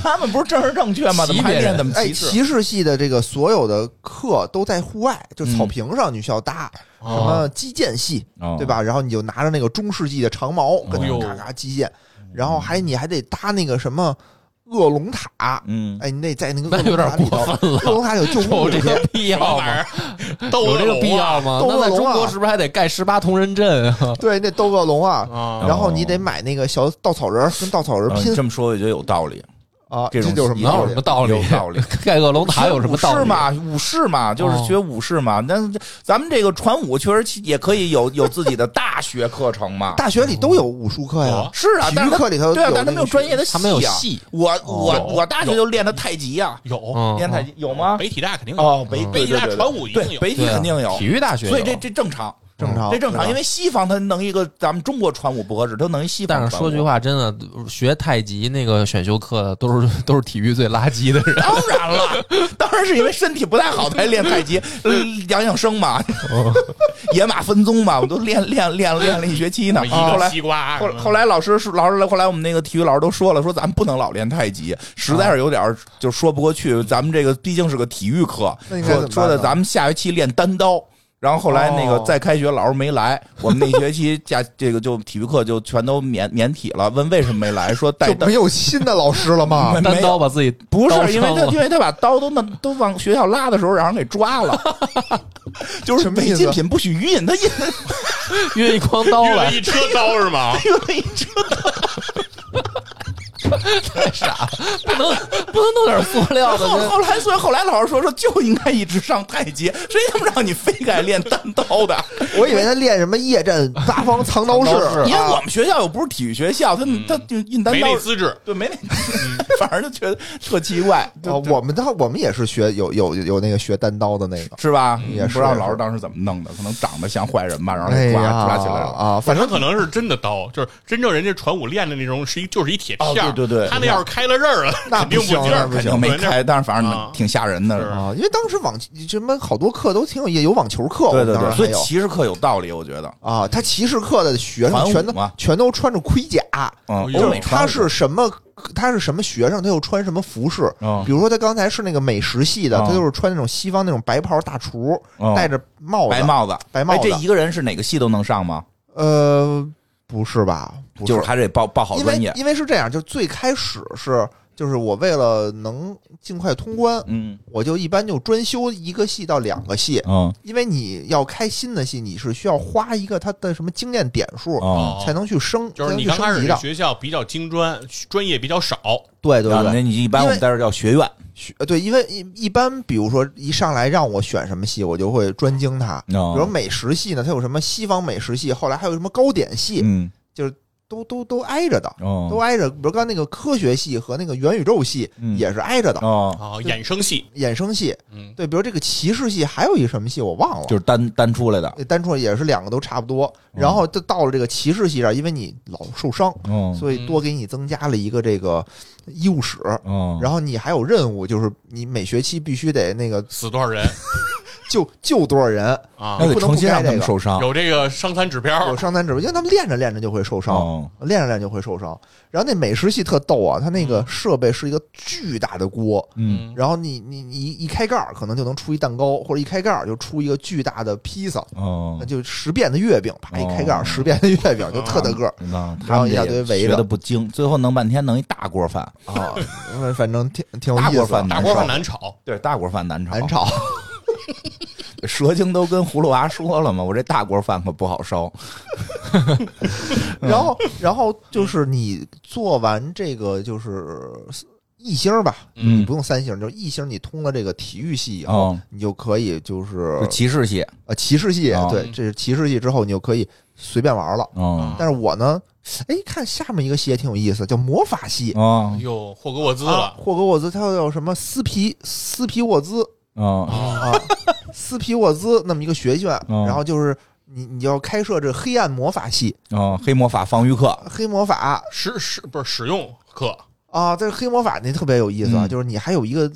[SPEAKER 2] 他们不是正儿正确吗？
[SPEAKER 1] 骑
[SPEAKER 2] 怎么还
[SPEAKER 1] 别人
[SPEAKER 2] 练怎么
[SPEAKER 4] 哎，
[SPEAKER 2] 歧视？
[SPEAKER 4] 骑士系的这个所有的课都在户外，就草坪上你需要搭什么击剑系，
[SPEAKER 2] 哦
[SPEAKER 4] 对吧？然后你就拿着那个中世纪的长矛
[SPEAKER 3] 哎
[SPEAKER 4] 跟那
[SPEAKER 3] 呦
[SPEAKER 4] 嘎嘎击剑，然后还你还得搭那个什么恶龙塔，
[SPEAKER 2] 嗯，
[SPEAKER 4] 哎，你得在那个
[SPEAKER 1] 那
[SPEAKER 4] 恶
[SPEAKER 1] 有
[SPEAKER 4] 龙
[SPEAKER 1] 点
[SPEAKER 4] 塔里头，
[SPEAKER 1] 过分了
[SPEAKER 4] 恶龙塔 [LAUGHS]
[SPEAKER 1] [LAUGHS]
[SPEAKER 4] 有救
[SPEAKER 1] 有
[SPEAKER 4] 护
[SPEAKER 1] 这
[SPEAKER 4] 车，
[SPEAKER 1] 个必
[SPEAKER 3] 什么
[SPEAKER 1] 要
[SPEAKER 3] 玩意
[SPEAKER 1] 吗？
[SPEAKER 3] 儿？斗
[SPEAKER 1] 有这个必
[SPEAKER 3] 龙啊
[SPEAKER 1] 要吗？
[SPEAKER 4] 斗
[SPEAKER 1] 那
[SPEAKER 4] 恶
[SPEAKER 1] 在中
[SPEAKER 4] 龙啊
[SPEAKER 1] 国是不是还得盖十八铜人阵啊？
[SPEAKER 4] 对，那斗恶龙啊，
[SPEAKER 3] 啊！
[SPEAKER 4] 然后你得买那个小稻草人儿，跟稻草人
[SPEAKER 2] 嗯
[SPEAKER 4] 拼
[SPEAKER 2] 这么说我觉得有道理，
[SPEAKER 4] 啊，
[SPEAKER 2] 这
[SPEAKER 4] 这
[SPEAKER 2] 种
[SPEAKER 4] 就是什么
[SPEAKER 1] 哪
[SPEAKER 4] 道
[SPEAKER 1] 有
[SPEAKER 4] 理
[SPEAKER 1] 什么？道理
[SPEAKER 2] 有？道理。
[SPEAKER 1] [LAUGHS] 盖恶龙塔有什么道
[SPEAKER 2] 武士
[SPEAKER 1] 理？啊
[SPEAKER 2] 嘛，武士嘛，就是学武士嘛。但是这咱们这个传武确实也可以有有自己的大学课程嘛。
[SPEAKER 4] [LAUGHS] 大学里都有武术课呀
[SPEAKER 3] 哦，
[SPEAKER 2] 是啊，
[SPEAKER 4] 体
[SPEAKER 2] 但
[SPEAKER 4] 育
[SPEAKER 2] 是他
[SPEAKER 4] 课里头
[SPEAKER 2] 对啊，
[SPEAKER 4] 有
[SPEAKER 2] 但他们
[SPEAKER 4] 那个
[SPEAKER 2] 有专业的
[SPEAKER 1] 他们有
[SPEAKER 2] 啊
[SPEAKER 1] 戏
[SPEAKER 2] 我我
[SPEAKER 3] 有
[SPEAKER 2] 我大学就练的太极呀，
[SPEAKER 3] 有
[SPEAKER 1] 嗯，
[SPEAKER 2] 练太极有吗？
[SPEAKER 3] 北体大肯定有，
[SPEAKER 2] 哦，北
[SPEAKER 1] 嗯
[SPEAKER 2] 北
[SPEAKER 3] 北体大
[SPEAKER 2] 对对对
[SPEAKER 3] 传武一定
[SPEAKER 2] 对啊
[SPEAKER 3] 有，
[SPEAKER 2] 北体肯定有
[SPEAKER 1] 啊体，育大学有，
[SPEAKER 2] 所以这这正常，
[SPEAKER 4] 正常，
[SPEAKER 2] 这正常，因
[SPEAKER 4] 为
[SPEAKER 2] 为西方他弄一个咱们中国传武不合适，他弄一西方。
[SPEAKER 1] 但是说句，话，真的学太极那个选修课的都是都是体育最垃圾的人。
[SPEAKER 2] 当然了，当然是因为身体不太好才练太极，呃养养生嘛，
[SPEAKER 1] 哦
[SPEAKER 2] 野马分鬃嘛，我都练练练练了一学期呢。
[SPEAKER 3] 一
[SPEAKER 1] 哦
[SPEAKER 2] 后
[SPEAKER 3] 个
[SPEAKER 2] 来
[SPEAKER 3] 西瓜，嗯
[SPEAKER 2] 后后来老师说老师后来我们那个体育老师都说了，说咱们不能老练太极，实在是有点儿就说不过去。咱们这个毕竟是个体育课，
[SPEAKER 4] 那应该怎
[SPEAKER 2] 说
[SPEAKER 4] 么
[SPEAKER 2] 说的
[SPEAKER 4] 办呢
[SPEAKER 2] 咱们下学期练单刀。然后后来那个
[SPEAKER 4] 哦
[SPEAKER 2] 再开学老师没
[SPEAKER 4] [LAUGHS]
[SPEAKER 2] 来，我们那学期下这个就体育课就全都免免体了。问为什么没来？说带
[SPEAKER 4] 就
[SPEAKER 2] 单
[SPEAKER 4] 没有新的老师了
[SPEAKER 3] [LAUGHS]
[SPEAKER 4] 吗？
[SPEAKER 2] [LAUGHS] 没
[SPEAKER 1] 单刀把自己
[SPEAKER 2] 不
[SPEAKER 1] 刀
[SPEAKER 2] 是因为
[SPEAKER 1] 伤
[SPEAKER 2] 他
[SPEAKER 1] 了
[SPEAKER 2] 因为他把刀都那都往学校拉的时候让人给抓
[SPEAKER 4] [LAUGHS]
[SPEAKER 2] 了，就是
[SPEAKER 4] 什么意
[SPEAKER 2] 违
[SPEAKER 4] 思
[SPEAKER 2] 禁
[SPEAKER 4] 啊
[SPEAKER 2] 品不许运，他运
[SPEAKER 1] [LAUGHS] 运一筐刀
[SPEAKER 3] 运了
[SPEAKER 1] 来，
[SPEAKER 3] 一车刀是吗？
[SPEAKER 2] 运了一车
[SPEAKER 1] 不能不能弄点塑料
[SPEAKER 2] [LAUGHS]
[SPEAKER 1] 的
[SPEAKER 2] 后
[SPEAKER 1] 跟
[SPEAKER 2] 后来，所以后来老师说说就应该一直上太极，谁他妈让你非该练单刀的？
[SPEAKER 4] 我以为他练什么夜战八方藏刀
[SPEAKER 1] 藏刀
[SPEAKER 4] 式，
[SPEAKER 2] 因为我
[SPEAKER 4] 啊
[SPEAKER 2] 们学校又不是体育学校，他他就印单
[SPEAKER 3] 嗯没
[SPEAKER 2] 刀
[SPEAKER 3] 那，嗯资质，
[SPEAKER 2] 对，没那， [LAUGHS] 反正就觉得特奇怪，
[SPEAKER 4] 啊，
[SPEAKER 2] 就
[SPEAKER 4] 我们倒我们也是学有有有那个学单刀的那个，
[SPEAKER 2] 是吧？
[SPEAKER 4] 嗯也是
[SPEAKER 2] 不知道老师当时怎么弄的，可能长得像坏人吧，然后
[SPEAKER 4] 哎
[SPEAKER 2] 给
[SPEAKER 4] 呀
[SPEAKER 2] 啊抓抓起来了。
[SPEAKER 4] 啊，反
[SPEAKER 3] 他
[SPEAKER 4] 正
[SPEAKER 3] 可能是真的刀，就是真正人家传武练的那种，是一就是一铁片
[SPEAKER 2] 哦
[SPEAKER 3] 儿。
[SPEAKER 2] 对对对
[SPEAKER 3] 他那要是开了刃儿了，[LAUGHS]
[SPEAKER 4] 那
[SPEAKER 3] 肯定
[SPEAKER 4] 不行
[SPEAKER 3] 劲
[SPEAKER 4] 那
[SPEAKER 3] 儿，
[SPEAKER 4] 不
[SPEAKER 2] 肯
[SPEAKER 4] 行
[SPEAKER 2] 定没开，但是反
[SPEAKER 3] 啊
[SPEAKER 2] 正挺吓人的。
[SPEAKER 3] 是
[SPEAKER 4] 啊，因为当时网什么好多课都挺有，也有网球课，
[SPEAKER 2] 对对
[SPEAKER 4] 我
[SPEAKER 2] 对，
[SPEAKER 4] 们哦当时
[SPEAKER 2] 所
[SPEAKER 4] 还
[SPEAKER 2] 以
[SPEAKER 4] 有
[SPEAKER 2] 骑士课有道理，我觉得。嗯
[SPEAKER 4] 啊，他骑士课的学
[SPEAKER 2] 传
[SPEAKER 4] 生
[SPEAKER 2] 武
[SPEAKER 4] 全都
[SPEAKER 2] 嘛
[SPEAKER 4] 全都穿着盔甲，
[SPEAKER 2] 嗯，
[SPEAKER 4] 哦
[SPEAKER 3] 哎呦
[SPEAKER 2] 欧美传
[SPEAKER 4] 他
[SPEAKER 2] 统
[SPEAKER 4] 是什么？他是什么学生？他又穿什么服饰？
[SPEAKER 2] 嗯
[SPEAKER 4] 比如说，他刚才是那个美食系的，
[SPEAKER 2] 嗯
[SPEAKER 4] 他就是穿那种西方那种白袍大厨，
[SPEAKER 2] 嗯
[SPEAKER 4] 戴着帽子。
[SPEAKER 2] 白帽子，
[SPEAKER 4] 白帽子
[SPEAKER 2] 哎这一个人是哪个系都能上吗？
[SPEAKER 4] 呃，不是吧？不
[SPEAKER 2] 就是还得报报好
[SPEAKER 4] 因
[SPEAKER 2] 专
[SPEAKER 4] 为
[SPEAKER 2] 业。
[SPEAKER 4] 因为是这样，就最开始是就是我为了能尽快通关，
[SPEAKER 2] 嗯
[SPEAKER 4] 我就一般就专修一个系到两个系，
[SPEAKER 2] 嗯
[SPEAKER 4] 因为你要开新的系，你是需要花一个他的什么经验点数。
[SPEAKER 2] 哦，
[SPEAKER 3] 哦
[SPEAKER 4] 才能去升，
[SPEAKER 3] 就是你
[SPEAKER 4] 才
[SPEAKER 3] 刚开始
[SPEAKER 4] 能去升级
[SPEAKER 3] 这
[SPEAKER 4] 的。
[SPEAKER 3] 学校比较精专，专业比较少，
[SPEAKER 4] 对对
[SPEAKER 2] 那
[SPEAKER 4] 对，
[SPEAKER 2] 你一般我们在这儿叫学院。
[SPEAKER 4] 学呃对，因为一一般，比如说一上来让我选什么系，我就会专精它。
[SPEAKER 2] 哦
[SPEAKER 4] 比如美食系呢，它有什么西方美食系，后来还有什么糕点系，
[SPEAKER 2] 嗯
[SPEAKER 4] 就是都都都挨着的，
[SPEAKER 2] 哦
[SPEAKER 4] 都挨着。比如刚才那个科学系和那个元宇宙系
[SPEAKER 2] 嗯
[SPEAKER 4] 也是挨着的，
[SPEAKER 2] 哦，
[SPEAKER 3] 啊，衍生系，
[SPEAKER 4] 衍生系。
[SPEAKER 3] 嗯，
[SPEAKER 4] 对，比如这个骑士系还有一什么系我忘了，
[SPEAKER 2] 就是嗯单单出来的。
[SPEAKER 4] 是单纯也是两个都差不多。然后就到了这个骑士系这儿，因为你老受伤，
[SPEAKER 2] 嗯
[SPEAKER 4] 所以多给你增加了一个这个医务室。
[SPEAKER 2] 嗯
[SPEAKER 4] 然后你还有任务，就是你每学期必须得那个
[SPEAKER 3] 死多少人
[SPEAKER 4] 救救多少人，
[SPEAKER 3] 啊？
[SPEAKER 2] 那得啊
[SPEAKER 4] 不能
[SPEAKER 2] 重新
[SPEAKER 4] 不
[SPEAKER 2] 让
[SPEAKER 4] 开
[SPEAKER 2] 他
[SPEAKER 4] 这
[SPEAKER 2] 们
[SPEAKER 4] 个
[SPEAKER 2] 受伤。哦
[SPEAKER 3] 有这个伤残指标
[SPEAKER 4] 有，伤残指标，因为他们练着练着就会受伤，
[SPEAKER 2] 哦
[SPEAKER 4] 练着练着就会受伤。然后那美食系特逗啊，它那个设备是一个巨大的锅，
[SPEAKER 2] 嗯
[SPEAKER 4] 然后你你你一一开盖儿，可能就能出一蛋糕，或者一开盖儿就出一个巨大的披萨，
[SPEAKER 2] 哦
[SPEAKER 4] 那，就十遍的月饼，啪
[SPEAKER 2] 哦嗯
[SPEAKER 4] 一开盖儿十遍的月饼就特大个儿
[SPEAKER 2] 那
[SPEAKER 4] 然
[SPEAKER 2] 啊他
[SPEAKER 4] 后
[SPEAKER 2] 们
[SPEAKER 4] 一大堆围着
[SPEAKER 2] 学的不精，最后弄半天弄一大锅饭。
[SPEAKER 4] 啊，反正挺挺有
[SPEAKER 2] 哦大
[SPEAKER 4] 意
[SPEAKER 2] 锅
[SPEAKER 4] 思的
[SPEAKER 2] 饭，
[SPEAKER 3] 大锅饭难炒，
[SPEAKER 2] 对，大锅饭难炒。
[SPEAKER 4] 难炒。
[SPEAKER 2] 蛇精都跟葫芦娃说了嘛，我这大锅饭可不好烧。嗯
[SPEAKER 4] 然后，然后就是你做完这个就是一星吧，
[SPEAKER 2] 嗯
[SPEAKER 4] 你不用三星，就是一星，你通了这个体育系以后，
[SPEAKER 2] 哦，
[SPEAKER 4] 你就可以就是
[SPEAKER 2] 就骑士系，
[SPEAKER 4] 呃骑士系，
[SPEAKER 2] 哦
[SPEAKER 4] 对，这是骑士系之后，你就可以随便玩了。
[SPEAKER 2] 哦
[SPEAKER 4] 但是我呢，哎，看下面一个系也挺有意思，叫魔法系。
[SPEAKER 2] 哦
[SPEAKER 3] 哟，霍格沃兹了，
[SPEAKER 4] 啊霍格沃兹，它叫什么斯皮斯皮沃兹
[SPEAKER 2] 哦
[SPEAKER 4] 啊，斯皮沃兹那么一个学院，
[SPEAKER 2] 哦
[SPEAKER 4] 然后就是你你要开设这黑暗魔法系，
[SPEAKER 2] 哦，黑魔法防御课，
[SPEAKER 4] 黑魔法
[SPEAKER 3] 使使不是使用课，
[SPEAKER 4] 啊，但是黑魔法那特别有意思啊，
[SPEAKER 2] 嗯
[SPEAKER 4] 就是你还有一个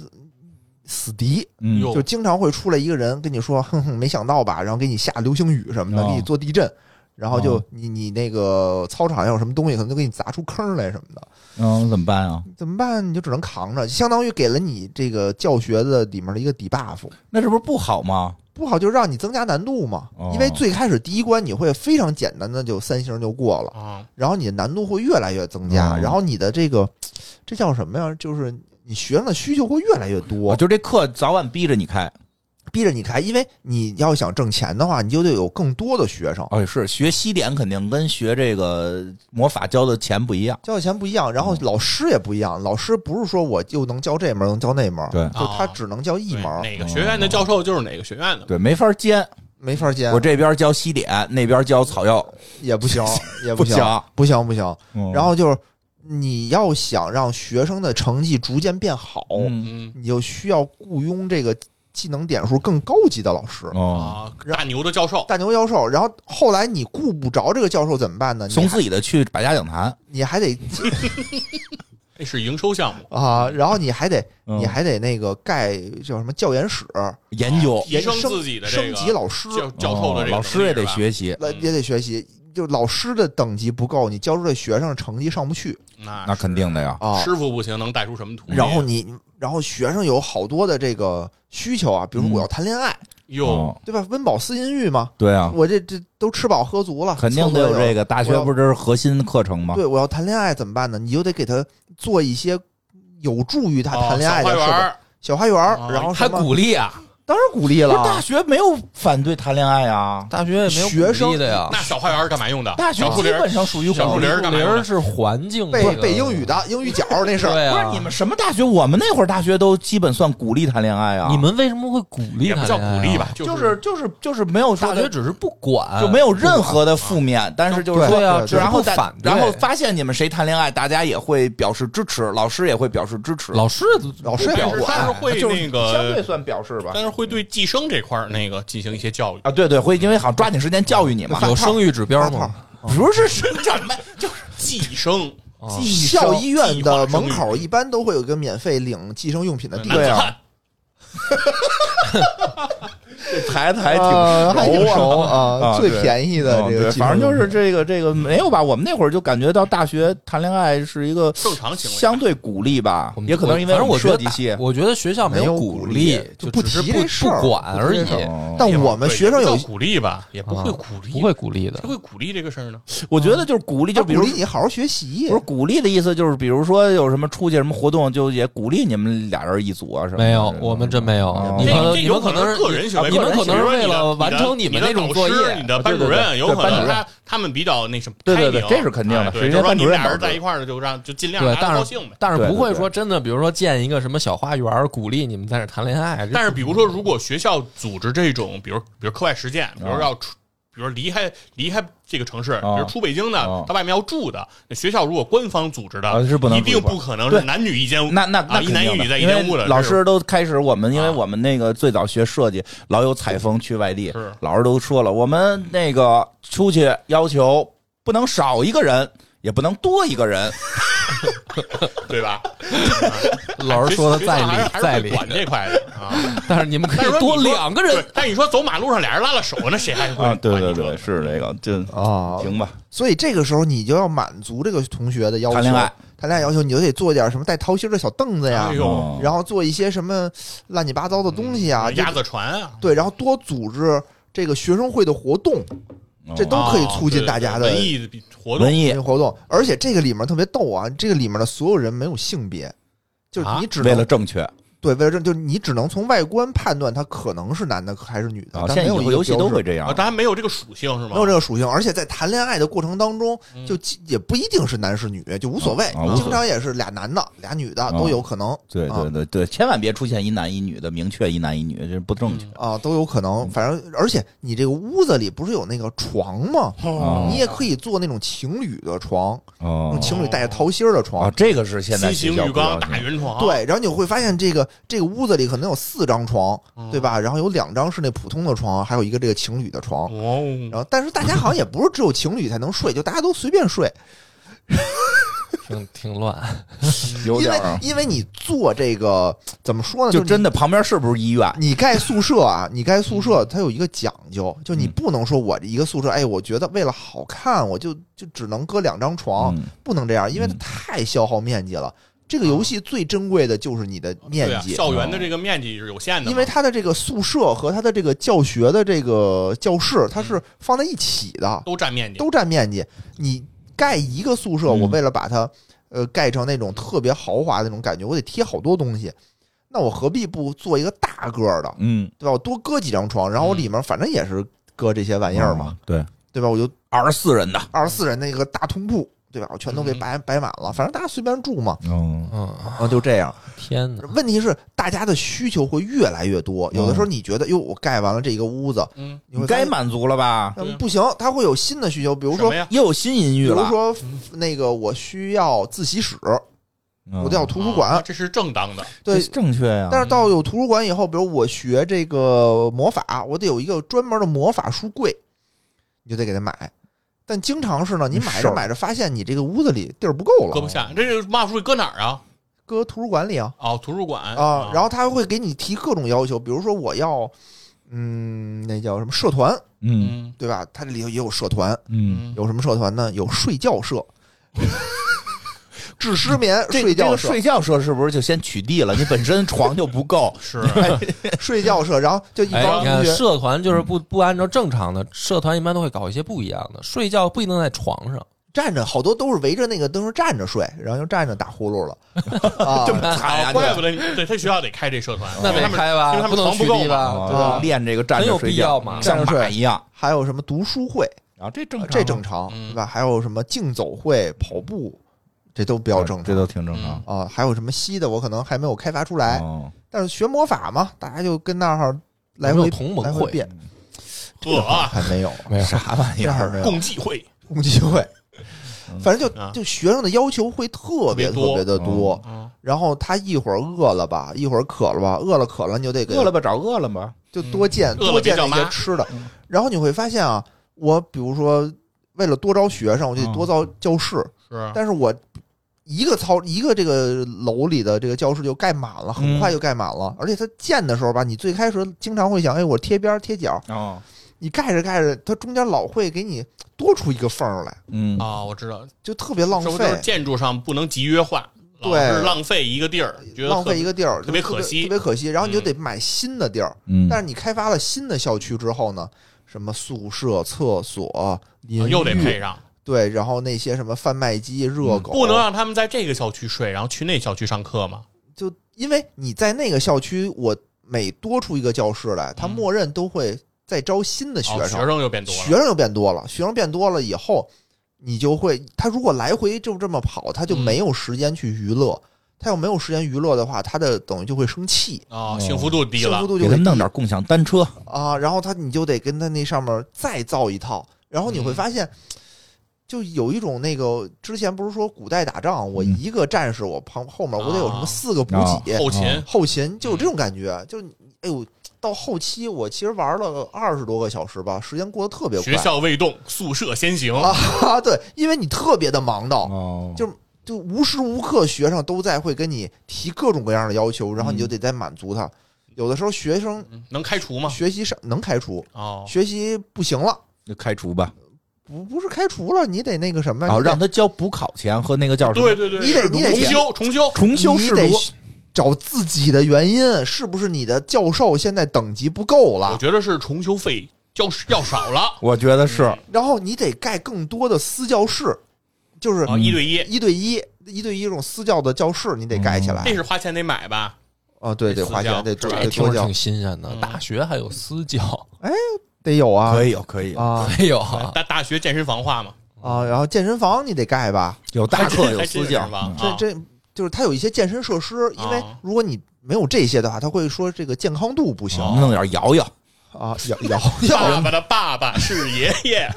[SPEAKER 4] 死敌，
[SPEAKER 2] 嗯
[SPEAKER 3] 哟
[SPEAKER 4] 就经常会出来一个人跟你说，哼哼，没想到吧，然后给你下流星雨什么的，
[SPEAKER 2] 哦
[SPEAKER 4] 给你做地震。然后就
[SPEAKER 2] 哦
[SPEAKER 4] 你你那个操场要有什么东西，可能就给你砸出坑来什么的，
[SPEAKER 2] 嗯，怎么办啊？
[SPEAKER 4] 怎么办？你就只能扛着，相当于给了你这个教学的里面的一个 debuff，
[SPEAKER 2] 那这不是不好吗？
[SPEAKER 4] 不好就是让你增加难度嘛
[SPEAKER 2] 哦。
[SPEAKER 4] 因为最开始第一关你会非常简单的就三星就过了，
[SPEAKER 3] 啊，
[SPEAKER 4] 然后你的难度会越来越增加，
[SPEAKER 2] 哦
[SPEAKER 4] 然后你的这个这叫什么呀？就是你学生的需求会越来越多，
[SPEAKER 2] 我就这课早晚逼着你开。
[SPEAKER 4] 逼着你开，因为你要想挣钱的话，你就得有更多的学生。
[SPEAKER 2] 哦，是学西点肯定跟学这个魔法交的钱不一样。
[SPEAKER 4] 交的钱不一样，然后老师也不一样。老师不是说我就能教这门，能教那门，
[SPEAKER 2] 嗯对哦
[SPEAKER 4] 就他只能教一
[SPEAKER 3] 对
[SPEAKER 4] 门，
[SPEAKER 3] 哪个学院的教授就是哪个学院的，
[SPEAKER 2] 对，没法兼。
[SPEAKER 4] 没法兼。
[SPEAKER 2] 我这边教西点，那边教草药，
[SPEAKER 4] 也不行， [LAUGHS] 也
[SPEAKER 2] 不
[SPEAKER 4] 行，
[SPEAKER 2] 行
[SPEAKER 4] 哎不行，不行。
[SPEAKER 2] 嗯
[SPEAKER 4] 然后就是你要想让学生的成绩逐渐变好，
[SPEAKER 2] 嗯
[SPEAKER 3] 嗯
[SPEAKER 4] 你就需要雇佣这个技能点数更高级的老师。
[SPEAKER 2] 哦，
[SPEAKER 3] 啊，大牛的教授，
[SPEAKER 4] 大牛教授，然后后来你雇不着这个教授怎么办呢？
[SPEAKER 2] 从
[SPEAKER 4] 你还
[SPEAKER 2] 自己的去百家讲坛，
[SPEAKER 4] 你
[SPEAKER 2] [LAUGHS]
[SPEAKER 4] 还得
[SPEAKER 3] 那是营收项目，
[SPEAKER 4] 啊，然后你还得
[SPEAKER 2] 嗯
[SPEAKER 4] 你还得那个盖叫什么教研室，
[SPEAKER 2] 研究
[SPEAKER 3] 提升
[SPEAKER 4] 延伸
[SPEAKER 3] 哎自己的这
[SPEAKER 4] 升
[SPEAKER 3] 个
[SPEAKER 4] 级老师，
[SPEAKER 3] 教嗯教授的这个能力
[SPEAKER 2] 哦老师也得
[SPEAKER 3] 是吧，
[SPEAKER 2] 学习，
[SPEAKER 4] 那也得学习。就老师的等级不够，你教出来学生成绩上不去
[SPEAKER 3] 那
[SPEAKER 2] 那肯定的呀。
[SPEAKER 4] 啊。
[SPEAKER 3] 师傅不行，能带出什么徒弟？
[SPEAKER 4] 然后你，然后学生有好多的这个需求啊，比如说
[SPEAKER 2] 嗯
[SPEAKER 4] 我要谈恋爱，
[SPEAKER 3] 哟，
[SPEAKER 2] 哦
[SPEAKER 4] 对吧？温饱思淫欲嘛，
[SPEAKER 2] 对啊，
[SPEAKER 4] 我这这都吃饱喝足了，
[SPEAKER 2] 肯定得
[SPEAKER 4] 得
[SPEAKER 2] 有这。个。大学不是这是核心课程吗？
[SPEAKER 4] 对，我要谈恋爱怎么办呢？你就得给他做一些有助于他
[SPEAKER 3] 哦
[SPEAKER 4] 谈恋爱
[SPEAKER 3] 小
[SPEAKER 4] 的
[SPEAKER 3] 花
[SPEAKER 4] 事
[SPEAKER 3] 园
[SPEAKER 4] 儿，
[SPEAKER 3] 儿，
[SPEAKER 4] 小花园儿
[SPEAKER 3] 哦，
[SPEAKER 4] 然后
[SPEAKER 1] 还
[SPEAKER 4] 什么
[SPEAKER 1] 鼓励啊？
[SPEAKER 4] 当然鼓励
[SPEAKER 2] 不
[SPEAKER 4] 了
[SPEAKER 2] 是，大学没有反对谈恋爱啊，
[SPEAKER 1] 大学也没有鼓励的呀。
[SPEAKER 3] 那小花园儿干嘛用的？
[SPEAKER 2] 大学
[SPEAKER 3] 小树
[SPEAKER 2] 基
[SPEAKER 3] 林儿
[SPEAKER 2] 本上属于
[SPEAKER 3] 小
[SPEAKER 2] 鼓
[SPEAKER 3] 树
[SPEAKER 2] 励
[SPEAKER 3] 林儿干嘛用的？
[SPEAKER 1] 是环境
[SPEAKER 4] 背
[SPEAKER 1] 这个
[SPEAKER 4] 背英语的英语啊角儿那是。
[SPEAKER 1] 对
[SPEAKER 2] 不
[SPEAKER 1] 啊，
[SPEAKER 2] 是你们什么大学？我们那会儿大学都基本算鼓励谈恋爱啊。
[SPEAKER 1] 你们为什么会鼓励
[SPEAKER 3] 也
[SPEAKER 1] 他？
[SPEAKER 3] 不叫鼓励吧，，
[SPEAKER 2] 就是哎是就是就是没有
[SPEAKER 1] 大
[SPEAKER 2] 说
[SPEAKER 1] 学
[SPEAKER 2] 的
[SPEAKER 1] 只是不管，
[SPEAKER 2] 就没有任何的负面，但是啊就
[SPEAKER 1] 对
[SPEAKER 2] 是说，
[SPEAKER 1] 啊，
[SPEAKER 4] 对
[SPEAKER 1] 只是
[SPEAKER 2] 然后
[SPEAKER 1] 不
[SPEAKER 2] 大
[SPEAKER 1] 反对，
[SPEAKER 2] 然后发现你们谁谈恋爱，大家也会表示支持，老师也会表示支持，哎
[SPEAKER 1] 老师
[SPEAKER 4] 老师
[SPEAKER 3] 但
[SPEAKER 4] 也
[SPEAKER 3] 是
[SPEAKER 4] 不管
[SPEAKER 3] 但是会
[SPEAKER 2] 就是
[SPEAKER 3] 那
[SPEAKER 2] 相对
[SPEAKER 3] 个，
[SPEAKER 2] 算表示吧
[SPEAKER 3] 但。是会对寄生这块儿那个进行一些教育。
[SPEAKER 2] 啊，对对，会因为好像抓紧时间教育你嘛，
[SPEAKER 1] 有生育指标
[SPEAKER 4] 发
[SPEAKER 1] 吗
[SPEAKER 4] 胖？
[SPEAKER 2] 不是是叫什么？就是
[SPEAKER 3] 寄生，
[SPEAKER 2] 哦
[SPEAKER 1] 啊
[SPEAKER 4] 校医院的门
[SPEAKER 3] 计划生
[SPEAKER 4] 口一般都会有一个免费领寄生用品的地方，
[SPEAKER 2] 对啊
[SPEAKER 3] 男子汉，
[SPEAKER 2] 孩子还
[SPEAKER 4] 呃还挺
[SPEAKER 2] 啊
[SPEAKER 4] 熟啊，
[SPEAKER 2] 啊
[SPEAKER 4] 最
[SPEAKER 2] 对
[SPEAKER 4] 便宜的
[SPEAKER 2] 嗯
[SPEAKER 4] 这个
[SPEAKER 2] 对
[SPEAKER 4] 寄生用品，
[SPEAKER 2] 反正就是这个这个没有吧。我们那会儿就感觉到大学谈恋爱是一个
[SPEAKER 3] 正常行为
[SPEAKER 2] 相对鼓励吧
[SPEAKER 1] 我，们
[SPEAKER 2] 也可能因为
[SPEAKER 1] 反正我觉
[SPEAKER 2] 设
[SPEAKER 1] 得
[SPEAKER 2] 计系
[SPEAKER 1] 大，我觉得学校
[SPEAKER 4] 没有
[SPEAKER 1] 鼓
[SPEAKER 4] 励，就
[SPEAKER 1] 只
[SPEAKER 4] 提
[SPEAKER 1] 是
[SPEAKER 4] 这
[SPEAKER 1] 不
[SPEAKER 4] 事儿，
[SPEAKER 1] 不管而已
[SPEAKER 4] 不提，这事儿
[SPEAKER 2] 哦
[SPEAKER 4] 但
[SPEAKER 3] 也不
[SPEAKER 4] 我们
[SPEAKER 3] 对
[SPEAKER 4] 学生
[SPEAKER 3] 也
[SPEAKER 4] 有
[SPEAKER 3] 不叫鼓励
[SPEAKER 2] 啊
[SPEAKER 3] 吧，也不会鼓励，
[SPEAKER 1] 不会鼓励的
[SPEAKER 3] 谁。会鼓励这个事儿呢？
[SPEAKER 2] 我觉得就是鼓励，就比如
[SPEAKER 4] 鼓励你好好学习
[SPEAKER 2] 不是，鼓励的意思，就是比如说有什么出去什么活动，就也鼓励你们俩人一组啊什么的。
[SPEAKER 1] 没有，我们真没有
[SPEAKER 2] 哦。
[SPEAKER 1] 你
[SPEAKER 3] 这
[SPEAKER 1] 们
[SPEAKER 3] 这
[SPEAKER 1] 你
[SPEAKER 3] 有
[SPEAKER 1] 们
[SPEAKER 3] 可
[SPEAKER 1] 可能
[SPEAKER 3] 能
[SPEAKER 1] 是
[SPEAKER 3] 是个人行为，
[SPEAKER 1] 你们可能是
[SPEAKER 3] 比如说
[SPEAKER 1] 为
[SPEAKER 3] 你的
[SPEAKER 1] 了完成
[SPEAKER 3] 你
[SPEAKER 1] 你
[SPEAKER 3] 的
[SPEAKER 1] 们那种作
[SPEAKER 3] 你的老
[SPEAKER 1] 业，啊
[SPEAKER 3] 师你的班主
[SPEAKER 1] 对对对
[SPEAKER 3] 任有可
[SPEAKER 2] 班主
[SPEAKER 3] 能
[SPEAKER 2] 任
[SPEAKER 3] 他他们比较那什么
[SPEAKER 2] 对
[SPEAKER 3] 开
[SPEAKER 2] 对
[SPEAKER 3] 明，
[SPEAKER 2] 对这是肯定的
[SPEAKER 3] 哎
[SPEAKER 2] 谁
[SPEAKER 3] 对，
[SPEAKER 2] 知
[SPEAKER 3] 就
[SPEAKER 2] 道
[SPEAKER 3] 是说你们
[SPEAKER 2] 班主
[SPEAKER 3] 俩
[SPEAKER 2] 任
[SPEAKER 3] 人
[SPEAKER 2] 导致
[SPEAKER 3] 在一块儿就让就尽量
[SPEAKER 1] 对
[SPEAKER 3] 让，他
[SPEAKER 1] 但
[SPEAKER 3] 高
[SPEAKER 1] 是
[SPEAKER 3] 兴呗。
[SPEAKER 1] 但是不会
[SPEAKER 2] 对对
[SPEAKER 1] 说真的，比如说建一个什么小花园儿，鼓励你们在这儿谈恋爱。这
[SPEAKER 3] 但是比如说，如果学校组织这种，比如比如课外实践，比如要出。比如离开离开这个城市，
[SPEAKER 2] 啊
[SPEAKER 3] 比如出北京
[SPEAKER 2] 啊
[SPEAKER 3] 的，到外面要住的，那学校如果官方组织
[SPEAKER 2] 啊
[SPEAKER 3] 的，
[SPEAKER 2] 是不能
[SPEAKER 3] 一定
[SPEAKER 2] 住吧
[SPEAKER 3] 不可能是
[SPEAKER 2] 对
[SPEAKER 3] 男女一间屋。
[SPEAKER 2] 那那
[SPEAKER 3] 啊
[SPEAKER 2] 那
[SPEAKER 3] 一
[SPEAKER 2] 肯
[SPEAKER 3] 男一
[SPEAKER 2] 定
[SPEAKER 3] 女
[SPEAKER 2] 的，
[SPEAKER 3] 在一
[SPEAKER 2] 因
[SPEAKER 3] 间屋
[SPEAKER 2] 为
[SPEAKER 3] 的
[SPEAKER 2] 老
[SPEAKER 3] 这种
[SPEAKER 2] 师都开始，我们因为
[SPEAKER 3] 啊
[SPEAKER 2] 我们那个最早学设计，老有采风去外地
[SPEAKER 3] 是，
[SPEAKER 2] 老师都说了，我们那个出去要求不能少一个人，也不能多一个
[SPEAKER 3] [LAUGHS]
[SPEAKER 2] 人。
[SPEAKER 3] 对吧？
[SPEAKER 1] 老师说的在
[SPEAKER 3] 学
[SPEAKER 1] 理
[SPEAKER 3] 校还是还是
[SPEAKER 1] 在
[SPEAKER 3] 会
[SPEAKER 1] 理，
[SPEAKER 3] 管这块的
[SPEAKER 1] [LAUGHS]
[SPEAKER 3] 啊。
[SPEAKER 1] 但是你们可
[SPEAKER 3] 但是
[SPEAKER 1] 以
[SPEAKER 3] 说
[SPEAKER 1] 多
[SPEAKER 3] 你说
[SPEAKER 1] 两个人
[SPEAKER 3] 对，但是你说走马路上俩人拉拉手，那谁还会
[SPEAKER 2] 啊，对
[SPEAKER 3] 管
[SPEAKER 2] 对
[SPEAKER 3] 你这
[SPEAKER 2] 对，
[SPEAKER 3] 个
[SPEAKER 2] 是这个，就
[SPEAKER 4] 啊。
[SPEAKER 2] 嗯行吧。
[SPEAKER 4] 所以这个时候你就要满足这个同学的要求，
[SPEAKER 2] 谈恋爱，
[SPEAKER 4] 谈恋爱要求你就得做点什么带桃心儿的小凳子呀
[SPEAKER 3] 哎，呦，
[SPEAKER 2] 嗯
[SPEAKER 4] 然后做一些什么乱七八糟的东西啊，就
[SPEAKER 3] 鸭子船啊，
[SPEAKER 4] 对，然后多组织这个学生会的活动，这都可以促进大家的
[SPEAKER 3] 啊对对对文艺活
[SPEAKER 2] 嗯
[SPEAKER 3] 动
[SPEAKER 2] 文。艺
[SPEAKER 4] 活动，而且这个里面特别逗啊，这个里面的所有人没有性别，就是啊
[SPEAKER 1] 啊
[SPEAKER 4] 你只
[SPEAKER 2] 为
[SPEAKER 4] 能、
[SPEAKER 2] 了正确，
[SPEAKER 4] 对，为了这就是你只能从外观判断他可能是男的还是女的，
[SPEAKER 2] 啊，
[SPEAKER 4] 但
[SPEAKER 2] 现在以
[SPEAKER 4] 没有一
[SPEAKER 2] 后
[SPEAKER 4] 个
[SPEAKER 2] 游戏
[SPEAKER 4] 标
[SPEAKER 2] 都
[SPEAKER 4] 志
[SPEAKER 2] 会这
[SPEAKER 3] 啊，
[SPEAKER 2] 样，
[SPEAKER 3] 当然没有这个属性是吗？
[SPEAKER 4] 没有这个属性，而且在谈恋爱的过程当中
[SPEAKER 3] 嗯，
[SPEAKER 4] 就也不一定是男是女，就无所谓
[SPEAKER 2] 啊无所，谓
[SPEAKER 4] 经常也是俩男的俩女的都有可能
[SPEAKER 2] 对
[SPEAKER 4] 啊
[SPEAKER 2] 对对对，千万别出现一男一女的，明确一男一女，这不正确
[SPEAKER 4] 啊，都有可
[SPEAKER 2] 嗯
[SPEAKER 4] 能。反正而且你这个屋子里不是有那个床吗？
[SPEAKER 2] 哦
[SPEAKER 4] 你也可以做那种情侣的床，那
[SPEAKER 2] 哦
[SPEAKER 4] 种情侣带着桃心儿的床
[SPEAKER 2] 啊，，这个是现在
[SPEAKER 3] 新
[SPEAKER 2] 学
[SPEAKER 3] 型
[SPEAKER 2] 校
[SPEAKER 3] 浴缸
[SPEAKER 2] 不要
[SPEAKER 3] 大
[SPEAKER 2] 求
[SPEAKER 3] 圆床，，
[SPEAKER 4] 对，然后你会发现这个这个屋子里可能有四张床，
[SPEAKER 3] 嗯
[SPEAKER 4] 对吧？然后有两张是那普通的床，还有一个这个情侣的床。
[SPEAKER 3] 哦，
[SPEAKER 4] 然后，但是大家好像也不是只有情侣才能睡，就大家都随便睡，
[SPEAKER 1] 挺挺乱，
[SPEAKER 2] 有
[SPEAKER 4] 因
[SPEAKER 2] 点
[SPEAKER 4] 为
[SPEAKER 2] 儿啊
[SPEAKER 4] 因为你做这个怎么说呢？
[SPEAKER 2] 就是真的旁边是不是医院？
[SPEAKER 4] 你盖宿舍啊，你盖宿舍它有一个讲究，就你
[SPEAKER 2] 嗯
[SPEAKER 4] 不能说我一个宿舍，哎，我觉得为了好看，我就就只能搁两张床，
[SPEAKER 2] 嗯
[SPEAKER 4] 不能这样，因为它
[SPEAKER 2] 嗯啊
[SPEAKER 4] 太消耗面积了。这个游戏最珍贵的就是你的面
[SPEAKER 3] 对啊，
[SPEAKER 4] 积，
[SPEAKER 3] 校
[SPEAKER 2] 嗯
[SPEAKER 3] 园的这个面积是有限的嘛，
[SPEAKER 4] 因为它的这个宿舍和它的这个教学的这个教室，它
[SPEAKER 2] 嗯
[SPEAKER 4] 是放在一起的，
[SPEAKER 3] 都占面积，
[SPEAKER 4] 都占面积。你盖一个宿舍，
[SPEAKER 2] 嗯
[SPEAKER 4] 我为了把它呃盖成那种特别豪华的那种感觉，我得贴好多东西，那我何必不做一个大个儿的？
[SPEAKER 2] 嗯，
[SPEAKER 4] 对吧？我多搁几张床，然后我里面反正也是搁这些玩意儿嘛，
[SPEAKER 2] 啊，对，
[SPEAKER 4] 对吧？我就
[SPEAKER 2] 二十四人的，
[SPEAKER 4] 二十四人那个大通铺，对吧？我全都给摆摆满了，反正大家随便住嘛，
[SPEAKER 2] 嗯，
[SPEAKER 1] 嗯，
[SPEAKER 4] 啊，就这样。
[SPEAKER 1] 天哪，
[SPEAKER 4] 问题是大家的需求会越来越多，有的时候你觉得哟，我盖完了这一个屋子，
[SPEAKER 3] 嗯，
[SPEAKER 4] 你会发
[SPEAKER 2] 该
[SPEAKER 4] 现
[SPEAKER 2] 满足了吧？
[SPEAKER 4] 嗯不行，它会有新的需求，比如
[SPEAKER 3] 什
[SPEAKER 4] 说
[SPEAKER 3] 么。呀？
[SPEAKER 2] 又有新淫
[SPEAKER 4] 比
[SPEAKER 2] 欲
[SPEAKER 4] 如
[SPEAKER 2] 了，
[SPEAKER 4] 说，那个我需要自习室，
[SPEAKER 2] 嗯
[SPEAKER 4] 我得有图书馆
[SPEAKER 3] 啊。这是正当
[SPEAKER 4] [LAUGHS]
[SPEAKER 3] 的，
[SPEAKER 4] 对
[SPEAKER 2] 这，正确呀，
[SPEAKER 4] 但是到有图书馆以后，比如我学这个魔法，我得有一个专门的魔法书柜，你就得给他买。但经常是呢，你买
[SPEAKER 2] 事
[SPEAKER 4] 着
[SPEAKER 2] 儿
[SPEAKER 4] 买着发现你这个屋子里地儿不够
[SPEAKER 3] 搁不
[SPEAKER 4] 了，
[SPEAKER 3] 下。这是骂书搁哪儿啊？
[SPEAKER 4] 搁图书馆里啊
[SPEAKER 3] 哦，图书
[SPEAKER 2] 哎
[SPEAKER 3] 馆
[SPEAKER 4] 啊，然后他会给你提各种要求，比如说我要，嗯，那叫什么社团，
[SPEAKER 2] 嗯
[SPEAKER 3] 嗯
[SPEAKER 4] 对吧？它这里头也有社团，
[SPEAKER 2] 嗯，
[SPEAKER 3] 嗯，，
[SPEAKER 4] 有什么社团呢？有睡觉
[SPEAKER 2] [LAUGHS]
[SPEAKER 4] 社，治失眠睡
[SPEAKER 2] 这
[SPEAKER 4] 觉
[SPEAKER 2] 个
[SPEAKER 4] 社，
[SPEAKER 2] 睡觉社是不是就先取缔了？你本身床就不够
[SPEAKER 4] [LAUGHS]
[SPEAKER 2] 哎
[SPEAKER 3] 是
[SPEAKER 4] 睡觉社，然后就一
[SPEAKER 1] 哎，
[SPEAKER 4] 帮
[SPEAKER 1] 你
[SPEAKER 4] 同
[SPEAKER 1] 看
[SPEAKER 4] 学，
[SPEAKER 1] 社团就是不不按照正常的，社团一般都会搞一些不一样的，睡觉不一定在床上，
[SPEAKER 4] 站着，好多都是围着那个灯是站着睡，然后就站着打呼噜了。啊，
[SPEAKER 2] 这么惨
[SPEAKER 3] 啊，
[SPEAKER 2] 哎呀？
[SPEAKER 3] 怪不得你对他学校得开这社团，
[SPEAKER 1] 那
[SPEAKER 3] 因为
[SPEAKER 1] 得
[SPEAKER 3] 他们
[SPEAKER 1] 开
[SPEAKER 3] 因
[SPEAKER 1] 吧
[SPEAKER 3] 为他，们
[SPEAKER 1] 不能
[SPEAKER 3] 床不
[SPEAKER 1] 取
[SPEAKER 3] 够
[SPEAKER 1] 缔
[SPEAKER 3] 嘛。
[SPEAKER 1] 吧，啊对吧
[SPEAKER 2] 得？练这个哦站
[SPEAKER 1] 很
[SPEAKER 2] 着
[SPEAKER 1] 有
[SPEAKER 2] 睡
[SPEAKER 1] 必
[SPEAKER 2] 觉
[SPEAKER 1] 要嘛
[SPEAKER 2] 像
[SPEAKER 4] 站着
[SPEAKER 2] 马
[SPEAKER 4] 睡
[SPEAKER 2] 一样，
[SPEAKER 4] 还有什么读书会，
[SPEAKER 2] 然后这正常啊，
[SPEAKER 4] 这正常，
[SPEAKER 3] 嗯
[SPEAKER 4] 对吧？还有什么竞走会、跑步，这都比较正
[SPEAKER 2] 这
[SPEAKER 4] 常。
[SPEAKER 2] 都挺正常。
[SPEAKER 4] 啊，还有什么稀的，我可能还没有开发出来。
[SPEAKER 2] 哦
[SPEAKER 4] 但是学魔法嘛，大家就跟那儿来
[SPEAKER 1] 有没
[SPEAKER 4] 回
[SPEAKER 1] 有同盟
[SPEAKER 4] 来回
[SPEAKER 1] 会
[SPEAKER 4] 变，
[SPEAKER 3] 呵
[SPEAKER 4] [LAUGHS]
[SPEAKER 3] 啊，
[SPEAKER 4] 还没有
[SPEAKER 1] 没有
[SPEAKER 2] 啥玩意
[SPEAKER 4] 这还
[SPEAKER 2] 儿？
[SPEAKER 4] 没有
[SPEAKER 3] 共济会
[SPEAKER 4] 共济会
[SPEAKER 2] 嗯。
[SPEAKER 4] 反正就
[SPEAKER 3] 啊
[SPEAKER 4] 就学生的要求会特别
[SPEAKER 3] 特别多
[SPEAKER 4] 特别的多，
[SPEAKER 3] 啊，
[SPEAKER 4] 然后他一会儿饿了吧，一会儿渴了吧，饿了渴了你就得给
[SPEAKER 2] 饿了吧，找饿了吧。
[SPEAKER 4] 就多见、
[SPEAKER 3] 嗯饿了
[SPEAKER 4] 多见
[SPEAKER 3] 别叫
[SPEAKER 4] 那些
[SPEAKER 3] 妈
[SPEAKER 4] 吃的
[SPEAKER 2] 嗯。
[SPEAKER 4] 然后你会发现啊，我比如说为了多招学生，我就得
[SPEAKER 2] 嗯
[SPEAKER 4] 多造教室，
[SPEAKER 3] 是
[SPEAKER 4] 但是我一个操一个这个楼里的这个教室就盖满了，很
[SPEAKER 2] 嗯
[SPEAKER 4] 快就盖满了。而且它建的时候吧，你最开始经常会想，哎，我贴边儿贴角，
[SPEAKER 2] 哦，
[SPEAKER 4] 你盖着盖着，它中间老会给你多出一个缝儿来，
[SPEAKER 2] 嗯，
[SPEAKER 3] 啊，我知道，
[SPEAKER 4] 就特别浪
[SPEAKER 3] 是不是就
[SPEAKER 4] 费
[SPEAKER 3] 是，建筑上不能集约化，老
[SPEAKER 4] 对
[SPEAKER 3] 是浪费一个地儿，觉得
[SPEAKER 4] 浪
[SPEAKER 3] 特
[SPEAKER 4] 费一个地儿，
[SPEAKER 3] 特别
[SPEAKER 4] 就
[SPEAKER 3] 可惜
[SPEAKER 4] 特别可惜。然后你就
[SPEAKER 3] 嗯
[SPEAKER 4] 得买新的地儿。
[SPEAKER 2] 嗯
[SPEAKER 4] 但是你开发了新的校区之后呢，什么宿舍、厕所、淋
[SPEAKER 3] 啊
[SPEAKER 4] 浴，
[SPEAKER 3] 又得配上，
[SPEAKER 4] 对，然后那些什么贩卖机、热
[SPEAKER 2] 嗯
[SPEAKER 4] 狗，
[SPEAKER 3] 不能啊让他们在这个校区睡，然后去那校区上课嘛。
[SPEAKER 4] 就因为你在那个校区，我每多出一个教室来，他
[SPEAKER 3] 嗯
[SPEAKER 4] 默认都会再招新的学
[SPEAKER 3] 哦学
[SPEAKER 4] 生，
[SPEAKER 3] 生就变多了，
[SPEAKER 4] 学生就变多了，学生变多了以后，你就会他如果来回就这么跑，他就
[SPEAKER 3] 嗯
[SPEAKER 4] 没有时间去娱乐。他要没有时间娱乐的话，他的等于就会生气，
[SPEAKER 3] 啊，幸福度低
[SPEAKER 4] 幸
[SPEAKER 3] 了
[SPEAKER 4] 福，度就
[SPEAKER 2] 给
[SPEAKER 4] 会
[SPEAKER 2] 他弄点共享单车，
[SPEAKER 4] 啊，然后他你就得跟他那上面再造一套，然后你会
[SPEAKER 3] 嗯
[SPEAKER 4] 发现，就有一种那个之前不是说古代打仗，我
[SPEAKER 2] 嗯
[SPEAKER 4] 一个战士我旁后面我得有什么
[SPEAKER 3] 啊
[SPEAKER 4] 四个补
[SPEAKER 2] 啊
[SPEAKER 4] 给，
[SPEAKER 3] 后勤
[SPEAKER 2] 嗯
[SPEAKER 4] 后勤就有这种感觉，就是你哎呦，到后期我其实玩了二十多个小时吧，时间过得特别
[SPEAKER 3] 学
[SPEAKER 4] 快
[SPEAKER 3] 校未动，宿舍先行。
[SPEAKER 4] 啊， [LAUGHS] 对，因为你特别的忙
[SPEAKER 3] 嗯
[SPEAKER 4] 到，
[SPEAKER 2] 哦
[SPEAKER 4] 就就无时无刻学生都在会跟你提各种各样的要求，然后你就
[SPEAKER 2] 嗯
[SPEAKER 4] 得再满足他。有的时候学生
[SPEAKER 3] 嗯能开除吗？
[SPEAKER 4] 学习上能开除，
[SPEAKER 3] 哦，
[SPEAKER 4] 学习不行了。
[SPEAKER 2] 就开除吧。
[SPEAKER 4] 不不是开除了，你得那个什么
[SPEAKER 2] 然
[SPEAKER 4] 呀？
[SPEAKER 2] 后
[SPEAKER 4] 你得
[SPEAKER 2] 哦让他交补考钱和那个叫什么
[SPEAKER 3] 哦对对对，
[SPEAKER 4] 你得
[SPEAKER 3] 是
[SPEAKER 4] 你得
[SPEAKER 3] 重修重修，
[SPEAKER 2] 重修
[SPEAKER 4] 你
[SPEAKER 2] 试
[SPEAKER 4] 得
[SPEAKER 2] 读。
[SPEAKER 4] 找自己的原因，是不是你的教授现在等级不够
[SPEAKER 3] 我
[SPEAKER 4] 了？
[SPEAKER 3] 觉得是重修费要要少了
[SPEAKER 2] 我觉得是，
[SPEAKER 4] 然后你得盖更多的私教室，就是嗯
[SPEAKER 3] 啊，一对一，
[SPEAKER 4] 一对一、一对一这种私教的教室，你得盖起来
[SPEAKER 3] 嗯这。是花钱得买吧？
[SPEAKER 4] 啊，对，得花钱，
[SPEAKER 3] 私
[SPEAKER 4] 得
[SPEAKER 3] 教
[SPEAKER 4] 多
[SPEAKER 3] 是吧
[SPEAKER 1] 这
[SPEAKER 4] 得
[SPEAKER 1] 听
[SPEAKER 4] 多
[SPEAKER 1] 着
[SPEAKER 4] 交
[SPEAKER 1] 挺，新鲜的。
[SPEAKER 3] 嗯
[SPEAKER 1] 大学还有私教，
[SPEAKER 4] 得有啊，
[SPEAKER 2] 可以有，可以有
[SPEAKER 4] 啊
[SPEAKER 1] 没有
[SPEAKER 3] 哎
[SPEAKER 1] 啊？
[SPEAKER 3] 大大学健身房化嘛，
[SPEAKER 4] 啊，然后健身房你得盖吧，
[SPEAKER 2] 有大课有
[SPEAKER 3] 还真
[SPEAKER 2] 私
[SPEAKER 3] 是
[SPEAKER 2] 教，
[SPEAKER 3] 吧
[SPEAKER 2] 嗯
[SPEAKER 4] 这
[SPEAKER 3] 啊
[SPEAKER 4] 这就是它有一些健身设施，因为
[SPEAKER 3] 啊
[SPEAKER 4] 如果你没有这些的话，他会说这个健康度不行
[SPEAKER 3] 哦
[SPEAKER 2] 嗯弄点瑶瑶，
[SPEAKER 4] 啊，摇摇
[SPEAKER 3] 爸
[SPEAKER 4] 摇
[SPEAKER 3] 爸的爸爸是爷爷，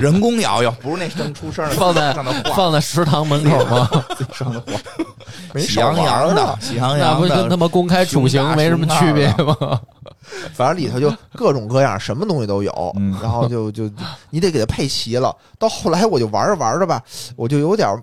[SPEAKER 2] 人工瑶瑶，不是那正出声儿的
[SPEAKER 1] 放在
[SPEAKER 2] 上头晃，
[SPEAKER 1] 放在食堂门口
[SPEAKER 2] [LAUGHS]
[SPEAKER 1] 吗？
[SPEAKER 2] 上头晃，
[SPEAKER 4] 没
[SPEAKER 2] 喜
[SPEAKER 4] 少
[SPEAKER 2] 羊
[SPEAKER 4] 玩
[SPEAKER 2] 羊
[SPEAKER 4] 儿
[SPEAKER 2] 的
[SPEAKER 4] 啊，，
[SPEAKER 2] 喜羊
[SPEAKER 1] 那
[SPEAKER 2] 羊
[SPEAKER 1] 不
[SPEAKER 2] 的，
[SPEAKER 1] 跟他妈公开处刑没什么区别吗？
[SPEAKER 4] 反正里头就各种各样，什么东西都有
[SPEAKER 2] 嗯，
[SPEAKER 4] 然后就就你得给它配齐了。到后来我就玩着玩着吧，我就有点儿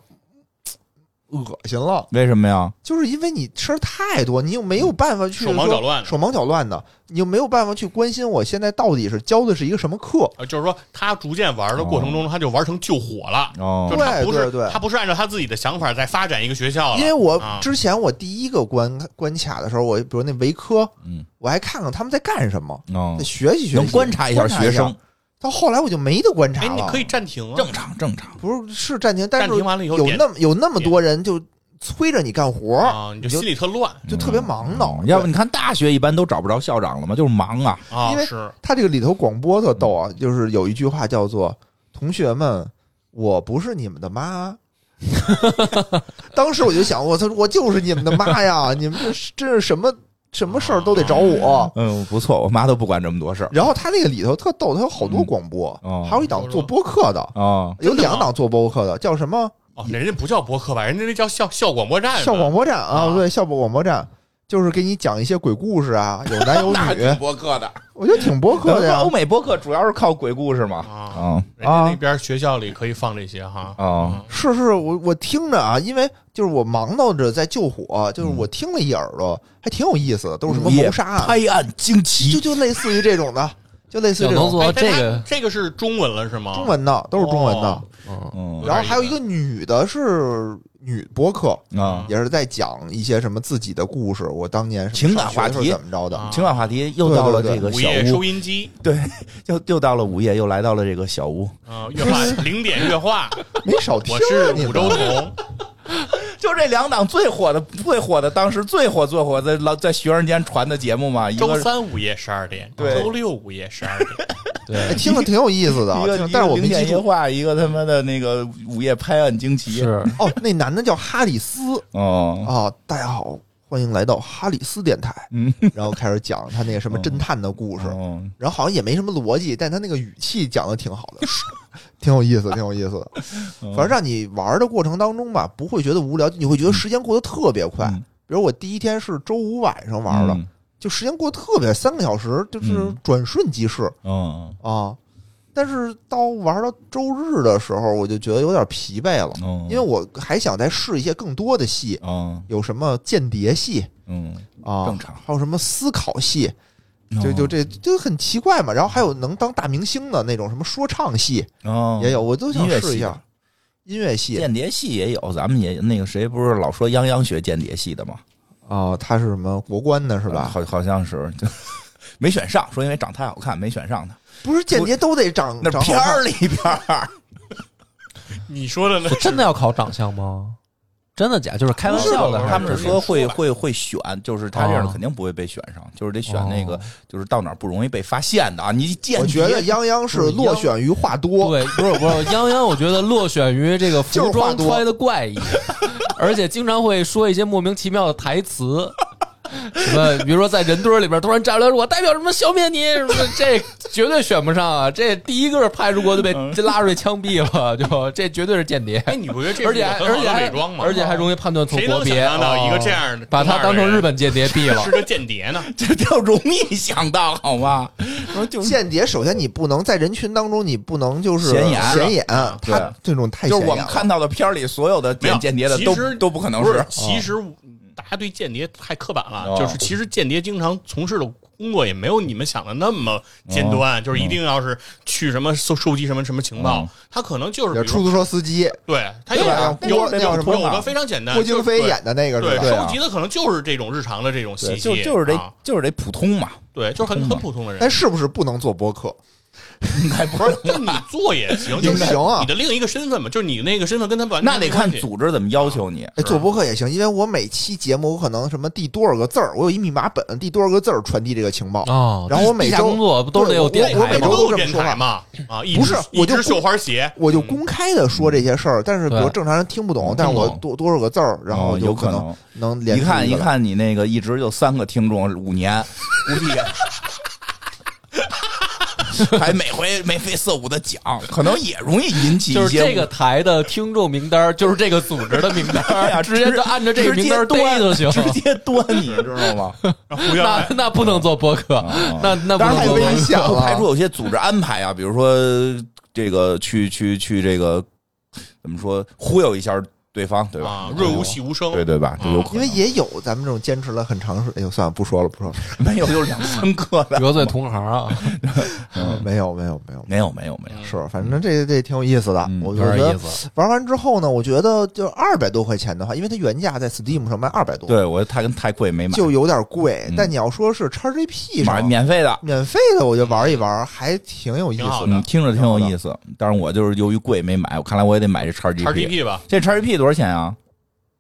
[SPEAKER 4] 恶心了，
[SPEAKER 2] 为什么呀？
[SPEAKER 4] 就是因为你吃的太多，你又没有办法去
[SPEAKER 3] 手忙
[SPEAKER 4] 说
[SPEAKER 3] 脚乱的
[SPEAKER 4] 手忙脚乱的，你又没有办法去关心我现在到底是教的是一个什么课。
[SPEAKER 3] 呃就是说他逐渐玩的过程中，他就玩成救火了。
[SPEAKER 2] 哦
[SPEAKER 3] 就，他不是
[SPEAKER 4] 哦对对对
[SPEAKER 3] 他不是按照他自己的想法在发展一个学校了，
[SPEAKER 4] 因为我
[SPEAKER 3] 啊
[SPEAKER 4] 之前我第一个关关卡的时候，我比如那维科，
[SPEAKER 2] 嗯，
[SPEAKER 4] 我还看看他们在干什么，
[SPEAKER 2] 哦
[SPEAKER 4] 得，学习学习，
[SPEAKER 2] 能观察一下学生。，
[SPEAKER 4] 到后来我就没得观察
[SPEAKER 3] 哎，
[SPEAKER 4] 了。
[SPEAKER 3] 你可以暂停啊，
[SPEAKER 2] 正常正常。
[SPEAKER 4] 不是是暂停，但是
[SPEAKER 3] 暂停完了以后
[SPEAKER 4] 有
[SPEAKER 3] 点
[SPEAKER 4] 那么有那么多人就催着你干活，
[SPEAKER 3] 啊，你就心里特乱
[SPEAKER 4] 就特别忙
[SPEAKER 2] 哦
[SPEAKER 4] 恼。
[SPEAKER 2] 要不你看大学一般都找不着校长了嘛，就是忙啊。
[SPEAKER 3] 啊
[SPEAKER 4] 因，为
[SPEAKER 3] 是
[SPEAKER 4] 他这个里头广播特逗啊，就是有一句话叫做“同学们，我不是你们
[SPEAKER 2] [LAUGHS]
[SPEAKER 4] 的妈”。当时我就想，我操，我就是你们的妈呀！你们这是真是什么什么事儿都得找我。
[SPEAKER 2] 嗯，不错，我妈都不管这么多事儿
[SPEAKER 4] 然后他那个里头特逗，他有好多广播，
[SPEAKER 2] 嗯哦
[SPEAKER 4] 还有一档做播客的，
[SPEAKER 2] 啊。
[SPEAKER 4] 有
[SPEAKER 3] 真的吗
[SPEAKER 4] 两档做播客的，叫什么？
[SPEAKER 3] 哦，人家不叫博客吧，人家那叫校校广播站，
[SPEAKER 4] 校广播站啊，
[SPEAKER 3] 啊
[SPEAKER 4] 对，校广播站就是给你讲一些鬼故事啊，有
[SPEAKER 3] [LAUGHS]
[SPEAKER 4] 男有女，
[SPEAKER 2] 播客的，
[SPEAKER 4] 我觉得挺播客的呀
[SPEAKER 2] 欧。美播客主要是靠鬼故事嘛。
[SPEAKER 3] 啊，
[SPEAKER 2] 嗯
[SPEAKER 3] 人家那边学校里可以放这些哈，
[SPEAKER 2] 啊，
[SPEAKER 4] 是是，我我听着啊，因为就是我忙叨着在救火，就是
[SPEAKER 2] 嗯
[SPEAKER 4] 我听了一耳朵，还挺有意思的，都是什么谋杀案，
[SPEAKER 2] 拍案惊
[SPEAKER 4] 就
[SPEAKER 2] 奇，
[SPEAKER 4] 就类似于这种的，就类似于
[SPEAKER 1] 小
[SPEAKER 4] 这
[SPEAKER 1] 能
[SPEAKER 4] 种
[SPEAKER 1] 做
[SPEAKER 3] 哎但
[SPEAKER 1] 这
[SPEAKER 3] 他
[SPEAKER 1] 个，
[SPEAKER 3] 这个是中文了是
[SPEAKER 2] 啊
[SPEAKER 3] 吗？
[SPEAKER 4] 中文的，都是中文的
[SPEAKER 3] 哦。
[SPEAKER 1] 嗯，
[SPEAKER 2] 嗯
[SPEAKER 4] 然后还有一个女的是女播客，
[SPEAKER 2] 啊，
[SPEAKER 4] 也是在讲一些什么自己的故事，我当年什
[SPEAKER 2] 情
[SPEAKER 4] 么
[SPEAKER 2] 感
[SPEAKER 4] 上学的时候
[SPEAKER 2] 话题
[SPEAKER 4] 怎么着的
[SPEAKER 3] 啊
[SPEAKER 2] 情感话题又到了这个
[SPEAKER 3] 午
[SPEAKER 2] 小
[SPEAKER 3] 夜
[SPEAKER 2] 屋
[SPEAKER 3] 收，音机
[SPEAKER 2] 对， [LAUGHS] 又又到了午夜，又来到了这个小屋，
[SPEAKER 3] 啊，乐话零点乐话，
[SPEAKER 4] 没少听
[SPEAKER 3] 我
[SPEAKER 4] 啊。
[SPEAKER 3] 是
[SPEAKER 4] 你
[SPEAKER 3] 五
[SPEAKER 4] 们
[SPEAKER 3] 洲同，
[SPEAKER 2] 就这两档最火的、最火的，当时最火、最火在老在学生间传的节目嘛，一
[SPEAKER 3] 周
[SPEAKER 2] 个
[SPEAKER 3] 三午夜十二点，
[SPEAKER 2] 对
[SPEAKER 3] 周六午夜十二点，
[SPEAKER 4] 哎
[SPEAKER 1] 对，
[SPEAKER 4] 听着挺有意思的啊
[SPEAKER 2] 一，个
[SPEAKER 4] 听
[SPEAKER 2] 一
[SPEAKER 4] 但
[SPEAKER 2] 个
[SPEAKER 4] 是我
[SPEAKER 2] 零
[SPEAKER 4] 没
[SPEAKER 2] 点
[SPEAKER 4] 记
[SPEAKER 2] 夜
[SPEAKER 4] 住。
[SPEAKER 2] 话，一个他妈的那个午夜拍案惊奇，
[SPEAKER 1] 是
[SPEAKER 4] 哦，那男的叫哈里斯
[SPEAKER 2] 哦，
[SPEAKER 4] 啊、大家好，欢迎来到哈里斯电台。
[SPEAKER 2] 嗯，
[SPEAKER 4] [LAUGHS] 然后开始讲他那个什么侦探的故事，
[SPEAKER 2] 哦
[SPEAKER 4] 然后好像也没什么逻辑，但他那个语气讲的挺好的， [LAUGHS] 挺有意思，挺有意思的。反正让你玩的过程当中吧，不会觉得无聊，你会觉得时间过得特别快。
[SPEAKER 2] 嗯
[SPEAKER 4] 比如我第一天是周五晚上玩的，
[SPEAKER 2] 嗯
[SPEAKER 4] 就时间过得特别，三个小时就是
[SPEAKER 2] 嗯
[SPEAKER 4] 转瞬即逝
[SPEAKER 2] 嗯
[SPEAKER 4] 啊。但是到玩到周日的时候，我就觉得有点疲惫了。
[SPEAKER 2] 嗯，
[SPEAKER 4] 因为我还想再试一些更多的戏，
[SPEAKER 2] 嗯
[SPEAKER 4] 有什么间谍戏
[SPEAKER 2] 嗯，
[SPEAKER 4] 啊，
[SPEAKER 2] 正常哦
[SPEAKER 4] 还有什么思考戏，就就这就很奇怪嘛。然后还有能当大明星的那种什么说唱戏
[SPEAKER 2] 哦
[SPEAKER 4] 也有，我都想
[SPEAKER 2] 音乐
[SPEAKER 4] 试
[SPEAKER 2] 系
[SPEAKER 4] 一下音乐戏
[SPEAKER 2] 间谍戏也有，咱们也那个谁不是老说泱泱学间谍戏的吗？
[SPEAKER 4] 啊，他是什么国关的是
[SPEAKER 2] 是
[SPEAKER 4] 吧？
[SPEAKER 2] 好好像是就没选上，说因为长太好看没选上他。
[SPEAKER 4] 不是间谍都得长
[SPEAKER 2] 那
[SPEAKER 4] 长好
[SPEAKER 2] 片
[SPEAKER 4] 看
[SPEAKER 2] 儿里边儿，
[SPEAKER 3] 你说的那
[SPEAKER 1] 真的要考长相吗？真的假？就是开玩笑的，
[SPEAKER 2] 他们
[SPEAKER 1] 还
[SPEAKER 2] 是
[SPEAKER 1] 是
[SPEAKER 2] 说会
[SPEAKER 3] 说吧
[SPEAKER 2] 会会选，就是他这样
[SPEAKER 1] 哦
[SPEAKER 2] 的肯定不会被选上，就是得选那个
[SPEAKER 1] 哦
[SPEAKER 2] 就是到哪儿不容易被发现的啊。你间
[SPEAKER 4] 我
[SPEAKER 2] 谍
[SPEAKER 4] 觉得泱泱是落选于话多，
[SPEAKER 1] 对， [LAUGHS] 不是不是，泱泱，我觉得落选于这个
[SPEAKER 4] 就
[SPEAKER 1] 服
[SPEAKER 4] 是话
[SPEAKER 1] 装
[SPEAKER 4] 多
[SPEAKER 1] 穿的怪异，而且经常会说一些莫名其妙的台词，什么比如说在人堆里边突然站出来说“我代表什么消灭你”什么的，这绝对选不上啊！这第一个派出国就被
[SPEAKER 4] 嗯
[SPEAKER 1] 拉出去枪毙了，就这绝对是间谍。
[SPEAKER 3] 哎，你不觉得这
[SPEAKER 1] 而且还
[SPEAKER 3] 是一
[SPEAKER 1] 而且
[SPEAKER 3] 个很好的
[SPEAKER 1] 还
[SPEAKER 3] 伪装吗？
[SPEAKER 1] 而且还容易判断错
[SPEAKER 3] 哦谁
[SPEAKER 1] 国
[SPEAKER 3] 能想
[SPEAKER 1] 别，
[SPEAKER 3] 象到一个
[SPEAKER 1] 哦
[SPEAKER 3] 这样的
[SPEAKER 1] 把他当成日本间谍毙了
[SPEAKER 3] 是，个间谍呢？
[SPEAKER 2] 这叫容易想到好吗？说就是
[SPEAKER 4] 间谍首先你不能在人群当中，你不能就是
[SPEAKER 2] 显眼
[SPEAKER 4] 显眼，
[SPEAKER 2] 对
[SPEAKER 4] 他这种太
[SPEAKER 2] 就
[SPEAKER 4] 显
[SPEAKER 2] 是我
[SPEAKER 4] 眼
[SPEAKER 2] 们
[SPEAKER 4] 了。
[SPEAKER 2] 看到的片儿里所有的
[SPEAKER 3] 没有
[SPEAKER 2] 演间谍的
[SPEAKER 3] 其
[SPEAKER 2] 都
[SPEAKER 3] 实
[SPEAKER 2] 都不可能
[SPEAKER 3] 不
[SPEAKER 2] 是
[SPEAKER 3] 是，其实
[SPEAKER 4] 哦
[SPEAKER 3] 大家对间谍太刻板了，
[SPEAKER 2] 哦
[SPEAKER 3] 就是其实间谍经常从事的工作也没有你们想的那么
[SPEAKER 4] 哦
[SPEAKER 3] 尖端，就是
[SPEAKER 4] 嗯
[SPEAKER 3] 一定要是去什么收收集什么什么情报
[SPEAKER 2] 嗯，
[SPEAKER 3] 他可能就是
[SPEAKER 4] 也
[SPEAKER 3] 比
[SPEAKER 4] 出
[SPEAKER 3] 如
[SPEAKER 4] 租车司机
[SPEAKER 3] 对他有
[SPEAKER 4] 对吧
[SPEAKER 3] 有
[SPEAKER 4] 郭那叫什么
[SPEAKER 3] 有个非常简单，
[SPEAKER 4] 郭
[SPEAKER 3] 就是
[SPEAKER 4] 京飞演的那个是
[SPEAKER 3] 对
[SPEAKER 4] 吧？
[SPEAKER 2] 啊
[SPEAKER 3] 收集的可能就是这种日常的这种
[SPEAKER 2] 对，
[SPEAKER 3] 信息，
[SPEAKER 2] 就就是得
[SPEAKER 3] 啊
[SPEAKER 2] 就是得普通嘛。
[SPEAKER 3] 对，就是很
[SPEAKER 2] 普通
[SPEAKER 3] 很
[SPEAKER 2] 嘛
[SPEAKER 3] 普通的人
[SPEAKER 4] 哎
[SPEAKER 3] 哎
[SPEAKER 4] 但。是不是不能做播客？
[SPEAKER 2] 应该不
[SPEAKER 3] 不是，就你做也行，
[SPEAKER 4] 也
[SPEAKER 3] 就是
[SPEAKER 4] 行啊
[SPEAKER 3] 你的另一个身份嘛，就是你啊那个身份跟他完全
[SPEAKER 2] 那得
[SPEAKER 3] 没关
[SPEAKER 2] 看
[SPEAKER 3] 系啊
[SPEAKER 2] 组织怎么要求你。
[SPEAKER 4] 哎，做播客也行，因为我每期节目我可能什么第多少个字儿，我有一密码本，第多少个字儿传递这个情报。
[SPEAKER 1] 哦，
[SPEAKER 4] 然后我每
[SPEAKER 1] 地下
[SPEAKER 4] 周
[SPEAKER 1] 工作不都
[SPEAKER 4] 对
[SPEAKER 1] 得有
[SPEAKER 4] 我
[SPEAKER 1] 电
[SPEAKER 4] 我
[SPEAKER 1] 台
[SPEAKER 4] 每
[SPEAKER 1] 吗
[SPEAKER 4] 周
[SPEAKER 3] 都
[SPEAKER 4] 都
[SPEAKER 3] 有
[SPEAKER 4] 这么
[SPEAKER 3] 电
[SPEAKER 4] 说
[SPEAKER 3] 台
[SPEAKER 4] 话，
[SPEAKER 3] 嘛啊，一
[SPEAKER 4] 不
[SPEAKER 3] 只
[SPEAKER 4] 是我
[SPEAKER 3] 一
[SPEAKER 4] 就
[SPEAKER 3] 只
[SPEAKER 4] 不
[SPEAKER 3] 绣花鞋，
[SPEAKER 4] 我就公开的说这些事儿，但是比如
[SPEAKER 1] 对嗯
[SPEAKER 4] 正常人听不懂，但是我
[SPEAKER 1] 懂
[SPEAKER 4] 多多少个字儿，然后
[SPEAKER 2] 哦有
[SPEAKER 4] 可
[SPEAKER 2] 可
[SPEAKER 4] 能
[SPEAKER 2] 能
[SPEAKER 4] 能连
[SPEAKER 2] 一
[SPEAKER 4] 出
[SPEAKER 2] 看
[SPEAKER 4] 一
[SPEAKER 2] 一
[SPEAKER 4] 个来，
[SPEAKER 2] 看你那个一直就三个听众五年，估计也 [LAUGHS] 还每回眉飞色舞的讲，可能也容易引起
[SPEAKER 1] 就
[SPEAKER 2] 一
[SPEAKER 1] 是
[SPEAKER 2] 些
[SPEAKER 1] 这个台的听众名单儿，就是这个组织的名单
[SPEAKER 2] 哎呀
[SPEAKER 1] 儿，直接就按照这个名单儿逮就行。
[SPEAKER 2] 直接端你知道吗？
[SPEAKER 3] 不
[SPEAKER 1] 那
[SPEAKER 3] 要来
[SPEAKER 1] 那不能做播客，那那不
[SPEAKER 4] 当
[SPEAKER 1] 能做播
[SPEAKER 4] 然太危
[SPEAKER 1] 客。
[SPEAKER 4] 险了。
[SPEAKER 2] 排除有些组织安排啊，比如说这个去去去这个怎么说忽悠一下对方，对吧
[SPEAKER 3] 啊？，润物细无声，
[SPEAKER 2] 对对吧？这有可能，
[SPEAKER 4] 因为也有咱们这种坚持了很长时，哎呦，算了，不说了，不
[SPEAKER 1] [LAUGHS]
[SPEAKER 4] 说了，
[SPEAKER 2] 没有就两三个的，
[SPEAKER 1] 得罪同行啊！
[SPEAKER 4] 嗯没有，没有，没有，
[SPEAKER 2] 没有没有没有，
[SPEAKER 4] 是，反正这这挺有意思的，
[SPEAKER 2] 嗯
[SPEAKER 4] 我
[SPEAKER 1] 有
[SPEAKER 4] 觉
[SPEAKER 1] 点意
[SPEAKER 4] 得
[SPEAKER 1] 思，
[SPEAKER 4] 玩完之后呢，我觉得就二百多块钱的话，因为它原价在 Steam 上卖二百多，
[SPEAKER 2] 对我太跟太贵没买，
[SPEAKER 4] 就有点贵
[SPEAKER 2] 嗯。
[SPEAKER 4] 但你要说是 XGP
[SPEAKER 2] 买
[SPEAKER 4] 上
[SPEAKER 2] 免费的。啊
[SPEAKER 4] 免费的，我就玩一玩，还挺有意
[SPEAKER 3] 挺好
[SPEAKER 4] 思
[SPEAKER 3] 的
[SPEAKER 2] 嗯，听着挺有
[SPEAKER 4] 挺好的
[SPEAKER 2] 意思，但是我就是由于贵没买，我看来我也得买这叉
[SPEAKER 3] 叉
[SPEAKER 2] GP。
[SPEAKER 3] GP 吧，
[SPEAKER 2] 这叉 GP 多少钱啊？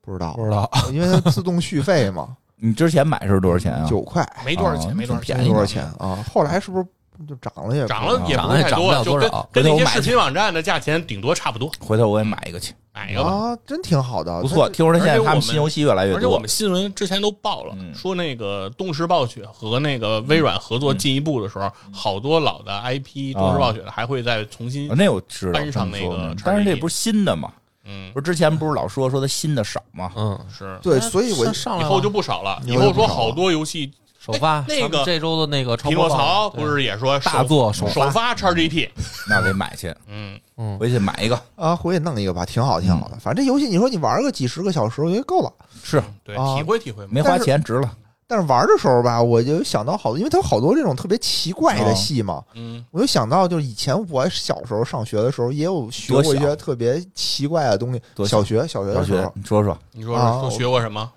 [SPEAKER 4] 不知道
[SPEAKER 1] 不，知道
[SPEAKER 4] 因为它自动续费嘛，
[SPEAKER 2] 你之前买是多少钱 [LAUGHS] 啊？
[SPEAKER 4] 九块
[SPEAKER 3] 没多少钱，
[SPEAKER 2] 啊
[SPEAKER 3] 没多少钱，
[SPEAKER 2] 挺便宜
[SPEAKER 4] 多
[SPEAKER 2] 的
[SPEAKER 4] 少钱啊？后来是不是就涨了也不知道
[SPEAKER 3] 涨了也
[SPEAKER 1] 涨了
[SPEAKER 3] 不是
[SPEAKER 1] 也
[SPEAKER 3] 太
[SPEAKER 1] 涨不了
[SPEAKER 3] 多，就
[SPEAKER 1] 多
[SPEAKER 3] 跟
[SPEAKER 1] 少
[SPEAKER 3] 跟
[SPEAKER 2] 回头
[SPEAKER 3] 那些
[SPEAKER 2] 我买
[SPEAKER 3] 视
[SPEAKER 2] 去
[SPEAKER 3] 频网站的价钱顶多差不多，
[SPEAKER 2] 回头我也买一个去，
[SPEAKER 3] 买一个吧。
[SPEAKER 4] 啊？真挺好的，
[SPEAKER 2] 不错。听说他现在他们新游戏越来越多，
[SPEAKER 3] 而且我们新闻之前都报了，
[SPEAKER 2] 嗯
[SPEAKER 3] 说那个动视暴雪和那个微软合作进一步的时候，好多老的 IP 动视暴雪的还会再重新
[SPEAKER 2] 啊，那我知道
[SPEAKER 3] 搬上那
[SPEAKER 2] 他
[SPEAKER 3] 个
[SPEAKER 2] 们说的
[SPEAKER 3] 叉
[SPEAKER 2] 但是这
[SPEAKER 3] GP
[SPEAKER 2] 不是新的嘛？
[SPEAKER 3] 嗯
[SPEAKER 2] 不是之前不是老说说他新的少吗？
[SPEAKER 1] 嗯，
[SPEAKER 3] 是，
[SPEAKER 4] 对，所以我
[SPEAKER 1] 上上
[SPEAKER 3] 以
[SPEAKER 1] 来了
[SPEAKER 3] 后就不少了，
[SPEAKER 4] 以
[SPEAKER 3] 以
[SPEAKER 4] 后就
[SPEAKER 3] 后
[SPEAKER 4] 不
[SPEAKER 3] 说
[SPEAKER 4] 少了
[SPEAKER 3] 好多游戏
[SPEAKER 1] 首发
[SPEAKER 3] 哎那
[SPEAKER 1] 咱们
[SPEAKER 3] 个
[SPEAKER 1] 这周的那个超
[SPEAKER 3] 匹诺
[SPEAKER 1] 播报
[SPEAKER 3] 曹
[SPEAKER 1] 对
[SPEAKER 3] 不是也说首
[SPEAKER 1] 大作首
[SPEAKER 3] 首
[SPEAKER 1] 发，
[SPEAKER 3] 发 XGP，
[SPEAKER 2] 那得买去，
[SPEAKER 3] 嗯，
[SPEAKER 1] 嗯，
[SPEAKER 2] 回去买一个。
[SPEAKER 4] 啊，回去弄一个吧，挺好，挺
[SPEAKER 2] 嗯
[SPEAKER 4] 好的。反正这游戏你说你玩个几十个小时，我觉得够了。
[SPEAKER 2] 是
[SPEAKER 3] 对，
[SPEAKER 4] 啊
[SPEAKER 3] 体会体会嘛。
[SPEAKER 2] 没花钱值了，
[SPEAKER 4] 但是玩的时候吧，我就想到好多，因为它有好多这种特别奇怪
[SPEAKER 2] 哦
[SPEAKER 4] 的戏嘛，
[SPEAKER 3] 嗯，
[SPEAKER 4] 我就想到就是以前我小时候上学的时候，也有学
[SPEAKER 2] 多
[SPEAKER 4] 过一
[SPEAKER 2] 小
[SPEAKER 4] 些特别奇怪的东西。
[SPEAKER 2] 多小
[SPEAKER 4] 小学小学
[SPEAKER 2] 小
[SPEAKER 4] 的时
[SPEAKER 2] 雪
[SPEAKER 4] 候，，
[SPEAKER 2] 你说说，
[SPEAKER 3] 你说
[SPEAKER 4] 啊
[SPEAKER 3] 说学过什么？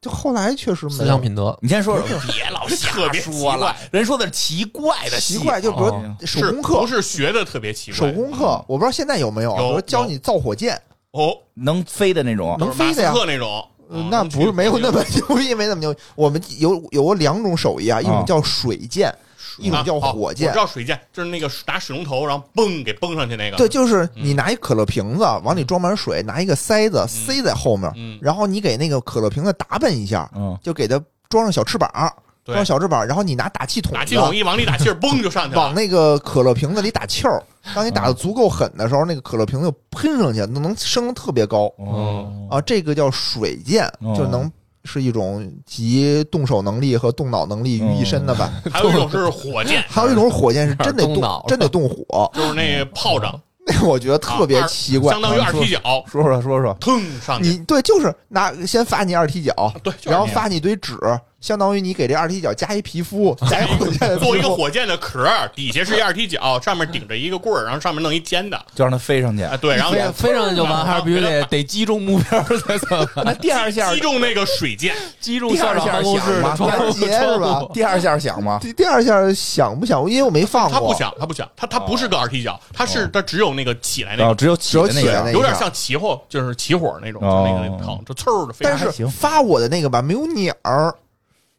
[SPEAKER 4] 就后来确实
[SPEAKER 1] 思
[SPEAKER 4] 没
[SPEAKER 1] 想
[SPEAKER 4] 有。
[SPEAKER 1] 品德
[SPEAKER 2] 你先说说，别
[SPEAKER 3] 老
[SPEAKER 2] 瞎说了，人说的是奇
[SPEAKER 3] 哎
[SPEAKER 2] 怪的戏
[SPEAKER 4] 奇怪，就比
[SPEAKER 1] 哦
[SPEAKER 4] 如
[SPEAKER 3] 嗯
[SPEAKER 4] 手
[SPEAKER 3] 是不
[SPEAKER 4] 工课，
[SPEAKER 3] 是学的特别奇怪？嗯
[SPEAKER 4] 手工课，我不知道现在有没有啊，
[SPEAKER 3] 有
[SPEAKER 4] 比如教
[SPEAKER 3] 有
[SPEAKER 4] 你造火箭，
[SPEAKER 3] 哦，
[SPEAKER 2] 能飞的那种，
[SPEAKER 4] 能飞的
[SPEAKER 3] 就是
[SPEAKER 4] 呀
[SPEAKER 3] 马斯克那种啊
[SPEAKER 4] 呃，那不是没有那么牛逼，没那么牛逼。我们有有过两种手艺啊，一种
[SPEAKER 2] 啊
[SPEAKER 4] 叫水箭，一种叫
[SPEAKER 3] 啊好
[SPEAKER 4] 火箭
[SPEAKER 3] 我知。道水箭就是那个拿水龙头，然后嘣给崩上去那个。
[SPEAKER 4] 对，就是
[SPEAKER 3] 嗯
[SPEAKER 4] 你拿一可乐瓶子往里装满水，拿一个塞子塞在后面，
[SPEAKER 3] 嗯
[SPEAKER 4] 然后你给那个可乐瓶子打扮一下，
[SPEAKER 2] 嗯，
[SPEAKER 4] 就给它装上小翅膀，
[SPEAKER 3] 对
[SPEAKER 4] 装上小翅膀，然后你拿打气筒
[SPEAKER 3] 打气
[SPEAKER 4] 子
[SPEAKER 3] 筒一往里打气儿，嘣就上去
[SPEAKER 4] 往
[SPEAKER 3] 了。
[SPEAKER 4] 那个可乐瓶子里打气儿。当你打的足够狠的时候，那个可乐瓶子就喷上去，能能升特别高
[SPEAKER 3] 嗯
[SPEAKER 2] 哦，
[SPEAKER 4] 啊！这个叫水箭，
[SPEAKER 2] 哦
[SPEAKER 4] 就能是一种集动手能力和动脑能力于一身的吧。
[SPEAKER 3] 还有一种是火
[SPEAKER 4] [LAUGHS]
[SPEAKER 3] 箭，
[SPEAKER 4] 还有一种火箭是真
[SPEAKER 1] [LAUGHS]
[SPEAKER 4] 得
[SPEAKER 1] 动脑
[SPEAKER 4] 动，真得动火，
[SPEAKER 3] 就是那炮仗，
[SPEAKER 4] 那我觉得特别
[SPEAKER 3] 啊二
[SPEAKER 4] 奇怪
[SPEAKER 3] 相。当于二踢脚，
[SPEAKER 2] 说说说说，
[SPEAKER 3] 腾上去。
[SPEAKER 4] 你对，就是拿先发你二踢脚，
[SPEAKER 3] 啊对就是
[SPEAKER 4] 然后
[SPEAKER 3] 那样
[SPEAKER 4] 发你一堆纸，相当于你给这二踢脚加一皮肤，加一火箭
[SPEAKER 3] [LAUGHS]
[SPEAKER 4] 的
[SPEAKER 3] 做一个
[SPEAKER 4] 皮肤。
[SPEAKER 3] 火箭的壳儿，底下是一二踢脚，上面顶着一个棍儿，然后上面弄一尖的
[SPEAKER 2] 就让它飞上去。
[SPEAKER 3] 啊，对，然后啊
[SPEAKER 1] 飞飞上去就完，还是必须得得击中目标儿才算，
[SPEAKER 4] [LAUGHS]
[SPEAKER 2] 那第二下
[SPEAKER 3] 击，中那个水箭，
[SPEAKER 1] 击中
[SPEAKER 2] 第
[SPEAKER 1] 校
[SPEAKER 2] 二
[SPEAKER 1] 长
[SPEAKER 2] 下
[SPEAKER 1] 办公室
[SPEAKER 2] 响
[SPEAKER 1] 的
[SPEAKER 2] 吗？
[SPEAKER 1] 窗户 [LAUGHS]
[SPEAKER 4] 拦截是吧
[SPEAKER 1] 窗户
[SPEAKER 2] [LAUGHS] 第二下响吗？
[SPEAKER 4] 第第二下想不想？因为我没放
[SPEAKER 3] 他
[SPEAKER 4] 过，哦
[SPEAKER 3] 不想，他不想，他他不是个二踢脚，他是他只有那个起来那
[SPEAKER 2] 然后
[SPEAKER 3] 个，
[SPEAKER 2] 哦只有起的
[SPEAKER 4] 只有
[SPEAKER 2] 那
[SPEAKER 4] 起
[SPEAKER 2] 个
[SPEAKER 4] 的那
[SPEAKER 2] 啊
[SPEAKER 4] 个
[SPEAKER 3] 有点像起火，就是起火那种，就那个
[SPEAKER 2] 哦
[SPEAKER 3] 疼，就嗖儿就飞啊
[SPEAKER 4] 但
[SPEAKER 3] 上去。
[SPEAKER 4] 是
[SPEAKER 2] 行
[SPEAKER 4] 发我的那个吧没有鸟儿，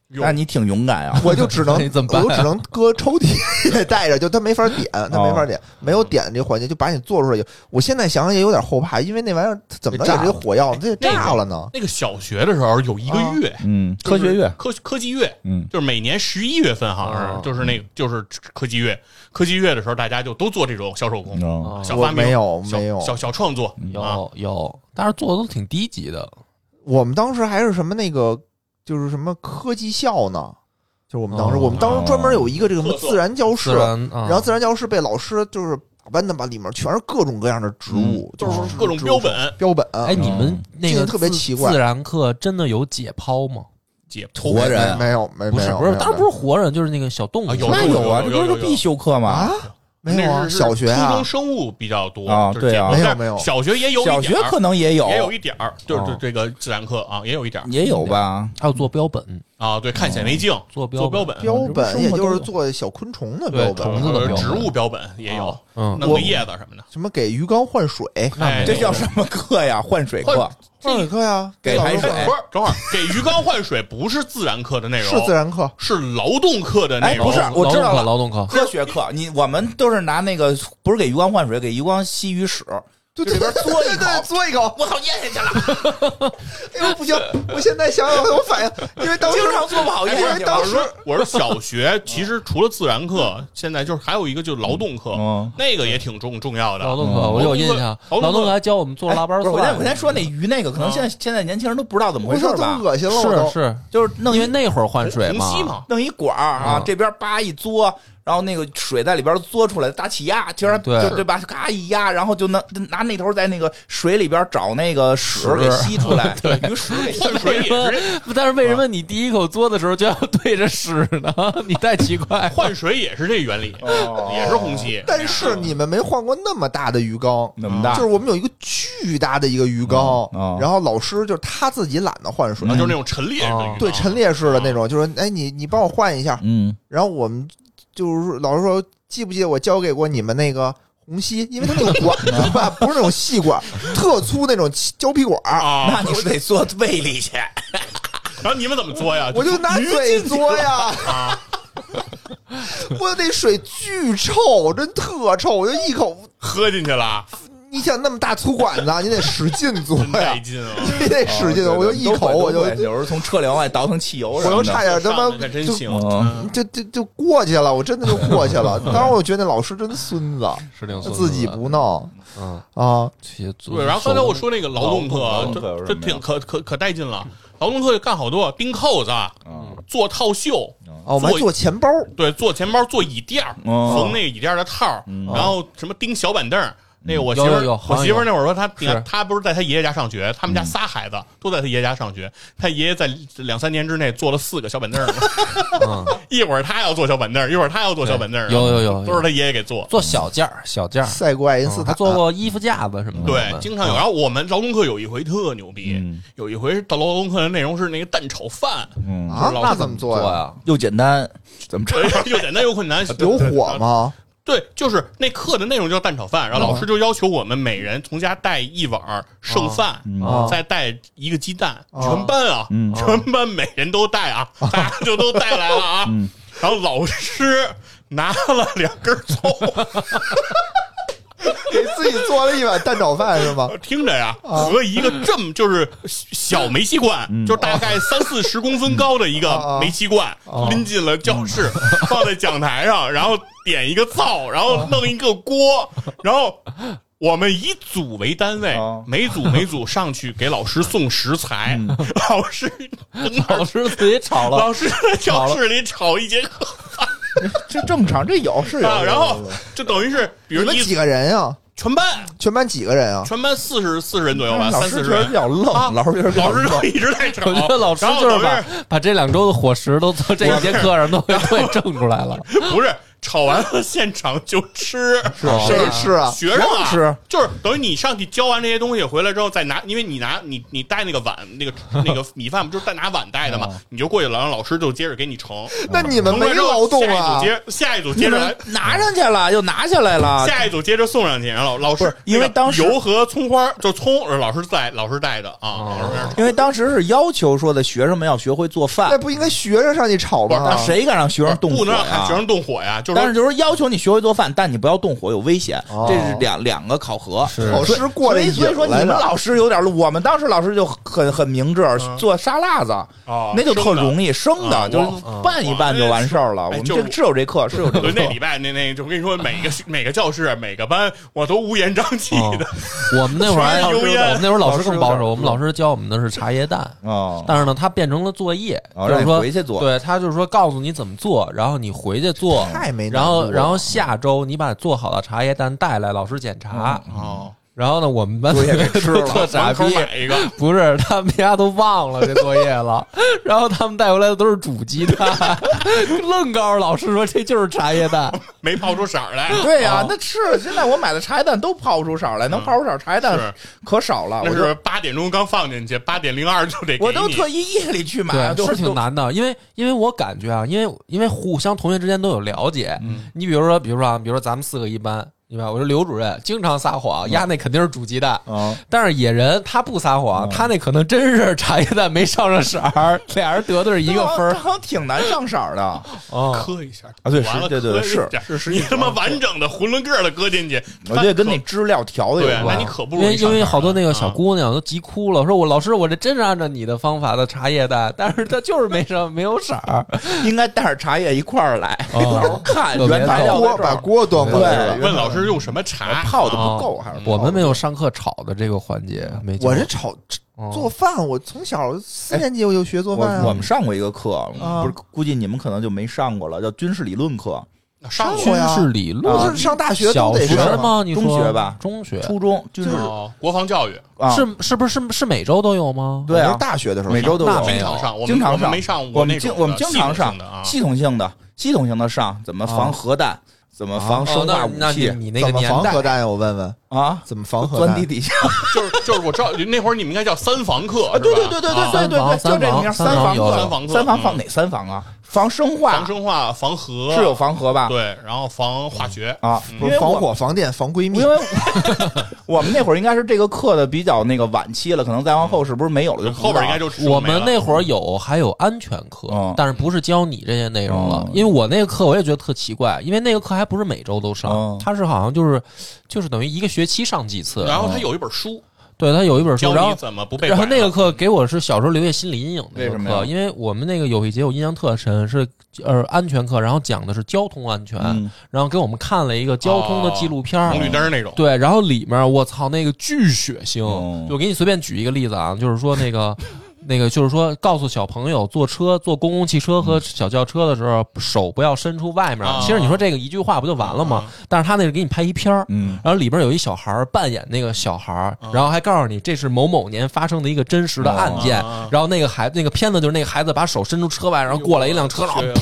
[SPEAKER 3] 有
[SPEAKER 2] 那你挺勇敢 [LAUGHS] 啊！
[SPEAKER 4] 我就只能
[SPEAKER 1] 那你怎么办啊
[SPEAKER 4] 我就只能搁抽屉里带着，就它没法点，它没法点，没有点这环节就把你做出来。我现在想想也有点后怕，因为那玩意儿它怎么着也
[SPEAKER 1] 炸
[SPEAKER 4] 是
[SPEAKER 1] 了
[SPEAKER 4] 个火药，这炸了呢。
[SPEAKER 3] 那个小学的时候有一个
[SPEAKER 4] 啊
[SPEAKER 3] 月，
[SPEAKER 2] 嗯，
[SPEAKER 3] 就
[SPEAKER 2] 科
[SPEAKER 3] 是
[SPEAKER 2] 学月，
[SPEAKER 3] 科科技月，
[SPEAKER 2] 嗯
[SPEAKER 3] 就是每年十一月份好像
[SPEAKER 1] 哦
[SPEAKER 3] 是，就是那个就是科技月，科技月的时候，大家就都做这种小手工、
[SPEAKER 2] 哦
[SPEAKER 3] 小发明，
[SPEAKER 4] 我没有
[SPEAKER 3] 小
[SPEAKER 4] 嗯没有嗯哦
[SPEAKER 3] 小小创作啊，
[SPEAKER 1] 有有，但是做的都挺低级的，
[SPEAKER 4] 我们当时还是什么那个，就是什么科技校呢？就是我们当时，
[SPEAKER 1] 哦
[SPEAKER 4] 我们当时专门有一个这个什么
[SPEAKER 3] 特色
[SPEAKER 4] 自然教室
[SPEAKER 1] 自，然啊，
[SPEAKER 4] 然后自然教室被老师就是打扮的吧，里面全是各种各样的植物，
[SPEAKER 3] 就是各种标本
[SPEAKER 4] 标本。
[SPEAKER 1] 嗯哎，你们
[SPEAKER 2] 嗯
[SPEAKER 1] 那
[SPEAKER 4] 这
[SPEAKER 1] 个
[SPEAKER 4] 个特别
[SPEAKER 1] 自
[SPEAKER 4] 奇怪
[SPEAKER 1] 自然课真的有解剖吗？
[SPEAKER 3] 解剖
[SPEAKER 2] 活人
[SPEAKER 4] 没有没有
[SPEAKER 1] 不
[SPEAKER 4] 没
[SPEAKER 1] 是
[SPEAKER 4] 有，
[SPEAKER 1] 不是，
[SPEAKER 4] 没有
[SPEAKER 1] 当然不是活人，就是那个小动物。
[SPEAKER 3] 啊有
[SPEAKER 2] 那有啊，
[SPEAKER 3] 有
[SPEAKER 2] 这
[SPEAKER 3] 有有
[SPEAKER 2] 不
[SPEAKER 3] 有
[SPEAKER 2] 是必修课吗？
[SPEAKER 4] 啊，没有
[SPEAKER 3] 那
[SPEAKER 4] 啊，
[SPEAKER 3] 是
[SPEAKER 4] 小学
[SPEAKER 3] 初
[SPEAKER 4] 啊
[SPEAKER 3] 中，生物比较多
[SPEAKER 2] 啊
[SPEAKER 3] 就是解剖
[SPEAKER 4] 对啊
[SPEAKER 3] 但
[SPEAKER 4] 没有没有
[SPEAKER 3] 小学也有一点
[SPEAKER 2] 小
[SPEAKER 3] 儿
[SPEAKER 2] 学可能也有，
[SPEAKER 3] 也有一点儿，就是
[SPEAKER 1] 哦
[SPEAKER 3] 这个自然课啊，也有一点儿。
[SPEAKER 2] 也有吧？
[SPEAKER 1] 还有做标本，
[SPEAKER 3] 啊，对，看显微镜
[SPEAKER 1] 做标
[SPEAKER 3] 做标
[SPEAKER 1] 本
[SPEAKER 3] 本，
[SPEAKER 4] 哦标本也就
[SPEAKER 2] 这不是生活都有
[SPEAKER 4] 是做小昆虫的
[SPEAKER 1] 对
[SPEAKER 4] 标
[SPEAKER 1] 虫
[SPEAKER 4] 本，啊
[SPEAKER 1] 子的
[SPEAKER 3] 呃
[SPEAKER 1] 标本
[SPEAKER 3] 植物标本也有
[SPEAKER 2] 啊，
[SPEAKER 1] 嗯，
[SPEAKER 3] 弄
[SPEAKER 4] 我
[SPEAKER 3] 个叶子什么的。
[SPEAKER 4] 什么给鱼缸换水，
[SPEAKER 3] 哎，
[SPEAKER 2] 这叫什么课呀？换水课
[SPEAKER 3] 换
[SPEAKER 4] 换水课呀，
[SPEAKER 2] 给
[SPEAKER 4] 啊老师
[SPEAKER 2] 排水
[SPEAKER 4] 说
[SPEAKER 3] 不是，哎等会儿给鱼缸换水不是自然课的内容，
[SPEAKER 4] 哎是自然课，
[SPEAKER 3] 是劳动课的内容。
[SPEAKER 2] 哎不是
[SPEAKER 1] 劳
[SPEAKER 2] 我知道了
[SPEAKER 1] 劳动课，劳动课
[SPEAKER 2] 科学课，你我们都是拿那个不是给鱼缸换水，给鱼缸吸鱼屎。
[SPEAKER 4] 就
[SPEAKER 2] 这里边嘬一口
[SPEAKER 4] 嘬一口。
[SPEAKER 2] 我操，咽下去了，
[SPEAKER 4] 哎呦，不行！我现在想想，我有反应，因为当时
[SPEAKER 2] 经常做哎不好咽
[SPEAKER 4] 因
[SPEAKER 2] 下
[SPEAKER 4] 为
[SPEAKER 2] 去
[SPEAKER 4] 当
[SPEAKER 2] 了。
[SPEAKER 4] 时
[SPEAKER 3] 我说小学其实除了自然
[SPEAKER 1] [LAUGHS]
[SPEAKER 3] 课，现在就是还有一个就是劳动课
[SPEAKER 2] 嗯，
[SPEAKER 3] 那个也挺重重要
[SPEAKER 1] 劳
[SPEAKER 3] 的。
[SPEAKER 1] 动课，我有印象，
[SPEAKER 3] 嗯劳动课
[SPEAKER 1] 劳动课还教我们做
[SPEAKER 2] 哎
[SPEAKER 1] 腊八
[SPEAKER 2] 不是我先我
[SPEAKER 1] 蒜，
[SPEAKER 2] 先说那鱼那个，可能现在现在年轻人嗯都不知道怎么
[SPEAKER 4] 我
[SPEAKER 2] 回事
[SPEAKER 4] 操，这
[SPEAKER 2] 吧
[SPEAKER 4] 么？恶心了，我
[SPEAKER 1] 是
[SPEAKER 4] 都
[SPEAKER 1] 是，
[SPEAKER 2] 就是弄
[SPEAKER 1] 因
[SPEAKER 2] 一
[SPEAKER 1] 为那会儿换水
[SPEAKER 3] 虹吸嘛，
[SPEAKER 2] 弄一管儿啊
[SPEAKER 1] 嗯，
[SPEAKER 2] 这边叭一嘬，然后那个水在里边嘬出来，大气压，其实
[SPEAKER 1] 对
[SPEAKER 2] 就对吧？咔一压，然后就能拿那头在那个水里边找那个屎给吸出 [LAUGHS] 来，鱼屎给吸出来。
[SPEAKER 3] 换水也
[SPEAKER 1] [LAUGHS]
[SPEAKER 3] 是啊
[SPEAKER 1] 但是为什么你第一口嘬的时候就要对着屎呢？ [LAUGHS] 你太奇怪了。
[SPEAKER 3] 换水也是这原理，
[SPEAKER 1] 哦
[SPEAKER 3] 也是哎虹吸。
[SPEAKER 4] 但是你们没换过那么大的鱼缸，
[SPEAKER 2] [LAUGHS] 那么大
[SPEAKER 4] 就是我们有一个巨大的一个鱼缸，
[SPEAKER 2] 嗯哦嗯
[SPEAKER 4] 然后老师就是他自己懒得换水，
[SPEAKER 3] 啊，就是那种陈列式
[SPEAKER 1] 哦
[SPEAKER 3] 的鱼缸
[SPEAKER 4] 对陈列式的那种，就是哎你你帮我换一下，
[SPEAKER 2] 嗯，
[SPEAKER 4] 然后我们就是说老师说记不记得我教给过你们那个。虹吸，因为它那个管子吧，不是那种细管， [LAUGHS] 特粗那种胶皮管儿，
[SPEAKER 2] [LAUGHS]
[SPEAKER 3] 啊。
[SPEAKER 2] 那你是得嘬胃里 [LAUGHS] 去。
[SPEAKER 3] 然后你们怎么做呀？
[SPEAKER 4] 我就拿嘴嘬呀，
[SPEAKER 3] 啊，
[SPEAKER 4] 我那水巨臭，真特臭，我就一口，
[SPEAKER 3] 喝进去了，
[SPEAKER 4] 你想那么大粗管子，啊你得使劲
[SPEAKER 3] 真
[SPEAKER 4] 哎嘬呀
[SPEAKER 2] [LAUGHS]
[SPEAKER 3] 带，劲啊！
[SPEAKER 4] 你得使劲，我就一口我就
[SPEAKER 2] 哦都会有时候从车帘往外倒腾汽油
[SPEAKER 4] 我
[SPEAKER 2] 什么
[SPEAKER 4] 都
[SPEAKER 2] 的，
[SPEAKER 4] 差点哎他妈
[SPEAKER 3] 上来可真
[SPEAKER 4] 就
[SPEAKER 3] 行，
[SPEAKER 2] 嗯
[SPEAKER 4] 就就就过去了，我真的就过去了。当时我觉得那老师真孙子，
[SPEAKER 1] 是挺孙子的
[SPEAKER 4] 自己不弄
[SPEAKER 1] 嗯，
[SPEAKER 4] 啊，
[SPEAKER 1] 其实
[SPEAKER 3] 对，然后刚才我说那个劳动
[SPEAKER 2] 劳
[SPEAKER 3] 课
[SPEAKER 2] 动，课有
[SPEAKER 3] 这
[SPEAKER 2] 什
[SPEAKER 3] 这
[SPEAKER 2] 么呀
[SPEAKER 3] 挺可可可带劲了。劳动课干好多，钉扣子、
[SPEAKER 2] 嗯
[SPEAKER 3] 做套袖，
[SPEAKER 4] 啊，我们还做钱包，
[SPEAKER 3] 对，做钱包、做椅垫儿，
[SPEAKER 2] 哦
[SPEAKER 3] 缝那个椅垫儿的套儿，
[SPEAKER 2] 嗯
[SPEAKER 3] 然后什么钉小板凳儿。那个我媳妇
[SPEAKER 1] 有有有
[SPEAKER 3] 儿，
[SPEAKER 1] 好
[SPEAKER 3] 我
[SPEAKER 1] 像
[SPEAKER 3] 媳妇儿那会儿说她，你
[SPEAKER 1] 是
[SPEAKER 3] 看她不是在她爷爷家上学，他们
[SPEAKER 2] 嗯
[SPEAKER 3] 家仨孩子都在她爷爷家上学。她爷爷在两三年之内做了四个小板凳儿， [LAUGHS] 一会儿他要做小板凳儿，一会儿他要做小板凳
[SPEAKER 1] 嗯
[SPEAKER 3] 儿，
[SPEAKER 1] 对有有有有
[SPEAKER 3] 都是他爷爷给做。
[SPEAKER 1] 做小件儿，小件儿，
[SPEAKER 4] 赛过爱因斯
[SPEAKER 1] 还
[SPEAKER 4] 坦，
[SPEAKER 1] 嗯做过衣服架子什么的。我
[SPEAKER 3] 对，
[SPEAKER 1] 们
[SPEAKER 3] 经常有。然后我们劳动课有一回特牛逼
[SPEAKER 2] 嗯，
[SPEAKER 3] 有一回到劳动课的内容是那个蛋炒饭，
[SPEAKER 2] 嗯，
[SPEAKER 4] 啊，
[SPEAKER 3] 老
[SPEAKER 4] 那
[SPEAKER 3] 师
[SPEAKER 4] 怎么做
[SPEAKER 1] 做
[SPEAKER 4] 呀？
[SPEAKER 1] 呀，
[SPEAKER 2] 又简单， [LAUGHS] 怎么着？
[SPEAKER 3] [LAUGHS] 又简单又困
[SPEAKER 2] [LAUGHS] 啊
[SPEAKER 3] 难，
[SPEAKER 4] 有火吗？
[SPEAKER 3] 对，就是那课的内容叫蛋炒饭，然后老师就要求我们每人从家带一碗儿剩饭，
[SPEAKER 4] 啊
[SPEAKER 3] 再带一个鸡蛋，
[SPEAKER 4] 啊
[SPEAKER 3] 全班啊，
[SPEAKER 2] 哦嗯哦
[SPEAKER 3] 全班每人都带啊，大家就都带来了啊。
[SPEAKER 2] [LAUGHS] 嗯
[SPEAKER 3] 然后老师拿了两根葱，
[SPEAKER 4] 给自己做了一碗蛋炒饭是吗？
[SPEAKER 3] 听着呀，
[SPEAKER 4] 啊
[SPEAKER 3] 和一个这么就是小煤气罐，
[SPEAKER 1] 嗯
[SPEAKER 3] 就是大概三四十公分高的一
[SPEAKER 4] 啊
[SPEAKER 3] 个煤气罐，拎进了教
[SPEAKER 1] 嗯
[SPEAKER 3] 室，放在讲台上，然后点一个灶，然
[SPEAKER 4] 啊
[SPEAKER 3] 后弄一个锅，然后。我们以组为单位
[SPEAKER 2] 啊，
[SPEAKER 3] 每组每组上去给老师送食材，老师
[SPEAKER 1] 老师自己炒嗯了
[SPEAKER 3] 老，师在教室里炒一
[SPEAKER 4] 哎
[SPEAKER 3] 节课
[SPEAKER 2] 这正常，这有是有
[SPEAKER 3] 啊，
[SPEAKER 2] 有
[SPEAKER 3] 然后
[SPEAKER 2] 有有
[SPEAKER 3] 就等于是， [LAUGHS] 比
[SPEAKER 4] 你
[SPEAKER 3] 如
[SPEAKER 4] 们
[SPEAKER 3] 一
[SPEAKER 4] 几个人呀？
[SPEAKER 3] 全班
[SPEAKER 4] 全班几个人啊？
[SPEAKER 3] 全班四十四十人左右
[SPEAKER 4] 嗯
[SPEAKER 3] 吧，
[SPEAKER 2] 老
[SPEAKER 3] 三四
[SPEAKER 2] 师
[SPEAKER 3] 十
[SPEAKER 2] 觉得比
[SPEAKER 3] 人。
[SPEAKER 2] 较
[SPEAKER 3] 啊
[SPEAKER 2] 愣，老师觉得比较
[SPEAKER 3] 老师
[SPEAKER 2] 愣。
[SPEAKER 3] 就一
[SPEAKER 2] [LAUGHS]
[SPEAKER 3] 直在吵，
[SPEAKER 1] 我觉得老师
[SPEAKER 3] 然后
[SPEAKER 1] 就是
[SPEAKER 3] 等于
[SPEAKER 1] 把把这两周的伙食都做这一节课上都给对正出
[SPEAKER 3] [LAUGHS]
[SPEAKER 1] 来了。
[SPEAKER 3] 不是炒完了现场就
[SPEAKER 2] [LAUGHS]
[SPEAKER 3] 吃，是
[SPEAKER 1] 啊
[SPEAKER 4] 谁吃啊？
[SPEAKER 3] 学生啊，
[SPEAKER 2] 吃
[SPEAKER 3] 就是等于你上去教完这些东西回来之后再拿，因为你拿你你带那个碗那个那个米饭不就是带拿碗带的嘛，
[SPEAKER 2] 哦
[SPEAKER 3] 你就过去了，让老师就接着给你盛。
[SPEAKER 4] 那你们
[SPEAKER 3] 盛
[SPEAKER 4] 没
[SPEAKER 3] 完之后
[SPEAKER 4] 劳动
[SPEAKER 3] 下一组？
[SPEAKER 4] 啊
[SPEAKER 3] 接下一组
[SPEAKER 2] 你
[SPEAKER 3] 接着
[SPEAKER 2] 们
[SPEAKER 3] 来。
[SPEAKER 2] 拿上去了，又拿下来了，
[SPEAKER 3] 下一组接着送上去，然后老老
[SPEAKER 2] 不
[SPEAKER 3] 师
[SPEAKER 2] 是因为
[SPEAKER 3] 那个
[SPEAKER 2] 当时
[SPEAKER 3] 油和葱花就葱，呃老师带老师带的
[SPEAKER 2] 哦
[SPEAKER 3] 啊，老师在那儿
[SPEAKER 2] [LAUGHS] 因为当时是要求说的学生们要学会做
[SPEAKER 4] 那
[SPEAKER 2] 饭，
[SPEAKER 4] 不应该学生上去炒
[SPEAKER 2] 那
[SPEAKER 4] 吗？
[SPEAKER 2] 谁敢让学生动
[SPEAKER 3] 不
[SPEAKER 2] 火
[SPEAKER 3] 能让
[SPEAKER 2] 呀？
[SPEAKER 3] 学生动火呀，就是
[SPEAKER 2] 但
[SPEAKER 3] 说
[SPEAKER 2] 是就是要求你学会做饭，但你不要动火，有危险。
[SPEAKER 4] 哦
[SPEAKER 2] 这是两两个考核。
[SPEAKER 4] 老师过来
[SPEAKER 2] 所以所以说
[SPEAKER 4] 引
[SPEAKER 2] 你
[SPEAKER 4] 来
[SPEAKER 2] 们
[SPEAKER 4] 了
[SPEAKER 2] 老师有点，我们当时老师就很很明智，做沙拉子
[SPEAKER 3] 嗯哦
[SPEAKER 2] 那就特
[SPEAKER 3] 生的
[SPEAKER 2] 容易，生
[SPEAKER 3] 啊
[SPEAKER 2] 的嗯就是
[SPEAKER 1] 我
[SPEAKER 2] 拌一拌就完事儿了。
[SPEAKER 3] 哎
[SPEAKER 2] 我们
[SPEAKER 3] 就
[SPEAKER 2] 这个是有这课，是有这
[SPEAKER 3] [LAUGHS] 对
[SPEAKER 2] 个
[SPEAKER 3] 那
[SPEAKER 2] [LAUGHS] 课
[SPEAKER 3] 礼。拜那那就我跟你说，每个每个教室每个班我都乌烟瘴气
[SPEAKER 2] 哦
[SPEAKER 3] 的，
[SPEAKER 1] 我们那会儿还，我
[SPEAKER 3] 全是油
[SPEAKER 1] 们
[SPEAKER 3] 烟
[SPEAKER 1] 那会儿老师更保
[SPEAKER 2] 老师有点
[SPEAKER 1] 守，我们老师教我们的是茶叶蛋。
[SPEAKER 4] 啊
[SPEAKER 2] 哦
[SPEAKER 1] 但是呢，它变成了作业，
[SPEAKER 2] 哦
[SPEAKER 1] 就
[SPEAKER 2] 让
[SPEAKER 1] 是
[SPEAKER 2] 你
[SPEAKER 1] 说
[SPEAKER 2] 回去做
[SPEAKER 1] 对，他就是说告诉你怎么做，然后你回去做，
[SPEAKER 4] 太没难
[SPEAKER 1] 然
[SPEAKER 4] 度
[SPEAKER 1] 后
[SPEAKER 4] 了
[SPEAKER 1] 然后下周你把做好的茶叶蛋带来，老师检查，
[SPEAKER 3] 哦，
[SPEAKER 1] 然后呢，我们班
[SPEAKER 4] 作业给吃了
[SPEAKER 1] 特傻
[SPEAKER 3] 门口
[SPEAKER 1] 逼，
[SPEAKER 3] 买一个，
[SPEAKER 1] 不是他们家都忘了这作业了，然后他们带回来的都是煮鸡蛋， [LAUGHS] 愣告诉老师说这就是茶叶蛋。
[SPEAKER 3] 没泡出色
[SPEAKER 2] [LAUGHS]
[SPEAKER 3] 儿来。
[SPEAKER 2] 对呀、那是现在我买的茶叶蛋都泡不出色儿来，能泡出色儿茶叶蛋可少了。
[SPEAKER 3] 嗯那
[SPEAKER 2] 我
[SPEAKER 3] 是
[SPEAKER 2] 就
[SPEAKER 3] 八点钟刚放进去，八点零二就得给
[SPEAKER 2] 我都
[SPEAKER 3] 你
[SPEAKER 2] 特意夜里去买，
[SPEAKER 1] 对，
[SPEAKER 2] 都
[SPEAKER 1] 是挺。难的，因为因为我感觉啊，因为因为互相同学之间都有了解，你比如说，比如说啊，比如说咱们四个一班，对吧？我说刘主任经常撒谎，丫那肯定是煮鸡蛋。
[SPEAKER 2] 都嗯，
[SPEAKER 1] 但是野人他不撒谎，他那可能真是茶叶蛋没上上色儿， [LAUGHS] 俩人得的是一个分
[SPEAKER 2] 这
[SPEAKER 1] 儿
[SPEAKER 2] 好像挺难上色儿的啊。
[SPEAKER 1] 啊。
[SPEAKER 3] 磕一下
[SPEAKER 2] 啊对是
[SPEAKER 3] 完了
[SPEAKER 2] 对对
[SPEAKER 3] 磕
[SPEAKER 2] 对
[SPEAKER 3] 一
[SPEAKER 2] 是
[SPEAKER 3] 下你他妈完整的囫囵个儿的搁进去，
[SPEAKER 2] 我觉得跟那知识料调的
[SPEAKER 3] 对啊
[SPEAKER 2] 有，
[SPEAKER 3] 那
[SPEAKER 2] 关
[SPEAKER 3] 你。可不
[SPEAKER 1] 因
[SPEAKER 3] 如
[SPEAKER 1] 为
[SPEAKER 3] 你上
[SPEAKER 1] 因为好多那个
[SPEAKER 3] 班儿
[SPEAKER 1] 小
[SPEAKER 3] 啊
[SPEAKER 1] 姑娘都急哭了，说我老师我这真是按照你的方法的茶叶蛋，但是它就是没什么没有色儿。
[SPEAKER 2] 应该带着茶叶一块儿来，
[SPEAKER 1] 哦
[SPEAKER 2] 到时候 [LAUGHS] 看
[SPEAKER 1] 特别
[SPEAKER 2] 原材
[SPEAKER 1] 哎
[SPEAKER 4] 把
[SPEAKER 1] 呀
[SPEAKER 2] 料
[SPEAKER 4] 锅
[SPEAKER 2] 在这
[SPEAKER 4] 把
[SPEAKER 2] 儿。
[SPEAKER 4] 锅端过来
[SPEAKER 2] 对
[SPEAKER 4] 了。
[SPEAKER 3] 问老师用什么茶
[SPEAKER 2] 泡的
[SPEAKER 3] 啊
[SPEAKER 2] 不够还是
[SPEAKER 1] 哦我们没有上课炒的这个环节，没教
[SPEAKER 4] 我这炒
[SPEAKER 1] 哦
[SPEAKER 4] 做饭，我从小四年级我就学做
[SPEAKER 2] 我
[SPEAKER 4] 饭啊。
[SPEAKER 2] 我们上过一个课，
[SPEAKER 4] 啊
[SPEAKER 2] 不是估计你们可能就没上过了，叫军事理论课，
[SPEAKER 3] 啊
[SPEAKER 2] 哦
[SPEAKER 3] 上
[SPEAKER 4] 上
[SPEAKER 3] 去
[SPEAKER 4] 过呀
[SPEAKER 1] 军事理论
[SPEAKER 4] 不是上大学都
[SPEAKER 1] 啊小
[SPEAKER 4] 得
[SPEAKER 1] 学
[SPEAKER 4] 上吗？
[SPEAKER 1] 吗？你说
[SPEAKER 2] 啊中学吧
[SPEAKER 1] 中学
[SPEAKER 2] 初中军事
[SPEAKER 3] 哦，国防教育
[SPEAKER 2] 啊，
[SPEAKER 1] 是是不是是是每周都有吗？
[SPEAKER 2] 对
[SPEAKER 4] 我
[SPEAKER 2] 啊
[SPEAKER 4] 是，大学的时候
[SPEAKER 2] 每周都啊
[SPEAKER 1] 那没
[SPEAKER 3] 经
[SPEAKER 1] 有
[SPEAKER 3] 常上，我们
[SPEAKER 2] 经常
[SPEAKER 3] 我们
[SPEAKER 2] 上
[SPEAKER 3] 没上过
[SPEAKER 2] 我
[SPEAKER 3] 那
[SPEAKER 2] 们
[SPEAKER 3] 种
[SPEAKER 2] 经
[SPEAKER 3] 的
[SPEAKER 2] 我们经常
[SPEAKER 3] 系统性的啊
[SPEAKER 2] 上，系统性的系统性的上，怎么防核弹，怎么防
[SPEAKER 1] 哦
[SPEAKER 2] 生化
[SPEAKER 1] 那
[SPEAKER 2] 武
[SPEAKER 1] 那你
[SPEAKER 2] 器
[SPEAKER 1] 你那个
[SPEAKER 4] 怎么
[SPEAKER 1] 年
[SPEAKER 4] 防
[SPEAKER 1] 代
[SPEAKER 4] 核弹呀？我问问，
[SPEAKER 2] 啊？
[SPEAKER 4] 怎么防核
[SPEAKER 2] 钻
[SPEAKER 4] 弹
[SPEAKER 2] 地？底下
[SPEAKER 3] 就是就是我知道那会儿你们应该叫三防课，
[SPEAKER 2] 啊！对对
[SPEAKER 3] 是吧
[SPEAKER 2] 对对
[SPEAKER 3] 啊
[SPEAKER 2] 对对对
[SPEAKER 1] 三
[SPEAKER 2] 对，
[SPEAKER 1] 防
[SPEAKER 2] 就这名儿
[SPEAKER 1] 三防
[SPEAKER 2] 防
[SPEAKER 1] 有
[SPEAKER 3] 三防
[SPEAKER 2] 课，
[SPEAKER 3] 课
[SPEAKER 2] 三防
[SPEAKER 3] 嗯
[SPEAKER 2] 防哪三防啊？防生化
[SPEAKER 3] 防生化、防核
[SPEAKER 2] 是有防核吧？
[SPEAKER 3] 对，然后防化学
[SPEAKER 2] 啊，因
[SPEAKER 4] 不
[SPEAKER 2] 为
[SPEAKER 4] 是防
[SPEAKER 2] 我
[SPEAKER 4] 火、防电、防闺蜜
[SPEAKER 2] 因，为我们那会儿应该是这个课的比较那个晚期了，可能再往后是不是没有了？就
[SPEAKER 3] 后边应该
[SPEAKER 2] 就
[SPEAKER 3] 就只有
[SPEAKER 1] 我
[SPEAKER 3] 没了
[SPEAKER 1] 们那会儿有还有安全课，
[SPEAKER 2] 嗯
[SPEAKER 1] 但是不是教你这些内容了？
[SPEAKER 2] 嗯
[SPEAKER 1] 因为我那个课我也觉得特奇怪，因为那个课还不是每周都上，
[SPEAKER 2] 嗯
[SPEAKER 1] 它是好像就是就是等于一个学期上几次。
[SPEAKER 3] 然后他有一本书
[SPEAKER 1] 对，它有一本书，然
[SPEAKER 3] 教你
[SPEAKER 1] 后
[SPEAKER 3] 怎么不被
[SPEAKER 1] 然后
[SPEAKER 3] 拐
[SPEAKER 1] 那个
[SPEAKER 3] 了
[SPEAKER 1] 课给我是小时候留下心理阴影的一
[SPEAKER 2] 为
[SPEAKER 1] 个
[SPEAKER 2] 什么
[SPEAKER 1] 课，
[SPEAKER 2] 呀
[SPEAKER 1] 因为我们那个有一节我印象特深，是呃安全课，然后讲的是交通安全，
[SPEAKER 2] 嗯
[SPEAKER 1] 然后给我们看了一个交通的纪录片儿。
[SPEAKER 3] 红绿灯那种，
[SPEAKER 1] 对，然后里面我操那个巨血腥，
[SPEAKER 2] 哦
[SPEAKER 1] 我给你随便举一个例子啊，就是说那个那个就是说告诉小朋友坐车坐公共汽车和小轿车的时候手不要伸出外面，
[SPEAKER 3] 啊
[SPEAKER 1] 其实你说这个一句话不就完了
[SPEAKER 3] 哦
[SPEAKER 1] 吗？但是他那是给你拍一片儿。
[SPEAKER 2] 嗯
[SPEAKER 1] 然后里边有一小孩儿扮演那个小孩儿，然后还告诉你这是某某年发生的一个真实的案件
[SPEAKER 3] 哦哦。
[SPEAKER 1] 然后那个孩那个片子就是那个孩子把手伸出车外，然后过来一辆车，然后
[SPEAKER 3] 哎呦哎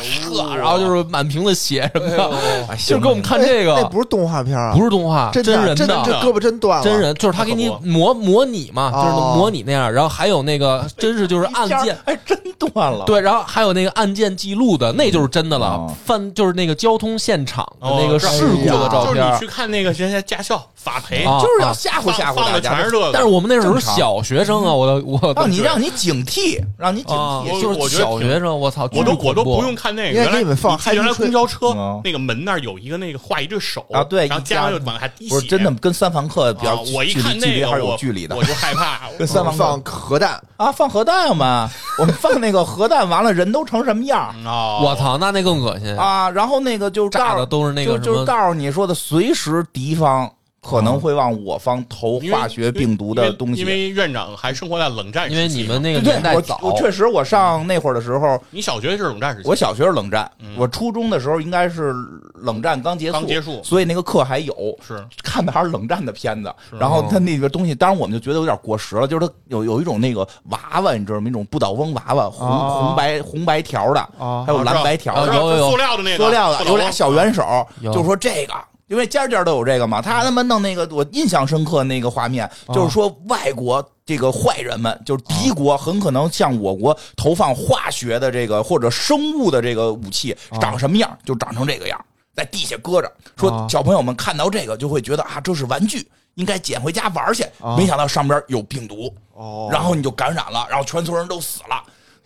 [SPEAKER 1] 啪，然后就是满屏的血什么的，就是给我们看
[SPEAKER 4] 哎
[SPEAKER 1] 这个。
[SPEAKER 4] 那不是动画片啊，
[SPEAKER 1] 不是动画，
[SPEAKER 4] 真
[SPEAKER 1] 人
[SPEAKER 4] 的真这胳膊真断了，
[SPEAKER 1] 真人就是他给你模模拟嘛，
[SPEAKER 4] 哦
[SPEAKER 1] 就是模拟那样，然后还有那个真是就是案件，
[SPEAKER 2] 哎，真断了。
[SPEAKER 1] 对，然后还有那个案件记录的，那就是真的了
[SPEAKER 2] 哦，
[SPEAKER 1] 犯就是那个交通现场的
[SPEAKER 3] 哦
[SPEAKER 1] 那个事故的照
[SPEAKER 3] 就是你
[SPEAKER 1] 片
[SPEAKER 3] 去，看那个人家驾校法培，
[SPEAKER 1] 啊
[SPEAKER 2] 就是要吓唬
[SPEAKER 3] 放
[SPEAKER 2] 吓唬
[SPEAKER 3] 放
[SPEAKER 2] 大
[SPEAKER 3] 的
[SPEAKER 2] 家
[SPEAKER 3] 全，是这个。
[SPEAKER 1] 但是我们那时候
[SPEAKER 2] 正
[SPEAKER 1] 是
[SPEAKER 2] 常
[SPEAKER 1] 小学生啊，我的我的
[SPEAKER 2] 让你让你警惕，让你警
[SPEAKER 1] 啊，
[SPEAKER 2] 惕。
[SPEAKER 1] 就
[SPEAKER 3] 我
[SPEAKER 1] 是
[SPEAKER 3] 觉得
[SPEAKER 1] 小
[SPEAKER 3] 挺
[SPEAKER 1] 学生，我操，
[SPEAKER 3] 我都
[SPEAKER 1] 巨
[SPEAKER 3] 我都
[SPEAKER 1] 恐怖
[SPEAKER 3] 不用看那个，
[SPEAKER 4] 应该
[SPEAKER 3] 原来
[SPEAKER 4] 给你们放嗨
[SPEAKER 3] 原来
[SPEAKER 4] 皮车
[SPEAKER 3] 公交车
[SPEAKER 2] 嗯
[SPEAKER 3] 那个门那儿有一个那个画一对手
[SPEAKER 2] 啊对
[SPEAKER 3] 然后
[SPEAKER 2] 一
[SPEAKER 3] 加上
[SPEAKER 2] 加
[SPEAKER 3] 就往下滴血，
[SPEAKER 2] 不是真的跟三防课比
[SPEAKER 3] 啊！
[SPEAKER 2] 较距
[SPEAKER 3] 我一看
[SPEAKER 2] 离距
[SPEAKER 3] 那
[SPEAKER 2] 离
[SPEAKER 3] 个
[SPEAKER 2] 还是有
[SPEAKER 3] 我
[SPEAKER 2] 距离的
[SPEAKER 3] 我就害怕。
[SPEAKER 2] [LAUGHS] 跟三
[SPEAKER 4] 放
[SPEAKER 2] 防课
[SPEAKER 4] 放核弹，
[SPEAKER 2] 啊，放核弹嘛，我们放那个核弹，完了人都成什么样
[SPEAKER 3] 啊！
[SPEAKER 1] 我操，那那更恶
[SPEAKER 3] 嗯
[SPEAKER 1] 心！
[SPEAKER 2] 啊？然后那个就
[SPEAKER 1] 炸的
[SPEAKER 2] 告
[SPEAKER 1] 都是那个
[SPEAKER 2] 就
[SPEAKER 1] 什
[SPEAKER 2] 就是
[SPEAKER 1] 么
[SPEAKER 2] 告诉你说的，随时敌方可能会往我方投
[SPEAKER 3] 啊因为
[SPEAKER 2] 化学病毒的东西。
[SPEAKER 3] 因为因为院长还生活在冷战时
[SPEAKER 1] 因
[SPEAKER 3] 期，
[SPEAKER 1] 为你们那个
[SPEAKER 2] 对
[SPEAKER 1] 年代
[SPEAKER 2] 我
[SPEAKER 1] 早，
[SPEAKER 2] 我确实，我上那会儿的时候，
[SPEAKER 3] 你小嗯学是冷战时期，
[SPEAKER 2] 我小学是冷战
[SPEAKER 3] 嗯，
[SPEAKER 2] 我初中的时候应该是冷战刚结束，
[SPEAKER 3] 刚结束
[SPEAKER 2] 所以那个课还有。
[SPEAKER 3] 是
[SPEAKER 2] 看的还是冷战的片子，然
[SPEAKER 4] 哦
[SPEAKER 2] 后他那个东西，当然我们就觉得有点过时了，就是它有有一种那个娃娃，你知道吗？一种不倒翁娃娃，红、
[SPEAKER 4] 哦
[SPEAKER 2] 红白红白条的，
[SPEAKER 4] 哦
[SPEAKER 2] 还有蓝白
[SPEAKER 3] 我
[SPEAKER 2] 条
[SPEAKER 3] 知
[SPEAKER 2] 的，
[SPEAKER 1] 啊
[SPEAKER 3] 道
[SPEAKER 1] 有有有
[SPEAKER 3] 塑料的那个
[SPEAKER 2] 塑料
[SPEAKER 3] 塑
[SPEAKER 2] 的，有俩小元手，
[SPEAKER 1] 有
[SPEAKER 2] 就说这个。因为家家都有这个嘛，他他妈弄那个，我印象深刻那个画面，就是说外国这个坏人们，就是敌国很可能向我国投放化学的这个或者生物的这个武器，长什么样就长成这个样，在地下搁着。
[SPEAKER 4] 啊
[SPEAKER 2] 说小朋友们看到这个就会觉得啊，这是玩具，应该捡回家玩去。没想到上边有病毒，
[SPEAKER 4] 哦
[SPEAKER 2] 然后你就感染了，然后全村人都死了。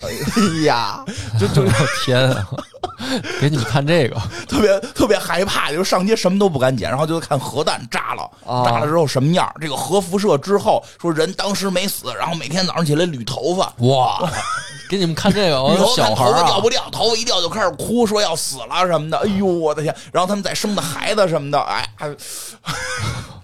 [SPEAKER 4] 哎呀，
[SPEAKER 1] 就就 [LAUGHS] 天啊！给你们看这个，
[SPEAKER 2] 特别特别害怕，就是上街什么都不敢捡，然后就看核弹炸了，
[SPEAKER 1] 啊
[SPEAKER 4] 哦
[SPEAKER 2] 炸了之后什么样儿？这个核辐射之后，说人当时没死，然后每天早上起来捋头发。
[SPEAKER 1] 哇！给你们看这个，我
[SPEAKER 2] 捋头
[SPEAKER 1] 小
[SPEAKER 2] 看
[SPEAKER 1] 孩
[SPEAKER 2] 头
[SPEAKER 1] 儿
[SPEAKER 2] 发
[SPEAKER 1] 啊
[SPEAKER 2] 掉，不掉，头发一掉就开始哭，说要死了什么的。哎呦，我的天！然后他们再生的孩子什么的，哎，哎 [LAUGHS]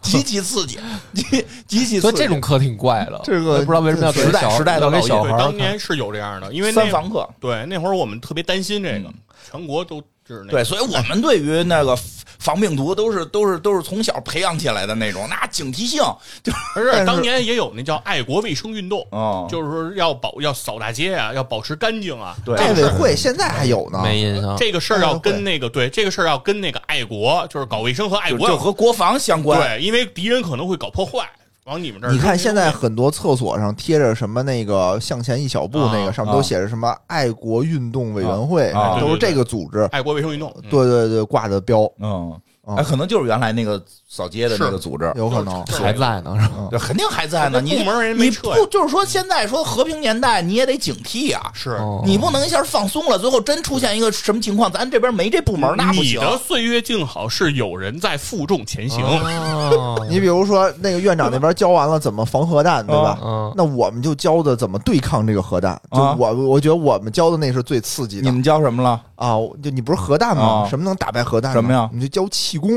[SPEAKER 2] 极其刺激，极极其
[SPEAKER 1] 所
[SPEAKER 2] 刺
[SPEAKER 1] 以
[SPEAKER 2] 激。
[SPEAKER 1] 这种课挺怪的，
[SPEAKER 4] 这个
[SPEAKER 1] 我也不知道为什么要给
[SPEAKER 2] 时代
[SPEAKER 1] 小
[SPEAKER 2] 时代的
[SPEAKER 1] 要给
[SPEAKER 2] 烙印
[SPEAKER 1] 小
[SPEAKER 3] 对
[SPEAKER 1] 孩儿
[SPEAKER 3] 当
[SPEAKER 1] 看。
[SPEAKER 3] 年是有这样的，因为那
[SPEAKER 2] 三房课，
[SPEAKER 3] 对那会儿我们特别担心这个，全国都是那个
[SPEAKER 2] 对，所以我们对于那个 f- 防病毒都是都是都是从小培养起来的那种，那警惕性就是
[SPEAKER 4] 但是
[SPEAKER 3] 当年也有那叫爱国卫生运动，
[SPEAKER 2] 哦
[SPEAKER 3] 就是说要保要扫大街啊，要保持干净啊。
[SPEAKER 2] 对
[SPEAKER 4] 爱委会现在还有呢，
[SPEAKER 1] 没印象。
[SPEAKER 3] 这个事儿要
[SPEAKER 4] 爱国
[SPEAKER 3] 跟那个对，这个事儿要跟那个爱国，就是搞卫生和爱
[SPEAKER 2] 就
[SPEAKER 3] 国
[SPEAKER 2] 就
[SPEAKER 3] 要
[SPEAKER 2] 和国防相关。
[SPEAKER 3] 对，因为敌人可能会搞破坏，往你们这儿。
[SPEAKER 4] 你看现在很多厕所上贴着什么那个向前一小步那个
[SPEAKER 3] 啊
[SPEAKER 4] 上面都写着什么爱国运动委员会
[SPEAKER 2] 啊啊，
[SPEAKER 4] 都是这个组织，
[SPEAKER 3] 爱国卫生运动，嗯
[SPEAKER 4] 对对对挂的标，
[SPEAKER 2] 嗯，
[SPEAKER 4] 哦
[SPEAKER 2] 哎，可能就是原来那个扫街的那个
[SPEAKER 3] 是
[SPEAKER 2] 组织，
[SPEAKER 4] 有可能。
[SPEAKER 1] 还在呢，是吧？
[SPEAKER 2] 对，肯定还在呢。
[SPEAKER 3] 那
[SPEAKER 2] 你
[SPEAKER 3] 部门人没
[SPEAKER 2] 你
[SPEAKER 3] 撤呀
[SPEAKER 2] 不就是说现在说和平年代，你也得警惕啊。
[SPEAKER 3] 是
[SPEAKER 1] 哦
[SPEAKER 2] 你不能一下放松了，最后真出现一个什么情况，咱这边没这部门，那不
[SPEAKER 3] 你
[SPEAKER 2] 行。
[SPEAKER 3] 的岁月静好是有人在负重前行，
[SPEAKER 1] 哦
[SPEAKER 4] 你比如说那个院长那边教完了怎么防核弹，对吧？
[SPEAKER 1] 嗯
[SPEAKER 4] 那我们就教的怎么对抗这个核弹。就
[SPEAKER 2] 啊
[SPEAKER 4] 我我觉得我们教的那是最刺激的
[SPEAKER 2] 们教什么了？
[SPEAKER 4] 啊！就你不是核弹吗？
[SPEAKER 2] 啊
[SPEAKER 4] 什么能打败核弹呢？
[SPEAKER 2] 什么呀
[SPEAKER 4] 你就教气功。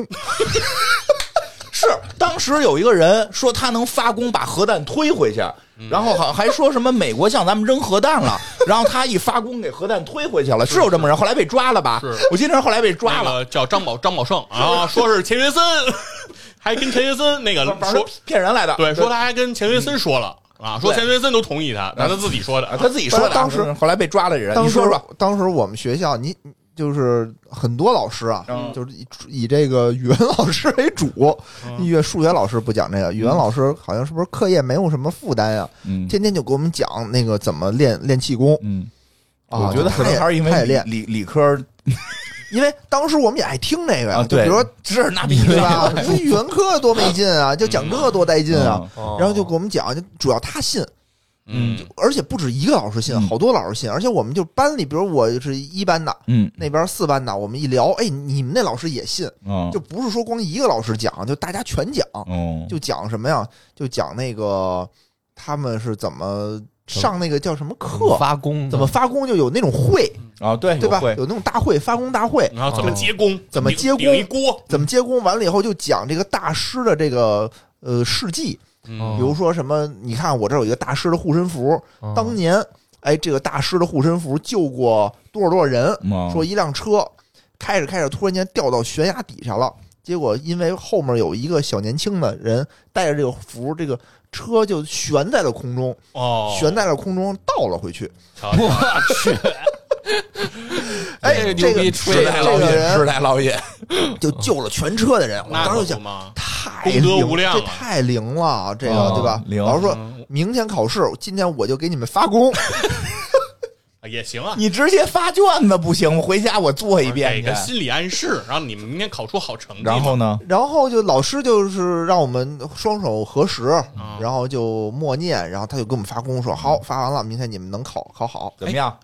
[SPEAKER 2] 是当时有一个人说他能发功把核弹推回去，
[SPEAKER 3] 嗯
[SPEAKER 2] 然后好还说什么美国向咱们扔核
[SPEAKER 3] [LAUGHS]
[SPEAKER 2] 弹了，然后他一发功给核弹推回去了，是有这么人，后来被抓了吧
[SPEAKER 3] 是？
[SPEAKER 2] 我记得人后来被抓
[SPEAKER 3] 那
[SPEAKER 2] 了，
[SPEAKER 3] 个叫张宝张宝胜啊，说是钱学森， [LAUGHS] 还跟钱学森那个
[SPEAKER 2] 反正
[SPEAKER 3] 说，
[SPEAKER 2] 骗人来的。
[SPEAKER 3] 对，说他还跟钱学森说了啊，说
[SPEAKER 2] 对
[SPEAKER 3] 钱学森都同意他，那他自己说的
[SPEAKER 2] 啊，他自己说的啊。
[SPEAKER 4] 当时
[SPEAKER 2] 后来被抓了人，
[SPEAKER 4] 当
[SPEAKER 2] 你
[SPEAKER 4] 时
[SPEAKER 2] 说说，
[SPEAKER 4] 当时我们学校你。就是很多老师啊，
[SPEAKER 2] 嗯
[SPEAKER 4] 就是以以这个语文老师为主，
[SPEAKER 2] 嗯
[SPEAKER 4] 因为数学老师不讲这个，语文老师好像是不是课业没有什么负担呀、
[SPEAKER 2] 嗯
[SPEAKER 4] 天天就给我们讲那个怎么练练气功。
[SPEAKER 2] 嗯，
[SPEAKER 4] 啊
[SPEAKER 2] 我觉得可
[SPEAKER 4] 他也
[SPEAKER 2] 能还是因
[SPEAKER 4] 他
[SPEAKER 2] 为
[SPEAKER 4] 也
[SPEAKER 2] 理
[SPEAKER 4] 练
[SPEAKER 2] 理理科
[SPEAKER 4] 因为当时我们也爱听这个呀，
[SPEAKER 2] 啊，
[SPEAKER 4] 就比如说
[SPEAKER 2] 是那必须
[SPEAKER 4] 对
[SPEAKER 2] 的， [LAUGHS]
[SPEAKER 4] 吧？说语文课多没劲
[SPEAKER 2] 嗯
[SPEAKER 4] 啊，就讲这个多带劲啊。
[SPEAKER 3] 哦
[SPEAKER 4] 然后就给我们讲，就主要他信，
[SPEAKER 3] 嗯，
[SPEAKER 4] 而且不止一个老师信，
[SPEAKER 2] 嗯
[SPEAKER 4] 好多老师信，而且我们就班里，比如我是一班的，
[SPEAKER 2] 嗯
[SPEAKER 4] 那边四班的，我们一聊，哎，你们那老师也信，
[SPEAKER 2] 嗯
[SPEAKER 4] 就不是说光一个老师讲，就大家全讲，
[SPEAKER 2] 哦
[SPEAKER 4] 就讲什么呀？就讲那个他们是怎么上那个叫什么课，
[SPEAKER 1] 发功的
[SPEAKER 4] 怎么发功，就有那种会，
[SPEAKER 2] 啊，对
[SPEAKER 4] 对吧？
[SPEAKER 2] 有会
[SPEAKER 4] 有那种大会，发功大会，
[SPEAKER 3] 然后怎么接工，
[SPEAKER 2] 哦
[SPEAKER 4] 怎么
[SPEAKER 3] 顶
[SPEAKER 4] 接工
[SPEAKER 3] 顶一锅，
[SPEAKER 4] 怎么接功，完了以后就讲这个大师的这个呃事迹，
[SPEAKER 1] 哦
[SPEAKER 4] 比
[SPEAKER 3] 嗯
[SPEAKER 4] 如说什么，你看我这儿有一个大师的护身符，
[SPEAKER 1] 嗯
[SPEAKER 4] 当年哎，这个大师的护身符救过多少多少人，
[SPEAKER 1] 哦
[SPEAKER 2] 嗯
[SPEAKER 4] 说一辆车开着开着突然间掉到悬崖底下了，结果因为后面有一个小年轻的人带着这个符，这个车就悬在了空中，
[SPEAKER 3] 哦，
[SPEAKER 4] 悬在了空中倒了回去。
[SPEAKER 3] 瞧瞧
[SPEAKER 4] 哎，
[SPEAKER 1] 这个
[SPEAKER 4] 这
[SPEAKER 1] 牛
[SPEAKER 4] 个
[SPEAKER 1] 逼
[SPEAKER 4] 这
[SPEAKER 1] 吹
[SPEAKER 2] 时
[SPEAKER 1] 的
[SPEAKER 2] 代
[SPEAKER 4] 个这
[SPEAKER 2] 烙
[SPEAKER 4] 个
[SPEAKER 2] 印，时
[SPEAKER 4] 人
[SPEAKER 2] 代烙印，
[SPEAKER 4] 就救了全车的人，我
[SPEAKER 3] 那
[SPEAKER 4] 当
[SPEAKER 3] 可
[SPEAKER 4] 时就
[SPEAKER 3] 不
[SPEAKER 4] 想。
[SPEAKER 3] 嘛，
[SPEAKER 4] 太
[SPEAKER 3] 功德
[SPEAKER 4] 灵
[SPEAKER 3] 无量
[SPEAKER 4] 这
[SPEAKER 3] 啊
[SPEAKER 4] 太灵了，这个
[SPEAKER 2] 啊
[SPEAKER 4] 对吧？
[SPEAKER 2] 灵
[SPEAKER 4] 老师说
[SPEAKER 3] 嗯
[SPEAKER 4] 明天考试，今天我就给你们发功， [LAUGHS]
[SPEAKER 3] 啊也行啊，
[SPEAKER 2] 你直接发卷子不行，我回家我做一遍
[SPEAKER 3] 给
[SPEAKER 2] 去
[SPEAKER 3] 个。心理暗示，让你们明天考出好成绩嘛。
[SPEAKER 2] 然后呢？
[SPEAKER 4] 然后就老师就是让我们双手合十，
[SPEAKER 2] 嗯
[SPEAKER 4] 然后就默念，然后他就给我们发功说好，发完了，明天你们能考考好。
[SPEAKER 2] 怎么样？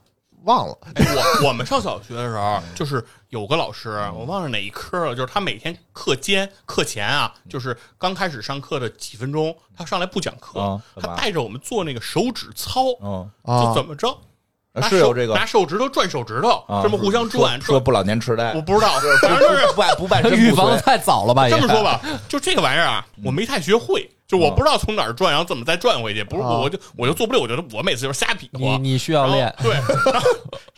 [SPEAKER 4] 忘了，
[SPEAKER 3] 哎，我我 [LAUGHS] 们上小学的时
[SPEAKER 2] 嗯
[SPEAKER 3] 候，就是有个老师，我忘了哪一科了，就是他每天课间课前啊，
[SPEAKER 2] 嗯
[SPEAKER 3] 就是刚开始上课的几分钟，他上来不讲课，
[SPEAKER 2] 啊嗯干
[SPEAKER 3] 他
[SPEAKER 2] 嘛
[SPEAKER 3] 带着我们做那个手指操，
[SPEAKER 2] 嗯，
[SPEAKER 4] 啊
[SPEAKER 3] 就怎么着，
[SPEAKER 2] 啊
[SPEAKER 3] 拿
[SPEAKER 2] 是
[SPEAKER 3] 手
[SPEAKER 2] 有这个
[SPEAKER 3] 拿手指头转手指头，
[SPEAKER 2] 啊
[SPEAKER 3] 这么互相
[SPEAKER 2] 说
[SPEAKER 3] 转，
[SPEAKER 2] 说
[SPEAKER 3] 转
[SPEAKER 2] 不老年痴呆
[SPEAKER 3] 我，不知道，反正就是
[SPEAKER 2] 不办不办 [LAUGHS]
[SPEAKER 1] 他
[SPEAKER 2] 真不
[SPEAKER 1] 预防
[SPEAKER 2] 遂
[SPEAKER 1] 太早了吧？也
[SPEAKER 3] 这么说，吧，就这个玩意儿
[SPEAKER 2] 嗯
[SPEAKER 3] 啊，我没太学会。就
[SPEAKER 2] 哦
[SPEAKER 3] 我不知道从哪儿转，然后怎么再转回去，不是
[SPEAKER 4] 啊
[SPEAKER 3] 我我就我就做不了，我觉得我每次就是瞎比
[SPEAKER 1] 你
[SPEAKER 3] 划。
[SPEAKER 1] 你需要练
[SPEAKER 3] 然后对，然后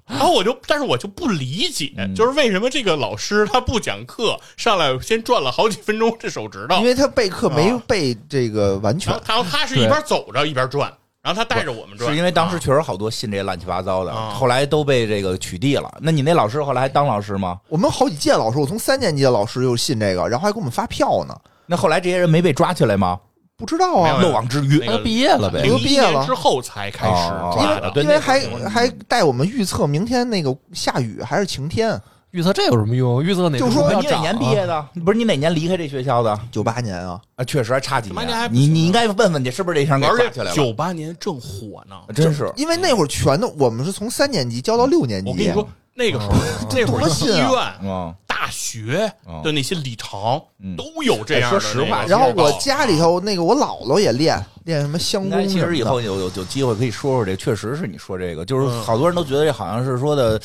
[SPEAKER 3] 然后我就，但是我就不理解，
[SPEAKER 2] 嗯
[SPEAKER 3] 就是为什么这个老师他不讲课，上来先转了好几分钟这手指头
[SPEAKER 2] 哦
[SPEAKER 4] 因，为他备课没
[SPEAKER 3] 啊
[SPEAKER 4] 备这个完全
[SPEAKER 2] 嗯
[SPEAKER 3] 然后，他然后他是一边走着一边转，然后他带着我们转，
[SPEAKER 2] 是因为当时
[SPEAKER 3] 啊
[SPEAKER 2] 确实好多信这乱七八糟的，
[SPEAKER 3] 啊
[SPEAKER 2] 后来都被这个取缔了。那你那老师后来还当老师吗？
[SPEAKER 4] 我们好几届老师，我从三年级的老师就信这个，然后还给我们发票呢，
[SPEAKER 2] 那后来这些人没被抓起来吗？
[SPEAKER 4] 不知道
[SPEAKER 3] 没有没
[SPEAKER 2] 漏
[SPEAKER 3] 有
[SPEAKER 4] 啊，
[SPEAKER 2] 网之鱼
[SPEAKER 3] 那个
[SPEAKER 1] 他毕业了呗
[SPEAKER 3] 零
[SPEAKER 4] 我毕
[SPEAKER 3] 一
[SPEAKER 4] 业了
[SPEAKER 3] 年之后才开始
[SPEAKER 2] 哦
[SPEAKER 3] 抓的，
[SPEAKER 2] 对
[SPEAKER 4] 因为
[SPEAKER 2] 那个
[SPEAKER 4] 还
[SPEAKER 2] 没有
[SPEAKER 4] 还带我们预测明天那个下雨还是晴天，
[SPEAKER 1] 预测这有什么用？预测哪
[SPEAKER 4] 就
[SPEAKER 1] 只
[SPEAKER 4] 说
[SPEAKER 1] 股
[SPEAKER 2] 你
[SPEAKER 1] 票涨
[SPEAKER 2] 哪年
[SPEAKER 1] 啊
[SPEAKER 2] 毕业的？不是你哪年离开这学校的？
[SPEAKER 4] 九八年啊，
[SPEAKER 2] 啊，确实还差几
[SPEAKER 3] 他妈的还
[SPEAKER 2] 年。
[SPEAKER 3] 不
[SPEAKER 2] 你
[SPEAKER 3] 行
[SPEAKER 2] 你应该问问去，是不是这事给抓
[SPEAKER 3] 而
[SPEAKER 2] 起
[SPEAKER 3] 且
[SPEAKER 2] 来了？啊
[SPEAKER 3] 九八年正火呢。
[SPEAKER 2] 真是
[SPEAKER 4] 因为那会儿全都我们是从三年级教到六年级，
[SPEAKER 3] 我跟你说，那个时候
[SPEAKER 2] 哦
[SPEAKER 3] 那会
[SPEAKER 4] 多
[SPEAKER 3] 儿
[SPEAKER 4] 信
[SPEAKER 3] 医
[SPEAKER 4] 啊
[SPEAKER 3] 院
[SPEAKER 2] 嗯，
[SPEAKER 3] 大学的那些礼堂
[SPEAKER 2] 嗯
[SPEAKER 3] 都有这样
[SPEAKER 2] 哎
[SPEAKER 3] 的那个广告。
[SPEAKER 2] 说实话
[SPEAKER 4] 然后我家里头那个我姥姥也练，练什么香
[SPEAKER 2] 应
[SPEAKER 4] 功
[SPEAKER 2] 该
[SPEAKER 4] 什
[SPEAKER 2] 其
[SPEAKER 4] 么的。
[SPEAKER 2] 实以后有有有机会可以说说这，确实是你说这个，就是
[SPEAKER 3] 嗯
[SPEAKER 2] 好多人都觉得这好像是说的。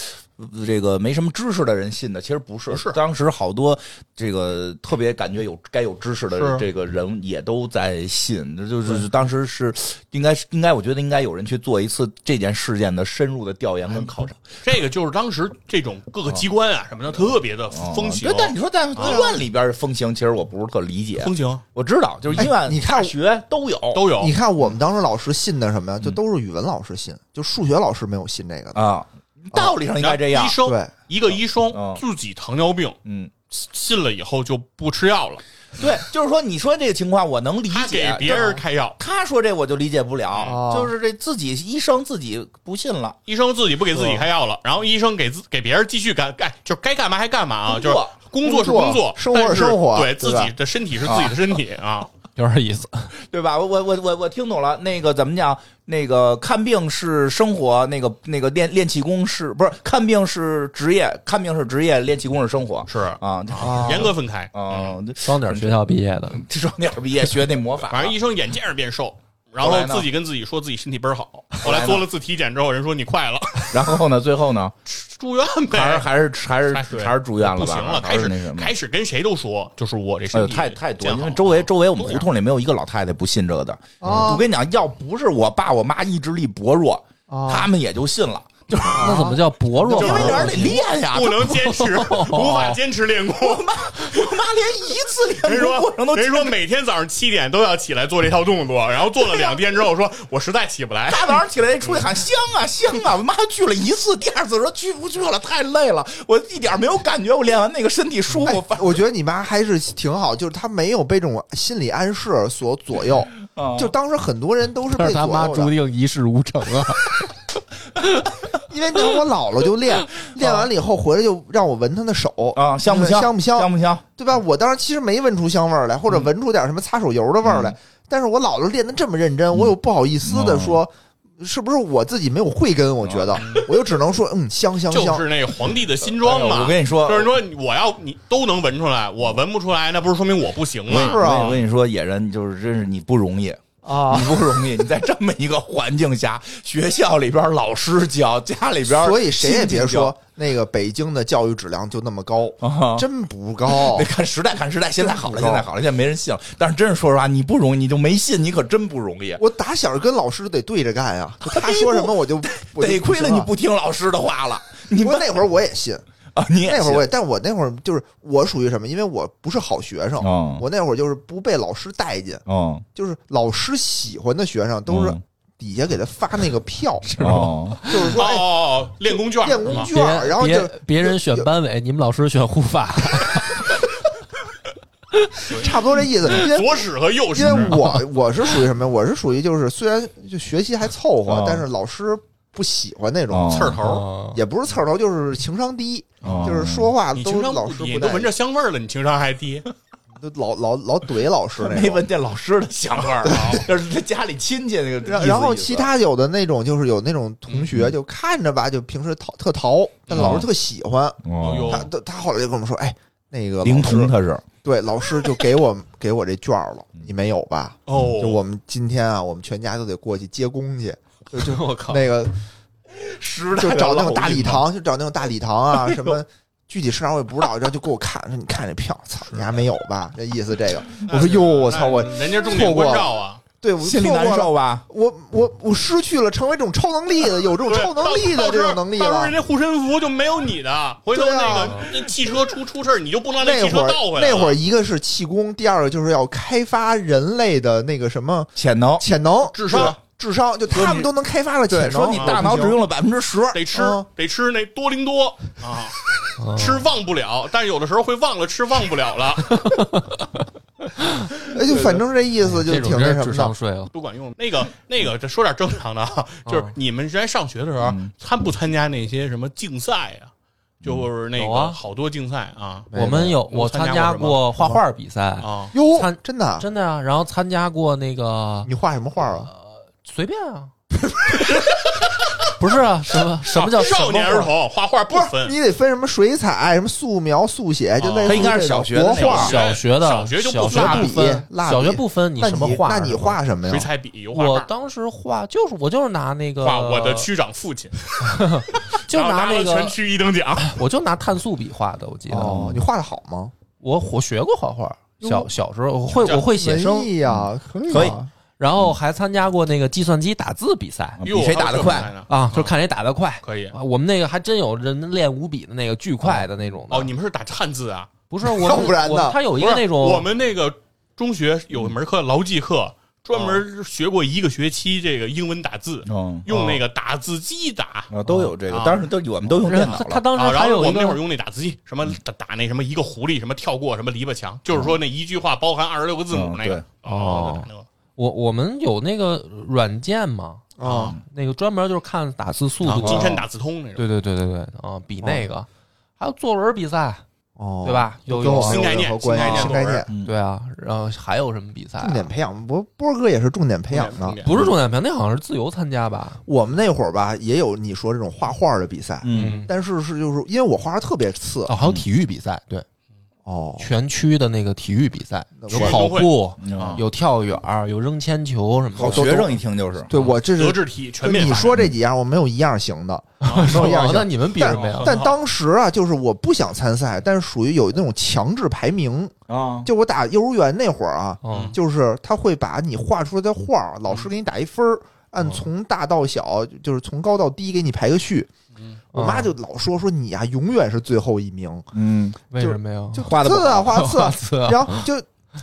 [SPEAKER 2] 呃这个没什么知识的人信的，其实不是。
[SPEAKER 3] 不是
[SPEAKER 2] 当时好多这个特别感觉有该有知识的
[SPEAKER 3] 是
[SPEAKER 2] 这个人也都在信，这就是当时是应该是应该，我觉得应该有人去做一次这件事件的深入的调研跟考察。
[SPEAKER 3] 这个就是当时这种各个机关啊什么的特别的风行
[SPEAKER 2] 哦，但你说在医院里边的风行，其实我不是特理解。
[SPEAKER 3] 风行
[SPEAKER 2] 我知道，就是医院、
[SPEAKER 4] 你看
[SPEAKER 2] 大学都有
[SPEAKER 3] 都有
[SPEAKER 4] 你看我们当时老师信的什么呀？就都是语文老师信，就数学老师没有信这个的。
[SPEAKER 2] 嗯啊，道理上应该这样
[SPEAKER 3] 医。生
[SPEAKER 4] 对
[SPEAKER 3] 一个医生
[SPEAKER 2] 嗯
[SPEAKER 3] 自己糖尿病
[SPEAKER 2] 嗯，
[SPEAKER 3] 信了以后就不吃药了，
[SPEAKER 2] 对，就是说你说这个情况我能理
[SPEAKER 3] 他给
[SPEAKER 2] 解，
[SPEAKER 3] 别人开药，
[SPEAKER 2] 他说这我就理解不了，
[SPEAKER 4] 哦
[SPEAKER 2] 就是这自己医生自己不信了，
[SPEAKER 3] 医生自己不给自己开
[SPEAKER 2] 嗯
[SPEAKER 3] 药了，然后医生给自给别人继续干干，就是该干嘛还干嘛啊，
[SPEAKER 2] 工
[SPEAKER 3] 就
[SPEAKER 2] 作
[SPEAKER 3] 是工作是工
[SPEAKER 4] 工作
[SPEAKER 3] 作，
[SPEAKER 4] 生活
[SPEAKER 3] 但
[SPEAKER 4] 是生活
[SPEAKER 3] 对
[SPEAKER 4] 对
[SPEAKER 3] 自
[SPEAKER 4] 吧
[SPEAKER 3] 己的身体是自己的身体啊，
[SPEAKER 1] 有点意思。
[SPEAKER 2] 对吧？我我我我我听懂了，那个怎么讲？那个看病是生活，那个那个练练气功是不是？看病是职业，看病是职业，练气功是生活
[SPEAKER 3] 是
[SPEAKER 2] 啊
[SPEAKER 4] 啊
[SPEAKER 3] 严格分开。嗯，
[SPEAKER 2] 啊！ [LAUGHS]
[SPEAKER 1] 双点学校毕业的，
[SPEAKER 2] 这双点毕业学那魔法，
[SPEAKER 3] 反正医生眼见着变瘦，然
[SPEAKER 2] 后来
[SPEAKER 3] 后
[SPEAKER 2] 呢
[SPEAKER 3] 自己跟自己说自己身体倍儿好，后
[SPEAKER 2] 来呢
[SPEAKER 3] 来做了次体检之后，人说你快了，
[SPEAKER 2] 然后呢？最后呢？
[SPEAKER 3] 住院
[SPEAKER 2] 还是
[SPEAKER 3] 呗。
[SPEAKER 2] 还是还
[SPEAKER 3] 哎
[SPEAKER 2] 是
[SPEAKER 3] 对
[SPEAKER 2] 还是住院了吧？
[SPEAKER 3] 不行了，
[SPEAKER 2] 还
[SPEAKER 3] 开
[SPEAKER 2] 是
[SPEAKER 3] 始
[SPEAKER 2] 那什么？
[SPEAKER 3] 开始跟谁都说，就是我这
[SPEAKER 2] 哎呦，
[SPEAKER 3] 身体
[SPEAKER 2] 太太多，
[SPEAKER 3] 健
[SPEAKER 2] 因为
[SPEAKER 3] 好
[SPEAKER 2] 周围周围我们
[SPEAKER 3] 都
[SPEAKER 2] 胡
[SPEAKER 3] 这样
[SPEAKER 2] 同里没有一个老太太不信这个的。
[SPEAKER 4] 哦
[SPEAKER 2] 我跟你讲，要不是我爸我妈意志力薄弱，
[SPEAKER 4] 哦
[SPEAKER 2] 他们也就信了，就是
[SPEAKER 1] 那怎么叫薄弱
[SPEAKER 2] 因为
[SPEAKER 1] 呢？
[SPEAKER 2] 人得练 [LAUGHS] 呀。
[SPEAKER 3] 不能
[SPEAKER 2] [LAUGHS]
[SPEAKER 3] 坚持，无法坚持练功。
[SPEAKER 2] 我妈连一次
[SPEAKER 3] 人
[SPEAKER 2] 练功过程都
[SPEAKER 3] 说，人说每天早上七点都要起来做这套动作，然后做了两天之后说，我实在起不来，
[SPEAKER 2] 大早上起来出去喊香啊香啊！我妈去了一次，第二次说去不去了，太累了，我一点没有感觉，我练完那个身体舒服。反
[SPEAKER 4] 哎我觉得你妈还是挺好，就是她没有被这种心理暗示所左
[SPEAKER 2] [LAUGHS]
[SPEAKER 4] 右。
[SPEAKER 2] 啊
[SPEAKER 4] 就当时很多人都是
[SPEAKER 1] 但
[SPEAKER 4] 被
[SPEAKER 1] 是
[SPEAKER 4] 左
[SPEAKER 1] 他妈
[SPEAKER 4] 右
[SPEAKER 1] 注
[SPEAKER 4] 的，
[SPEAKER 1] 定一事无成啊！
[SPEAKER 4] 因为等我老了就
[SPEAKER 2] [LAUGHS]
[SPEAKER 4] 练，练完了以后回来就让我闻她的手
[SPEAKER 2] 啊，香不
[SPEAKER 4] 香？
[SPEAKER 2] 香？
[SPEAKER 4] 不香？
[SPEAKER 2] 不香？
[SPEAKER 4] 对吧？我当时其实没闻出香味儿来，或
[SPEAKER 2] 嗯
[SPEAKER 4] 者闻出点什么擦手油的味儿来，但是我老了练得这么认真，
[SPEAKER 2] 嗯
[SPEAKER 4] 我有不好意思
[SPEAKER 2] 哦
[SPEAKER 4] 的说，是不是我自己没有慧根？我觉得， [LAUGHS] 我就只能说，嗯，香香
[SPEAKER 3] 就
[SPEAKER 4] 香。
[SPEAKER 3] 是那个皇帝的新装
[SPEAKER 2] 哎呦
[SPEAKER 3] 嘛。
[SPEAKER 2] 我跟你说
[SPEAKER 3] 就是说我要你都能闻出来，我闻不出来，那不是说明我不行
[SPEAKER 2] 我跟
[SPEAKER 3] 吗？
[SPEAKER 4] 是啊
[SPEAKER 2] 我跟你说，野人就是真是你不容易啊，你不容易。你在这么一个环境下，学校里边老师教，家里边
[SPEAKER 4] 所以谁也
[SPEAKER 2] 亲戚
[SPEAKER 4] 别
[SPEAKER 2] 教
[SPEAKER 4] 说那个北京的教育质量就那么高，
[SPEAKER 2] 啊。
[SPEAKER 4] 真不高
[SPEAKER 2] 得。看时代，看时代。现在好了，
[SPEAKER 4] 真不
[SPEAKER 2] 现
[SPEAKER 4] 高
[SPEAKER 2] 在好了，现在没人信了。但是真是说实话，你不容易，你就没信，你可真不容易。
[SPEAKER 4] 我打小跟老师得对着干
[SPEAKER 2] [LAUGHS]
[SPEAKER 4] 呀，就他说什么我就我就
[SPEAKER 2] 得亏了
[SPEAKER 4] 行
[SPEAKER 2] 你不听老师的话
[SPEAKER 4] [LAUGHS]
[SPEAKER 2] 了。你
[SPEAKER 4] 啊不过那会儿我也信，
[SPEAKER 2] 啊，你也
[SPEAKER 4] 那会儿
[SPEAKER 2] 信
[SPEAKER 4] 我也，但我那会儿就是我属于什么？因为我不是好学生
[SPEAKER 2] 哦，
[SPEAKER 4] 我那会儿就是不被老师待见，
[SPEAKER 2] 哦
[SPEAKER 4] 就是老师喜欢的学生都是
[SPEAKER 2] 嗯
[SPEAKER 4] 底下给他发那个
[SPEAKER 2] [LAUGHS]
[SPEAKER 4] 票，
[SPEAKER 2] 哦，
[SPEAKER 4] 就是
[SPEAKER 3] 哦
[SPEAKER 4] 说
[SPEAKER 3] 哦
[SPEAKER 4] 哎
[SPEAKER 3] 哦，练功券，
[SPEAKER 4] 练功
[SPEAKER 3] 是吗
[SPEAKER 4] 券
[SPEAKER 1] 别
[SPEAKER 4] 啊然后就
[SPEAKER 1] 别别人选班委，你们老师选护法，
[SPEAKER 4] 差不多这意思。
[SPEAKER 2] [LAUGHS]
[SPEAKER 4] 因为
[SPEAKER 3] 左使和右使
[SPEAKER 4] 因，为我我是属于什么呀？我是属于就是虽然就学习还凑
[SPEAKER 2] 哦
[SPEAKER 4] 合，但是老师不喜欢那种
[SPEAKER 2] 哦
[SPEAKER 3] 刺儿头，
[SPEAKER 1] 哦
[SPEAKER 4] 也不是刺儿头，就是情商低，
[SPEAKER 2] 哦
[SPEAKER 4] 就是说话
[SPEAKER 3] 你
[SPEAKER 4] 都
[SPEAKER 3] 情商
[SPEAKER 4] 嗯老
[SPEAKER 3] 不
[SPEAKER 4] 师
[SPEAKER 3] 低，你
[SPEAKER 4] 不
[SPEAKER 3] 都
[SPEAKER 4] 带
[SPEAKER 3] 闻着香味儿了，你情商还低，
[SPEAKER 4] 都老老老怼老师那
[SPEAKER 2] [LAUGHS] 哦没
[SPEAKER 4] 种。
[SPEAKER 2] 闻见老师的香味儿，啊就是他家里亲戚那个意思。
[SPEAKER 4] 然然后
[SPEAKER 2] 意思啊嗯
[SPEAKER 4] 其他有的那种就是有那种同学就看着吧，就平时淘特淘，但老师特喜欢。
[SPEAKER 2] 哎
[SPEAKER 3] 哦哟
[SPEAKER 4] 他他他后来就跟我们说，哎，那个
[SPEAKER 2] 灵
[SPEAKER 4] 老师
[SPEAKER 2] 童他是
[SPEAKER 4] 对老师就给我给我这卷儿了，你没有吧？
[SPEAKER 3] 嗯哦，
[SPEAKER 4] 就我们今天啊，我们全家都得过去接工去，就就
[SPEAKER 1] [LAUGHS] 我靠，
[SPEAKER 4] 那个
[SPEAKER 2] 师
[SPEAKER 4] 就找那种大
[SPEAKER 2] 礼
[SPEAKER 4] 礼堂，就找那种大礼堂啊，
[SPEAKER 3] [LAUGHS]
[SPEAKER 4] 什么具体是哪我也不知道，然后就给我看，说你看这票，操，你还没有
[SPEAKER 3] [LAUGHS]
[SPEAKER 4] 吧？这意思这个，我说哟，我操，我
[SPEAKER 3] 人家重点关照啊，
[SPEAKER 4] 对我
[SPEAKER 2] 心里
[SPEAKER 4] 错过
[SPEAKER 2] 难
[SPEAKER 4] 了
[SPEAKER 2] 受吧？
[SPEAKER 4] 我我我失去了成为这种超能力的，有这种
[SPEAKER 3] 对
[SPEAKER 4] 超能力的
[SPEAKER 3] 到
[SPEAKER 4] 这种能力
[SPEAKER 3] 到时候人
[SPEAKER 4] 了。
[SPEAKER 3] 家护身符就没有你的，回头
[SPEAKER 4] 对
[SPEAKER 3] 那
[SPEAKER 4] 啊
[SPEAKER 3] 个那汽车出出事儿，你就不能让
[SPEAKER 4] 那
[SPEAKER 3] 汽
[SPEAKER 4] 会
[SPEAKER 3] 车
[SPEAKER 4] 儿
[SPEAKER 3] 倒回来了。
[SPEAKER 4] 那会儿一个是气功，第二个就是要开发人类的那个什么
[SPEAKER 2] 潜能，
[SPEAKER 4] 潜能、
[SPEAKER 3] 智商、
[SPEAKER 4] 智商，就他们都能开发了
[SPEAKER 2] 对，
[SPEAKER 4] 潜
[SPEAKER 2] 说
[SPEAKER 4] 能啊
[SPEAKER 2] 你。大脑只用了百分之十，
[SPEAKER 3] 得吃
[SPEAKER 4] 嗯
[SPEAKER 3] 得吃那多林多啊，吃忘不了，但是有的时候会忘了吃，忘不了
[SPEAKER 4] [LAUGHS]
[SPEAKER 3] 了，
[SPEAKER 4] 哎，就反正这意思就
[SPEAKER 1] 这
[SPEAKER 4] 挺
[SPEAKER 1] 种
[SPEAKER 4] 那
[SPEAKER 1] 真
[SPEAKER 4] 什
[SPEAKER 1] 是
[SPEAKER 4] 么
[SPEAKER 1] 智商
[SPEAKER 4] 的。
[SPEAKER 1] 税了。
[SPEAKER 3] 不管用。那个那个，这说点正常的啊，就是
[SPEAKER 4] 嗯
[SPEAKER 3] 你们原来上学的时候
[SPEAKER 2] 嗯，
[SPEAKER 3] 参不参加那些什么竞赛啊？
[SPEAKER 4] 嗯
[SPEAKER 3] 就是那
[SPEAKER 1] 有
[SPEAKER 3] 个
[SPEAKER 1] 啊
[SPEAKER 3] 好多竞赛啊
[SPEAKER 4] 没嗯
[SPEAKER 1] 我们有
[SPEAKER 3] 没有
[SPEAKER 1] 我
[SPEAKER 3] 参
[SPEAKER 1] 参
[SPEAKER 3] 加
[SPEAKER 1] 加
[SPEAKER 3] 过
[SPEAKER 1] 过画画比赛，
[SPEAKER 3] 啊，
[SPEAKER 4] 哟
[SPEAKER 1] 参，
[SPEAKER 4] 真的啊，
[SPEAKER 1] 真的呀、然后参加过那个
[SPEAKER 3] [LAUGHS]
[SPEAKER 4] 你画什么画啊？
[SPEAKER 1] 随便啊，不是啊，什么什么叫
[SPEAKER 3] 少年儿？童画画不分？
[SPEAKER 4] 你得分哦什么水彩、什么素描、速写，就类似
[SPEAKER 2] 他
[SPEAKER 4] 于
[SPEAKER 2] 应该
[SPEAKER 4] 这
[SPEAKER 2] 是小
[SPEAKER 4] 种
[SPEAKER 2] 学的
[SPEAKER 4] 国
[SPEAKER 2] 那种
[SPEAKER 4] 画
[SPEAKER 2] 小。
[SPEAKER 1] 小学的
[SPEAKER 3] 小学就不
[SPEAKER 1] 小学
[SPEAKER 3] 蜡
[SPEAKER 1] 不
[SPEAKER 4] 笔
[SPEAKER 1] 分，
[SPEAKER 4] 蜡笔
[SPEAKER 1] 小学不分，你
[SPEAKER 4] 那
[SPEAKER 1] 什么
[SPEAKER 4] 你
[SPEAKER 1] 画？
[SPEAKER 4] 那你画什么
[SPEAKER 3] 水
[SPEAKER 4] 呀？
[SPEAKER 3] 彩笔、油画
[SPEAKER 1] 我
[SPEAKER 3] 画。
[SPEAKER 1] 当时画就是我就是拿那个
[SPEAKER 3] 画我的区长父亲，
[SPEAKER 1] 就
[SPEAKER 3] 然后
[SPEAKER 1] 拿那
[SPEAKER 3] 了全
[SPEAKER 1] 个
[SPEAKER 3] 区一等奖。
[SPEAKER 1] 我就拿碳素笔画的，我记得
[SPEAKER 4] 哦，你画的好吗？
[SPEAKER 1] 我我学过画画，小小时候我会
[SPEAKER 3] 叫
[SPEAKER 1] 我会写
[SPEAKER 4] 文
[SPEAKER 1] 生，
[SPEAKER 4] 艺呀，可以
[SPEAKER 2] 可以
[SPEAKER 4] 啊
[SPEAKER 1] 然后还参加过那个计算机打字比赛
[SPEAKER 2] 比
[SPEAKER 3] 哟
[SPEAKER 2] 谁打得快
[SPEAKER 3] 还有这种
[SPEAKER 1] 啊，
[SPEAKER 4] 嗯
[SPEAKER 1] 就是看谁打得快。
[SPEAKER 3] 嗯可以
[SPEAKER 1] 啊我们那个还真有人练五笔的那个巨快的那种的
[SPEAKER 3] 哦，你们是打汉字啊？
[SPEAKER 1] 不是我
[SPEAKER 4] 要不然呢
[SPEAKER 1] 我他有一
[SPEAKER 3] 不
[SPEAKER 1] 个
[SPEAKER 3] 是
[SPEAKER 1] 那种
[SPEAKER 3] 我们那个中学有门课劳技课，专门学过一个学期这个英文打字，
[SPEAKER 4] 哦
[SPEAKER 2] 嗯，
[SPEAKER 3] 用那个打字机打。
[SPEAKER 2] 啊，都有这个
[SPEAKER 3] 啊，
[SPEAKER 2] 当时都我们都用电脑
[SPEAKER 1] 他他
[SPEAKER 2] 了。
[SPEAKER 1] 当时
[SPEAKER 3] 啊，然
[SPEAKER 1] 还
[SPEAKER 3] 后
[SPEAKER 1] 有
[SPEAKER 3] 我
[SPEAKER 1] 一
[SPEAKER 3] 们那会
[SPEAKER 1] 个
[SPEAKER 3] 儿用那打字机，什么打打那什么一个狐狸，什么跳过什么篱笆墙，就是说那一句话包含二十六个字母
[SPEAKER 2] 嗯
[SPEAKER 3] 那个
[SPEAKER 2] 对。
[SPEAKER 1] 哦
[SPEAKER 3] 打那个啊
[SPEAKER 1] 我我们有那个软件嘛，
[SPEAKER 4] 啊，
[SPEAKER 1] 那个专门就是看打字速
[SPEAKER 3] 啊
[SPEAKER 1] 度，
[SPEAKER 3] 金山打字通那种。
[SPEAKER 1] 对对对对对啊，比那个还有作文比赛，
[SPEAKER 4] 哦，
[SPEAKER 1] 对？吧？有
[SPEAKER 4] 跟我
[SPEAKER 1] 有
[SPEAKER 3] 新
[SPEAKER 4] 没有
[SPEAKER 3] 概
[SPEAKER 4] 任
[SPEAKER 3] 念
[SPEAKER 4] 何关系，
[SPEAKER 1] 新
[SPEAKER 4] 新
[SPEAKER 3] 概
[SPEAKER 4] 概
[SPEAKER 3] 念
[SPEAKER 4] 念，
[SPEAKER 2] 嗯，
[SPEAKER 1] 对啊，然后还有什么比赛啊？
[SPEAKER 4] 重点培养。不，波哥也是重点培养
[SPEAKER 3] 重
[SPEAKER 4] 的。
[SPEAKER 3] 点
[SPEAKER 1] 不是重点培养，那好像是自由参加吧？
[SPEAKER 4] 我们那会儿吧，也有你说这种画画的比赛，
[SPEAKER 2] 嗯，
[SPEAKER 4] 但是是就是因为我画的特别次
[SPEAKER 1] 哦，还有体育比赛，对，
[SPEAKER 4] 哦，
[SPEAKER 1] 全区的那个体育比赛，有
[SPEAKER 3] 运
[SPEAKER 1] 跑
[SPEAKER 3] 动会
[SPEAKER 1] 步，
[SPEAKER 2] 嗯
[SPEAKER 1] 有跳远，有扔铅球什
[SPEAKER 2] 好
[SPEAKER 1] 么的。
[SPEAKER 2] 学生一听就是，
[SPEAKER 4] 对我这
[SPEAKER 3] 德
[SPEAKER 4] 是
[SPEAKER 3] 智体全
[SPEAKER 4] 就
[SPEAKER 3] 面
[SPEAKER 4] 你
[SPEAKER 3] 发展。
[SPEAKER 4] 说这几样，我没有一样行的。
[SPEAKER 1] 是
[SPEAKER 4] 有样
[SPEAKER 1] 吗
[SPEAKER 4] 儿
[SPEAKER 1] 那你们比什么呀？
[SPEAKER 4] 但当时啊，就是我不想参赛，但是属于有那种强制排名。
[SPEAKER 2] 啊，
[SPEAKER 4] 就我打幼儿园那会儿啊，
[SPEAKER 1] 嗯，
[SPEAKER 4] 就是他会把你画出来的画儿，老师给你打一分儿，按从大到小，就是从高到低给你排个序。我
[SPEAKER 1] 哦
[SPEAKER 4] 妈就老说说你啊，永远是最后一名，
[SPEAKER 2] 嗯，
[SPEAKER 1] 为什么呀？
[SPEAKER 4] 就
[SPEAKER 2] 画得不
[SPEAKER 4] 次啊画次啊，
[SPEAKER 1] [LAUGHS] 次啊，
[SPEAKER 4] 然后就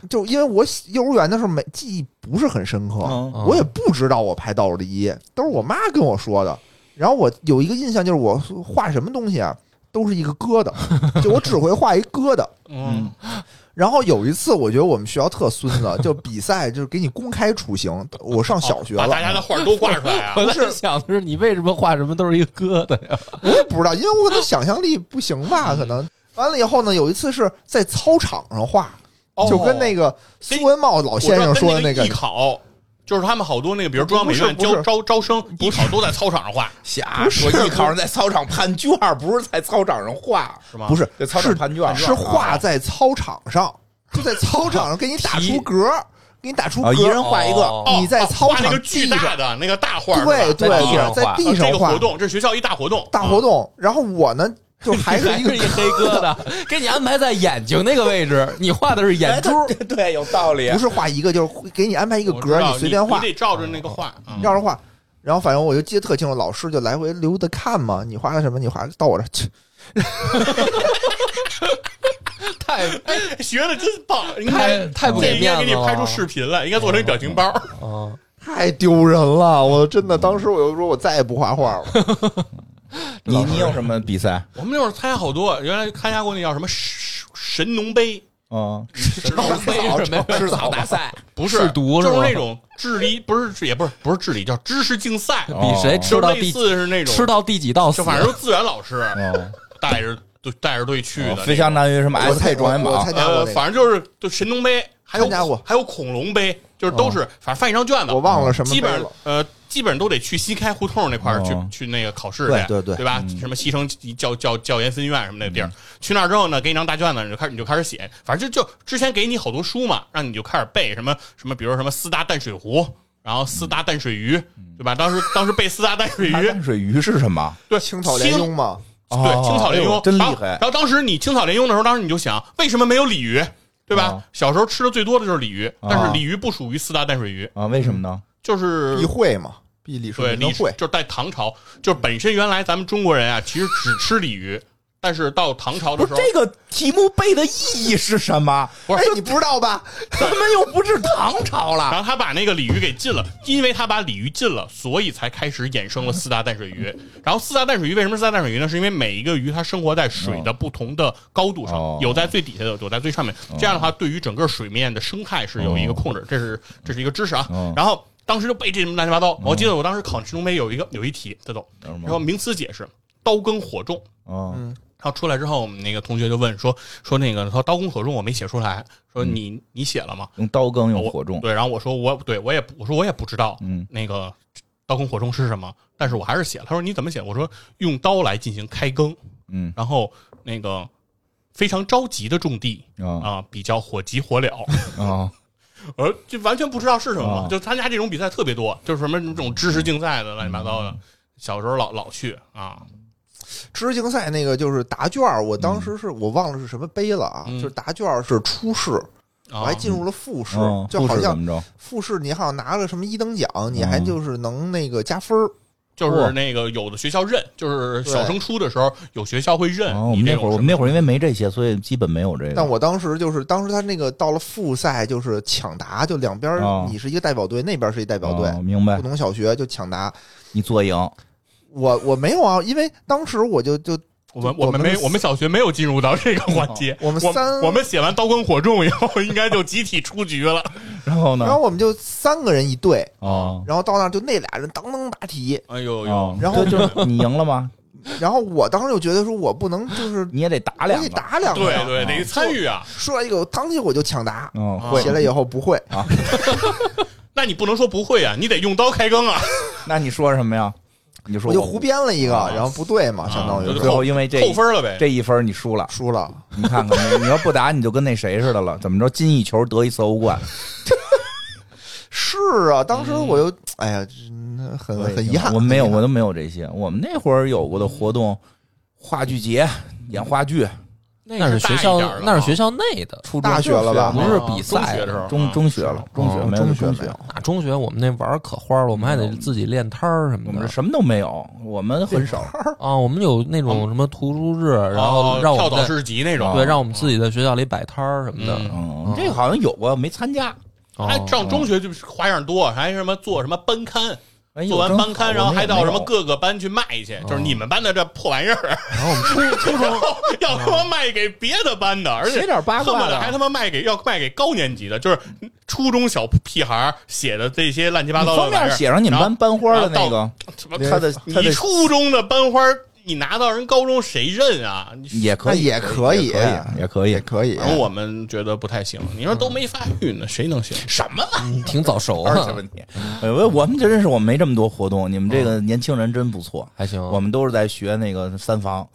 [SPEAKER 4] 就因为我幼儿园的时候没记忆不是很深刻，
[SPEAKER 2] 嗯
[SPEAKER 4] 我也不知道我排倒数第一，都是我妈跟我说的。然后我有一个印象就是我画什么东西啊，都是一个疙瘩，就我只会画一疙瘩。
[SPEAKER 3] 嗯，
[SPEAKER 4] 然后有一次，我觉得我们学校特孙子，就比赛就是给你公开处刑。我上小学
[SPEAKER 3] 哦把
[SPEAKER 4] 了
[SPEAKER 3] 大，家的画都挂出来
[SPEAKER 1] [LAUGHS]
[SPEAKER 3] 啊！
[SPEAKER 1] 本来
[SPEAKER 4] 不是
[SPEAKER 1] 想的是你为什么画什么都是一个疙瘩呀？
[SPEAKER 4] 我也不知道，因为我可能想象力不行吧，可能。完了以后呢，有一次是在操场上画，就跟那个苏文茂
[SPEAKER 3] 哦
[SPEAKER 4] 老
[SPEAKER 3] 我
[SPEAKER 4] 先
[SPEAKER 3] 知
[SPEAKER 4] 生
[SPEAKER 3] 道
[SPEAKER 4] 说
[SPEAKER 3] 跟
[SPEAKER 4] 的
[SPEAKER 3] 那
[SPEAKER 4] 那个
[SPEAKER 3] 艺，考，就是他们好多那个，比如中央美院
[SPEAKER 4] 不是不
[SPEAKER 3] 招
[SPEAKER 4] 是
[SPEAKER 3] 招招生，艺考都在操场上画，
[SPEAKER 2] 瞎说，艺考上在操场判卷，不是在操场上画，
[SPEAKER 3] 是吗？
[SPEAKER 4] 不是
[SPEAKER 2] 啊在操场判卷啊
[SPEAKER 4] 是画在操场上，就在操场上给
[SPEAKER 2] [LAUGHS]
[SPEAKER 4] 你打出格儿，给你打出格
[SPEAKER 2] 啊，
[SPEAKER 4] 儿，
[SPEAKER 2] 一人画一个，
[SPEAKER 3] 哦，
[SPEAKER 4] [LAUGHS] 你在
[SPEAKER 3] 哦
[SPEAKER 4] 操
[SPEAKER 3] 画那
[SPEAKER 4] 场
[SPEAKER 3] 个巨
[SPEAKER 4] 地上
[SPEAKER 3] 大的那个大画，
[SPEAKER 4] 对
[SPEAKER 3] 是吧呃
[SPEAKER 4] 对
[SPEAKER 1] 在地上
[SPEAKER 4] 对，
[SPEAKER 1] 画
[SPEAKER 4] 在地
[SPEAKER 3] 啊这
[SPEAKER 4] 上
[SPEAKER 3] 个
[SPEAKER 4] 画
[SPEAKER 3] 活动，这是学校一大活动，
[SPEAKER 4] 大活动。然后
[SPEAKER 3] [LAUGHS]
[SPEAKER 4] 我呢，就还是一
[SPEAKER 1] 是
[SPEAKER 4] 个
[SPEAKER 1] 一黑疙瘩，给你安排在眼睛那个位置，你画的是眼珠。
[SPEAKER 2] 哎，对，有道理
[SPEAKER 4] 不，是画一个，就是给你安排一个
[SPEAKER 3] 嗯我知
[SPEAKER 4] 格
[SPEAKER 3] 道
[SPEAKER 4] 儿，随便画哦
[SPEAKER 3] 你，得照着那个画。嗯
[SPEAKER 4] 让人画。然后反正我就记得特清楚，老师就来回留着看嘛，你画的什么？你画的到我这儿去，
[SPEAKER 1] 太
[SPEAKER 3] 哎， [LAUGHS] 学的真棒，应
[SPEAKER 1] 太
[SPEAKER 3] 该
[SPEAKER 1] 太不
[SPEAKER 3] 这
[SPEAKER 1] 给
[SPEAKER 3] 应该
[SPEAKER 1] 面
[SPEAKER 3] 给
[SPEAKER 1] 子
[SPEAKER 3] 你
[SPEAKER 1] 了。
[SPEAKER 3] 拍出视频来，应该做成表情包。
[SPEAKER 1] 嗯，
[SPEAKER 4] 太丢人了！我真的当时我就说，我再也不
[SPEAKER 3] [LAUGHS]
[SPEAKER 4] 画画了。
[SPEAKER 2] 你你有什么比赛？
[SPEAKER 3] [LAUGHS] 我们那会儿参加好多，原来参加过那叫什么神神农
[SPEAKER 4] [LAUGHS]
[SPEAKER 3] 杯，
[SPEAKER 2] 嗯，
[SPEAKER 3] 神农杯
[SPEAKER 1] 为什么
[SPEAKER 2] 吃草
[SPEAKER 1] 大赛？
[SPEAKER 3] 不是
[SPEAKER 1] 试毒是
[SPEAKER 3] 就是
[SPEAKER 1] 吗
[SPEAKER 3] 那种智力不是也不是不是智力，叫知识竞赛，
[SPEAKER 1] 比谁
[SPEAKER 3] 就
[SPEAKER 1] 吃
[SPEAKER 3] 是
[SPEAKER 1] 哦到
[SPEAKER 3] 类
[SPEAKER 1] 第
[SPEAKER 3] 似是那种
[SPEAKER 1] 吃到第几道死
[SPEAKER 3] 就？反正是自然老师
[SPEAKER 4] 哦
[SPEAKER 2] 嗯，
[SPEAKER 3] 带着队带着队去的那种，
[SPEAKER 2] 哦非相当于什么
[SPEAKER 4] 我
[SPEAKER 2] S
[SPEAKER 4] 参
[SPEAKER 2] K 状元
[SPEAKER 4] 我我
[SPEAKER 2] 榜
[SPEAKER 4] 参，哦加过
[SPEAKER 3] 呃，
[SPEAKER 4] 那个，
[SPEAKER 3] 反正就是就神农杯，还有
[SPEAKER 4] 参加过哦
[SPEAKER 3] 还有恐龙杯，就是都是反正翻一张卷子，
[SPEAKER 4] 我忘了什么
[SPEAKER 3] 基
[SPEAKER 4] 杯
[SPEAKER 3] 本
[SPEAKER 4] 了哦
[SPEAKER 3] 上。呃，基本上都得去西开胡同那块儿去、
[SPEAKER 2] 嗯
[SPEAKER 3] 去那个考试去，
[SPEAKER 4] 对
[SPEAKER 3] 对
[SPEAKER 4] 对对嗯
[SPEAKER 3] 吧？什么西城教教教研分院什么那个地儿，去那儿之后呢，给你张大卷子，你就开始你就开始写，反正就就之前给你好多书嘛，让你就开始背什么什么，比如什么四大淡水湖。然后四大淡水鱼，
[SPEAKER 4] 嗯
[SPEAKER 3] 对吧？当时当时背四大淡水鱼，
[SPEAKER 2] 淡水鱼是什么？
[SPEAKER 3] 对，
[SPEAKER 4] 青草鲢鳙嘛，
[SPEAKER 3] 对，青草鲢
[SPEAKER 2] 哎
[SPEAKER 3] 鳙
[SPEAKER 2] 呦真厉
[SPEAKER 3] 然后
[SPEAKER 2] 害
[SPEAKER 3] 然后当时你青草鲢鳙的时候，当时你就想，为什么没有鲤鱼，对吧？
[SPEAKER 2] 啊
[SPEAKER 3] 小时候吃的最多的就是鲤鱼，
[SPEAKER 2] 啊
[SPEAKER 3] 但是鲤鱼不属于四大淡水鱼，
[SPEAKER 2] 啊！为什么呢？
[SPEAKER 3] 就是
[SPEAKER 4] 必会嘛，必理
[SPEAKER 3] 对
[SPEAKER 4] 水
[SPEAKER 3] 鲤
[SPEAKER 4] 能会。
[SPEAKER 3] 就是在唐朝，就是本身原来咱们中国人啊，其实只吃鲤鱼，但是到唐朝的
[SPEAKER 2] 不
[SPEAKER 3] 时
[SPEAKER 2] 是
[SPEAKER 3] 候，
[SPEAKER 2] 这个题目背的意义是什么？
[SPEAKER 3] 不是
[SPEAKER 2] 哎，你不知道吧？咱们又不是唐朝了
[SPEAKER 3] 然。后他把那个鲤鱼给禁了，因为他把鲤鱼禁了，所以才开始衍生了四大淡水鱼。然后四大淡水鱼为什么四大淡水鱼呢？是因为每一个鱼它生活在水的不同的高度上，
[SPEAKER 2] 哦
[SPEAKER 3] 有在最底下的，有在最上面。这样的话，对于整个水面的生态是有一
[SPEAKER 2] 哦
[SPEAKER 3] 个控制，这是这是一个知识啊。
[SPEAKER 2] 嗯
[SPEAKER 3] 然后当时就背这什么乱七八糟，我记得我当时考神农杯有一个有一题，这都
[SPEAKER 2] 哦有什么
[SPEAKER 3] 说名词解释，刀耕火种。
[SPEAKER 2] 嗯，
[SPEAKER 3] 然后出来之后，我们那个同学就问说说那个说刀耕火种我没写出来，说
[SPEAKER 2] 嗯
[SPEAKER 3] 你、你写了吗？
[SPEAKER 2] 用刀耕，用
[SPEAKER 3] 我
[SPEAKER 2] 火种。
[SPEAKER 3] 对，然后我说我对我也不我说我也不知道，
[SPEAKER 2] 嗯
[SPEAKER 3] 那个刀耕火种是什么，但是我还是写了。他说你怎么写？我说用刀来进行开耕，
[SPEAKER 2] 嗯
[SPEAKER 3] 然后那个非常着急的种地
[SPEAKER 2] 啊
[SPEAKER 3] 啊，比较火急火燎。 [LAUGHS]
[SPEAKER 2] 啊
[SPEAKER 3] 呃，就完全不知道是什么嘛，
[SPEAKER 2] 啊
[SPEAKER 3] 就参加这种比赛特别多，就是什么这种知识竞赛的乱七八糟
[SPEAKER 2] 嗯
[SPEAKER 3] 的，小时候老老去啊，
[SPEAKER 4] 知识竞赛那个就是答卷儿，我
[SPEAKER 2] 嗯
[SPEAKER 4] 当时是我忘了是什么杯了啊，
[SPEAKER 3] 嗯
[SPEAKER 4] 就是答卷儿是初试，我
[SPEAKER 3] 啊
[SPEAKER 4] 还进入了复试，
[SPEAKER 2] 嗯
[SPEAKER 4] 就好
[SPEAKER 2] 故事怎
[SPEAKER 4] 像
[SPEAKER 2] 么着？
[SPEAKER 4] 复试你好像拿了什么一等奖，你还
[SPEAKER 2] 嗯
[SPEAKER 4] 就是能那个加分儿。
[SPEAKER 2] 哦
[SPEAKER 3] 就是那个有的学校认，就是小升初的时候有学校会认
[SPEAKER 2] 哦，我
[SPEAKER 3] 你
[SPEAKER 2] 们
[SPEAKER 3] 这
[SPEAKER 2] 那会儿
[SPEAKER 3] 种
[SPEAKER 2] 我
[SPEAKER 3] 是
[SPEAKER 2] 们那会儿因为没这些，所以基本没有这个。
[SPEAKER 4] 但我当时就是当时他那个到了复赛就是抢答，就两边儿
[SPEAKER 2] 哦
[SPEAKER 4] 你是一个代表队，那边儿是一代表队
[SPEAKER 2] 哦，明白
[SPEAKER 4] 不，同小学就抢答。
[SPEAKER 2] 你坐赢
[SPEAKER 4] 我我没有啊，因为当时我就就
[SPEAKER 3] 我们
[SPEAKER 4] 我
[SPEAKER 3] 我们没
[SPEAKER 4] 们哦
[SPEAKER 3] 我们小学没有进入到这个环节，
[SPEAKER 4] 我们
[SPEAKER 3] 我
[SPEAKER 4] 三
[SPEAKER 3] 我们写完刀耕火种以后，应该就集体出局
[SPEAKER 1] [LAUGHS]
[SPEAKER 3] 了。
[SPEAKER 2] 然后呢
[SPEAKER 4] 然？后我们就三个人一队，
[SPEAKER 2] 哦，
[SPEAKER 4] 然后到那儿就那俩人当当答题，
[SPEAKER 3] 哎呦
[SPEAKER 2] 哦
[SPEAKER 3] 呦，
[SPEAKER 4] 然后
[SPEAKER 2] 就就是你赢了吗？
[SPEAKER 4] 然后我当时就觉得说我不能就是
[SPEAKER 2] 你也得打
[SPEAKER 4] 我
[SPEAKER 2] 两
[SPEAKER 4] 得
[SPEAKER 2] 个。
[SPEAKER 4] 打两个，
[SPEAKER 3] 对对，得参与啊！
[SPEAKER 4] 说一个我当即我就抢答，
[SPEAKER 2] 嗯，
[SPEAKER 3] 啊
[SPEAKER 2] 会
[SPEAKER 4] 写了以后不会，
[SPEAKER 2] 啊？
[SPEAKER 3] 那你不能说不会啊，你得用刀开耕啊！
[SPEAKER 2] 那你说什么呀？你就说
[SPEAKER 4] 我就胡编了一个，
[SPEAKER 3] 啊
[SPEAKER 4] 然后不对嘛，相当
[SPEAKER 3] 啊
[SPEAKER 4] 于
[SPEAKER 3] 就
[SPEAKER 2] 最后因为这
[SPEAKER 3] 扣分了呗。
[SPEAKER 2] 这一分你输了，
[SPEAKER 4] 输了。
[SPEAKER 2] 你看看你你要不打你就跟那谁似的了，怎么着金一球得一次欧
[SPEAKER 4] [LAUGHS]
[SPEAKER 2] 冠，
[SPEAKER 4] 是啊，当时我就哎呀，真很很遗憾，
[SPEAKER 2] 我们没有，
[SPEAKER 4] 很遗憾
[SPEAKER 2] 我都没有这些。我们那会儿有过的活动，话剧节演话剧，
[SPEAKER 1] 那是学
[SPEAKER 3] 大一
[SPEAKER 1] 校
[SPEAKER 3] 点儿了啊，
[SPEAKER 1] 那是学校内的，
[SPEAKER 2] 初中
[SPEAKER 4] 大学了吧
[SPEAKER 2] 不是
[SPEAKER 3] 啊
[SPEAKER 1] 比赛
[SPEAKER 3] 中学的时候，
[SPEAKER 2] 哦中
[SPEAKER 3] 啊
[SPEAKER 2] 中学了，中学
[SPEAKER 4] 哦
[SPEAKER 2] 没有中
[SPEAKER 4] 中学没有
[SPEAKER 1] 那中学我们那玩儿可花了，我们还得自己练摊儿什么
[SPEAKER 2] 我们
[SPEAKER 4] 嗯
[SPEAKER 1] 的
[SPEAKER 2] 什么都没有，我们很少。
[SPEAKER 1] 啊。我们有那种什么图书日，然后
[SPEAKER 3] 哦
[SPEAKER 1] 让我
[SPEAKER 3] 跳
[SPEAKER 1] 们
[SPEAKER 3] 蚤
[SPEAKER 1] 在
[SPEAKER 3] 市集那
[SPEAKER 2] 啊
[SPEAKER 3] 种，
[SPEAKER 1] 对，让我们自己在学校里摆摊儿什么的。
[SPEAKER 3] 嗯
[SPEAKER 2] 嗯，这个好像有过，没参加。
[SPEAKER 1] 哦
[SPEAKER 3] 哎，上中学就是花样多，还什么做什么班刊，
[SPEAKER 2] 哎呦
[SPEAKER 3] 做完班刊，
[SPEAKER 2] 真
[SPEAKER 3] 然
[SPEAKER 2] 好
[SPEAKER 3] 后
[SPEAKER 2] 我们
[SPEAKER 3] 还
[SPEAKER 2] 也
[SPEAKER 3] 到什么
[SPEAKER 2] 没有哦
[SPEAKER 3] 各个班去卖去，就是你们班的这破玩意儿，
[SPEAKER 1] 然后我们
[SPEAKER 3] [LAUGHS]
[SPEAKER 1] 初初中
[SPEAKER 3] 然后要他妈卖给别的班的，而
[SPEAKER 2] 写
[SPEAKER 3] 且
[SPEAKER 2] 啊点八
[SPEAKER 3] 恨
[SPEAKER 2] 卦
[SPEAKER 3] 不
[SPEAKER 2] 的
[SPEAKER 3] 得还他妈卖给要卖给高年级的，就是初中小屁孩儿写的这些乱七八糟的
[SPEAKER 2] 封
[SPEAKER 3] 玩意儿。
[SPEAKER 2] 面写上你们班班花的那个，
[SPEAKER 3] 什么
[SPEAKER 2] 他的他
[SPEAKER 3] 你
[SPEAKER 2] 的
[SPEAKER 3] 初中的班花儿，你拿到人高中谁认啊？
[SPEAKER 2] [LAUGHS]
[SPEAKER 3] 你
[SPEAKER 2] 也可以，啊
[SPEAKER 4] 那也可以
[SPEAKER 2] 也可以
[SPEAKER 4] 也。可以
[SPEAKER 3] 反。啊正我们觉得不太行。你说都没发育呢，谁能行？
[SPEAKER 2] 什么玩
[SPEAKER 1] 嗯挺早熟
[SPEAKER 2] 意儿这
[SPEAKER 1] 啊，
[SPEAKER 2] 问题？ [LAUGHS] 哎我我们这认识我们没这么多活动，你们这个年轻人真不错。
[SPEAKER 1] 还行。
[SPEAKER 2] 我们都是在学那个三 [LAUGHS] 防，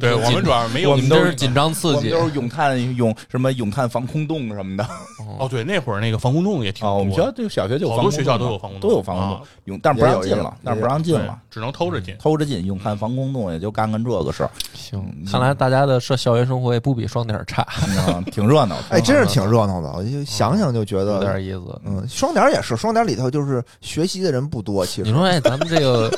[SPEAKER 3] 对我们主要是没有
[SPEAKER 2] 我
[SPEAKER 1] 你
[SPEAKER 2] 们
[SPEAKER 1] 们这
[SPEAKER 2] 都是
[SPEAKER 1] 是紧张刺
[SPEAKER 2] 我们
[SPEAKER 1] 激
[SPEAKER 2] 都是咏叹咏什么咏叹防空洞什么的。
[SPEAKER 3] 哦，对，那会儿那个防空洞也挺
[SPEAKER 2] 啊，我们学校
[SPEAKER 3] 多的
[SPEAKER 2] 这个小学就有
[SPEAKER 3] 好
[SPEAKER 2] 防
[SPEAKER 3] 多
[SPEAKER 2] 空
[SPEAKER 3] 学校
[SPEAKER 2] 洞嘛
[SPEAKER 3] 都有防空
[SPEAKER 2] 都
[SPEAKER 3] 洞
[SPEAKER 2] 有防空
[SPEAKER 3] 啊
[SPEAKER 2] 洞，用但是不
[SPEAKER 4] 也
[SPEAKER 2] 让
[SPEAKER 4] 有
[SPEAKER 2] 进
[SPEAKER 4] 也
[SPEAKER 2] 了
[SPEAKER 4] 有，
[SPEAKER 2] 但是不让进了，
[SPEAKER 3] 对只能偷着进。
[SPEAKER 2] 偷着进用看防空洞也就干干这个事 [LAUGHS] 儿，
[SPEAKER 1] 行。看来大家的社校园生活也不比双点儿差，
[SPEAKER 2] 嗯挺热闹的。 [LAUGHS]
[SPEAKER 4] 哎，真是挺热闹的，我就想想就觉
[SPEAKER 1] 有
[SPEAKER 4] 得
[SPEAKER 1] 点，意思。
[SPEAKER 4] 嗯，双点儿也是，双点儿里头就是学习的人不多，其
[SPEAKER 1] 你
[SPEAKER 4] 实
[SPEAKER 1] 说，哎，咱们这
[SPEAKER 2] [LAUGHS]
[SPEAKER 1] 个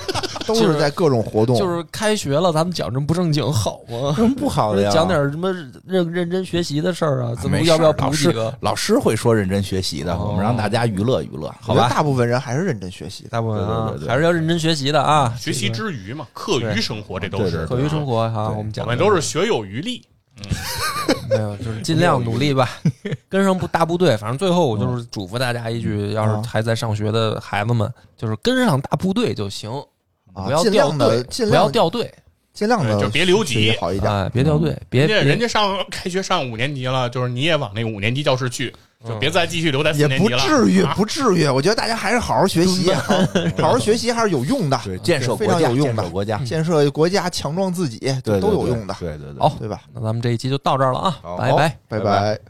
[SPEAKER 4] 都是在各种活动，
[SPEAKER 1] 就是开学了，咱们讲这么不正经好吗
[SPEAKER 2] 有？什么嗯不好的呀？
[SPEAKER 1] 讲点什么认认真学习的事儿啊？
[SPEAKER 2] 啊
[SPEAKER 1] 怎么
[SPEAKER 2] 没事
[SPEAKER 1] 要不要
[SPEAKER 2] 老
[SPEAKER 1] 补几
[SPEAKER 2] 师
[SPEAKER 1] 个？
[SPEAKER 2] 老师会说认真学习的，
[SPEAKER 1] 哦
[SPEAKER 2] 我们让大家娱乐娱乐，
[SPEAKER 4] 我
[SPEAKER 2] 好
[SPEAKER 4] 觉得
[SPEAKER 2] 吧？
[SPEAKER 4] 大部分人还是认真学习的。
[SPEAKER 1] 大部分啊
[SPEAKER 2] 对对对，对
[SPEAKER 1] 还是要认真学习的啊。
[SPEAKER 3] 学习之余嘛，课余
[SPEAKER 1] 对
[SPEAKER 3] 生活这都
[SPEAKER 2] 对
[SPEAKER 3] 是
[SPEAKER 2] 对
[SPEAKER 1] 课余生活哈，
[SPEAKER 2] 对
[SPEAKER 1] 我们
[SPEAKER 3] 我
[SPEAKER 1] 讲
[SPEAKER 3] 们都是学有余力。
[SPEAKER 1] 没有，就是尽量努力吧，
[SPEAKER 4] [LAUGHS]
[SPEAKER 1] 跟上部大部队。反正最后我就是嘱咐大家一
[SPEAKER 4] 嗯
[SPEAKER 1] 句，要是还在上学的孩子们，就是跟上大部队就行，
[SPEAKER 4] 啊
[SPEAKER 1] 不要
[SPEAKER 4] 尽
[SPEAKER 1] 掉
[SPEAKER 4] 量地
[SPEAKER 1] 队，
[SPEAKER 4] 尽
[SPEAKER 1] 不要
[SPEAKER 4] 量
[SPEAKER 1] 掉队，
[SPEAKER 4] 尽量的
[SPEAKER 3] 哎对就别留级啊
[SPEAKER 4] 好一点。
[SPEAKER 1] 哎，别掉队，
[SPEAKER 4] 嗯
[SPEAKER 1] 别
[SPEAKER 3] 人家人
[SPEAKER 1] 别
[SPEAKER 3] 家上开学上五年级了，就是你也往那个五年级教室去，就
[SPEAKER 1] 嗯
[SPEAKER 3] 别再继续留在四
[SPEAKER 4] 也
[SPEAKER 3] 年
[SPEAKER 4] 不
[SPEAKER 3] 级了。
[SPEAKER 4] 至于，
[SPEAKER 3] 啊
[SPEAKER 4] 不至于。我觉得大家还是好好学习，
[SPEAKER 3] [LAUGHS]
[SPEAKER 4] 好好好学习还是有用的，
[SPEAKER 2] 对，建设
[SPEAKER 4] 哦非
[SPEAKER 2] 国
[SPEAKER 4] 常
[SPEAKER 2] 家，
[SPEAKER 4] 有用
[SPEAKER 2] 建
[SPEAKER 4] 的
[SPEAKER 2] 设国家，
[SPEAKER 4] 建设国家、强壮自己，
[SPEAKER 2] 对对
[SPEAKER 4] 都有
[SPEAKER 2] 对
[SPEAKER 4] 用的，
[SPEAKER 2] 对对对，
[SPEAKER 1] 好
[SPEAKER 4] 对吧？
[SPEAKER 1] 那咱们这一期就到这儿了啊，
[SPEAKER 2] 好
[SPEAKER 1] 拜拜。
[SPEAKER 4] 拜
[SPEAKER 2] 拜
[SPEAKER 4] 拜。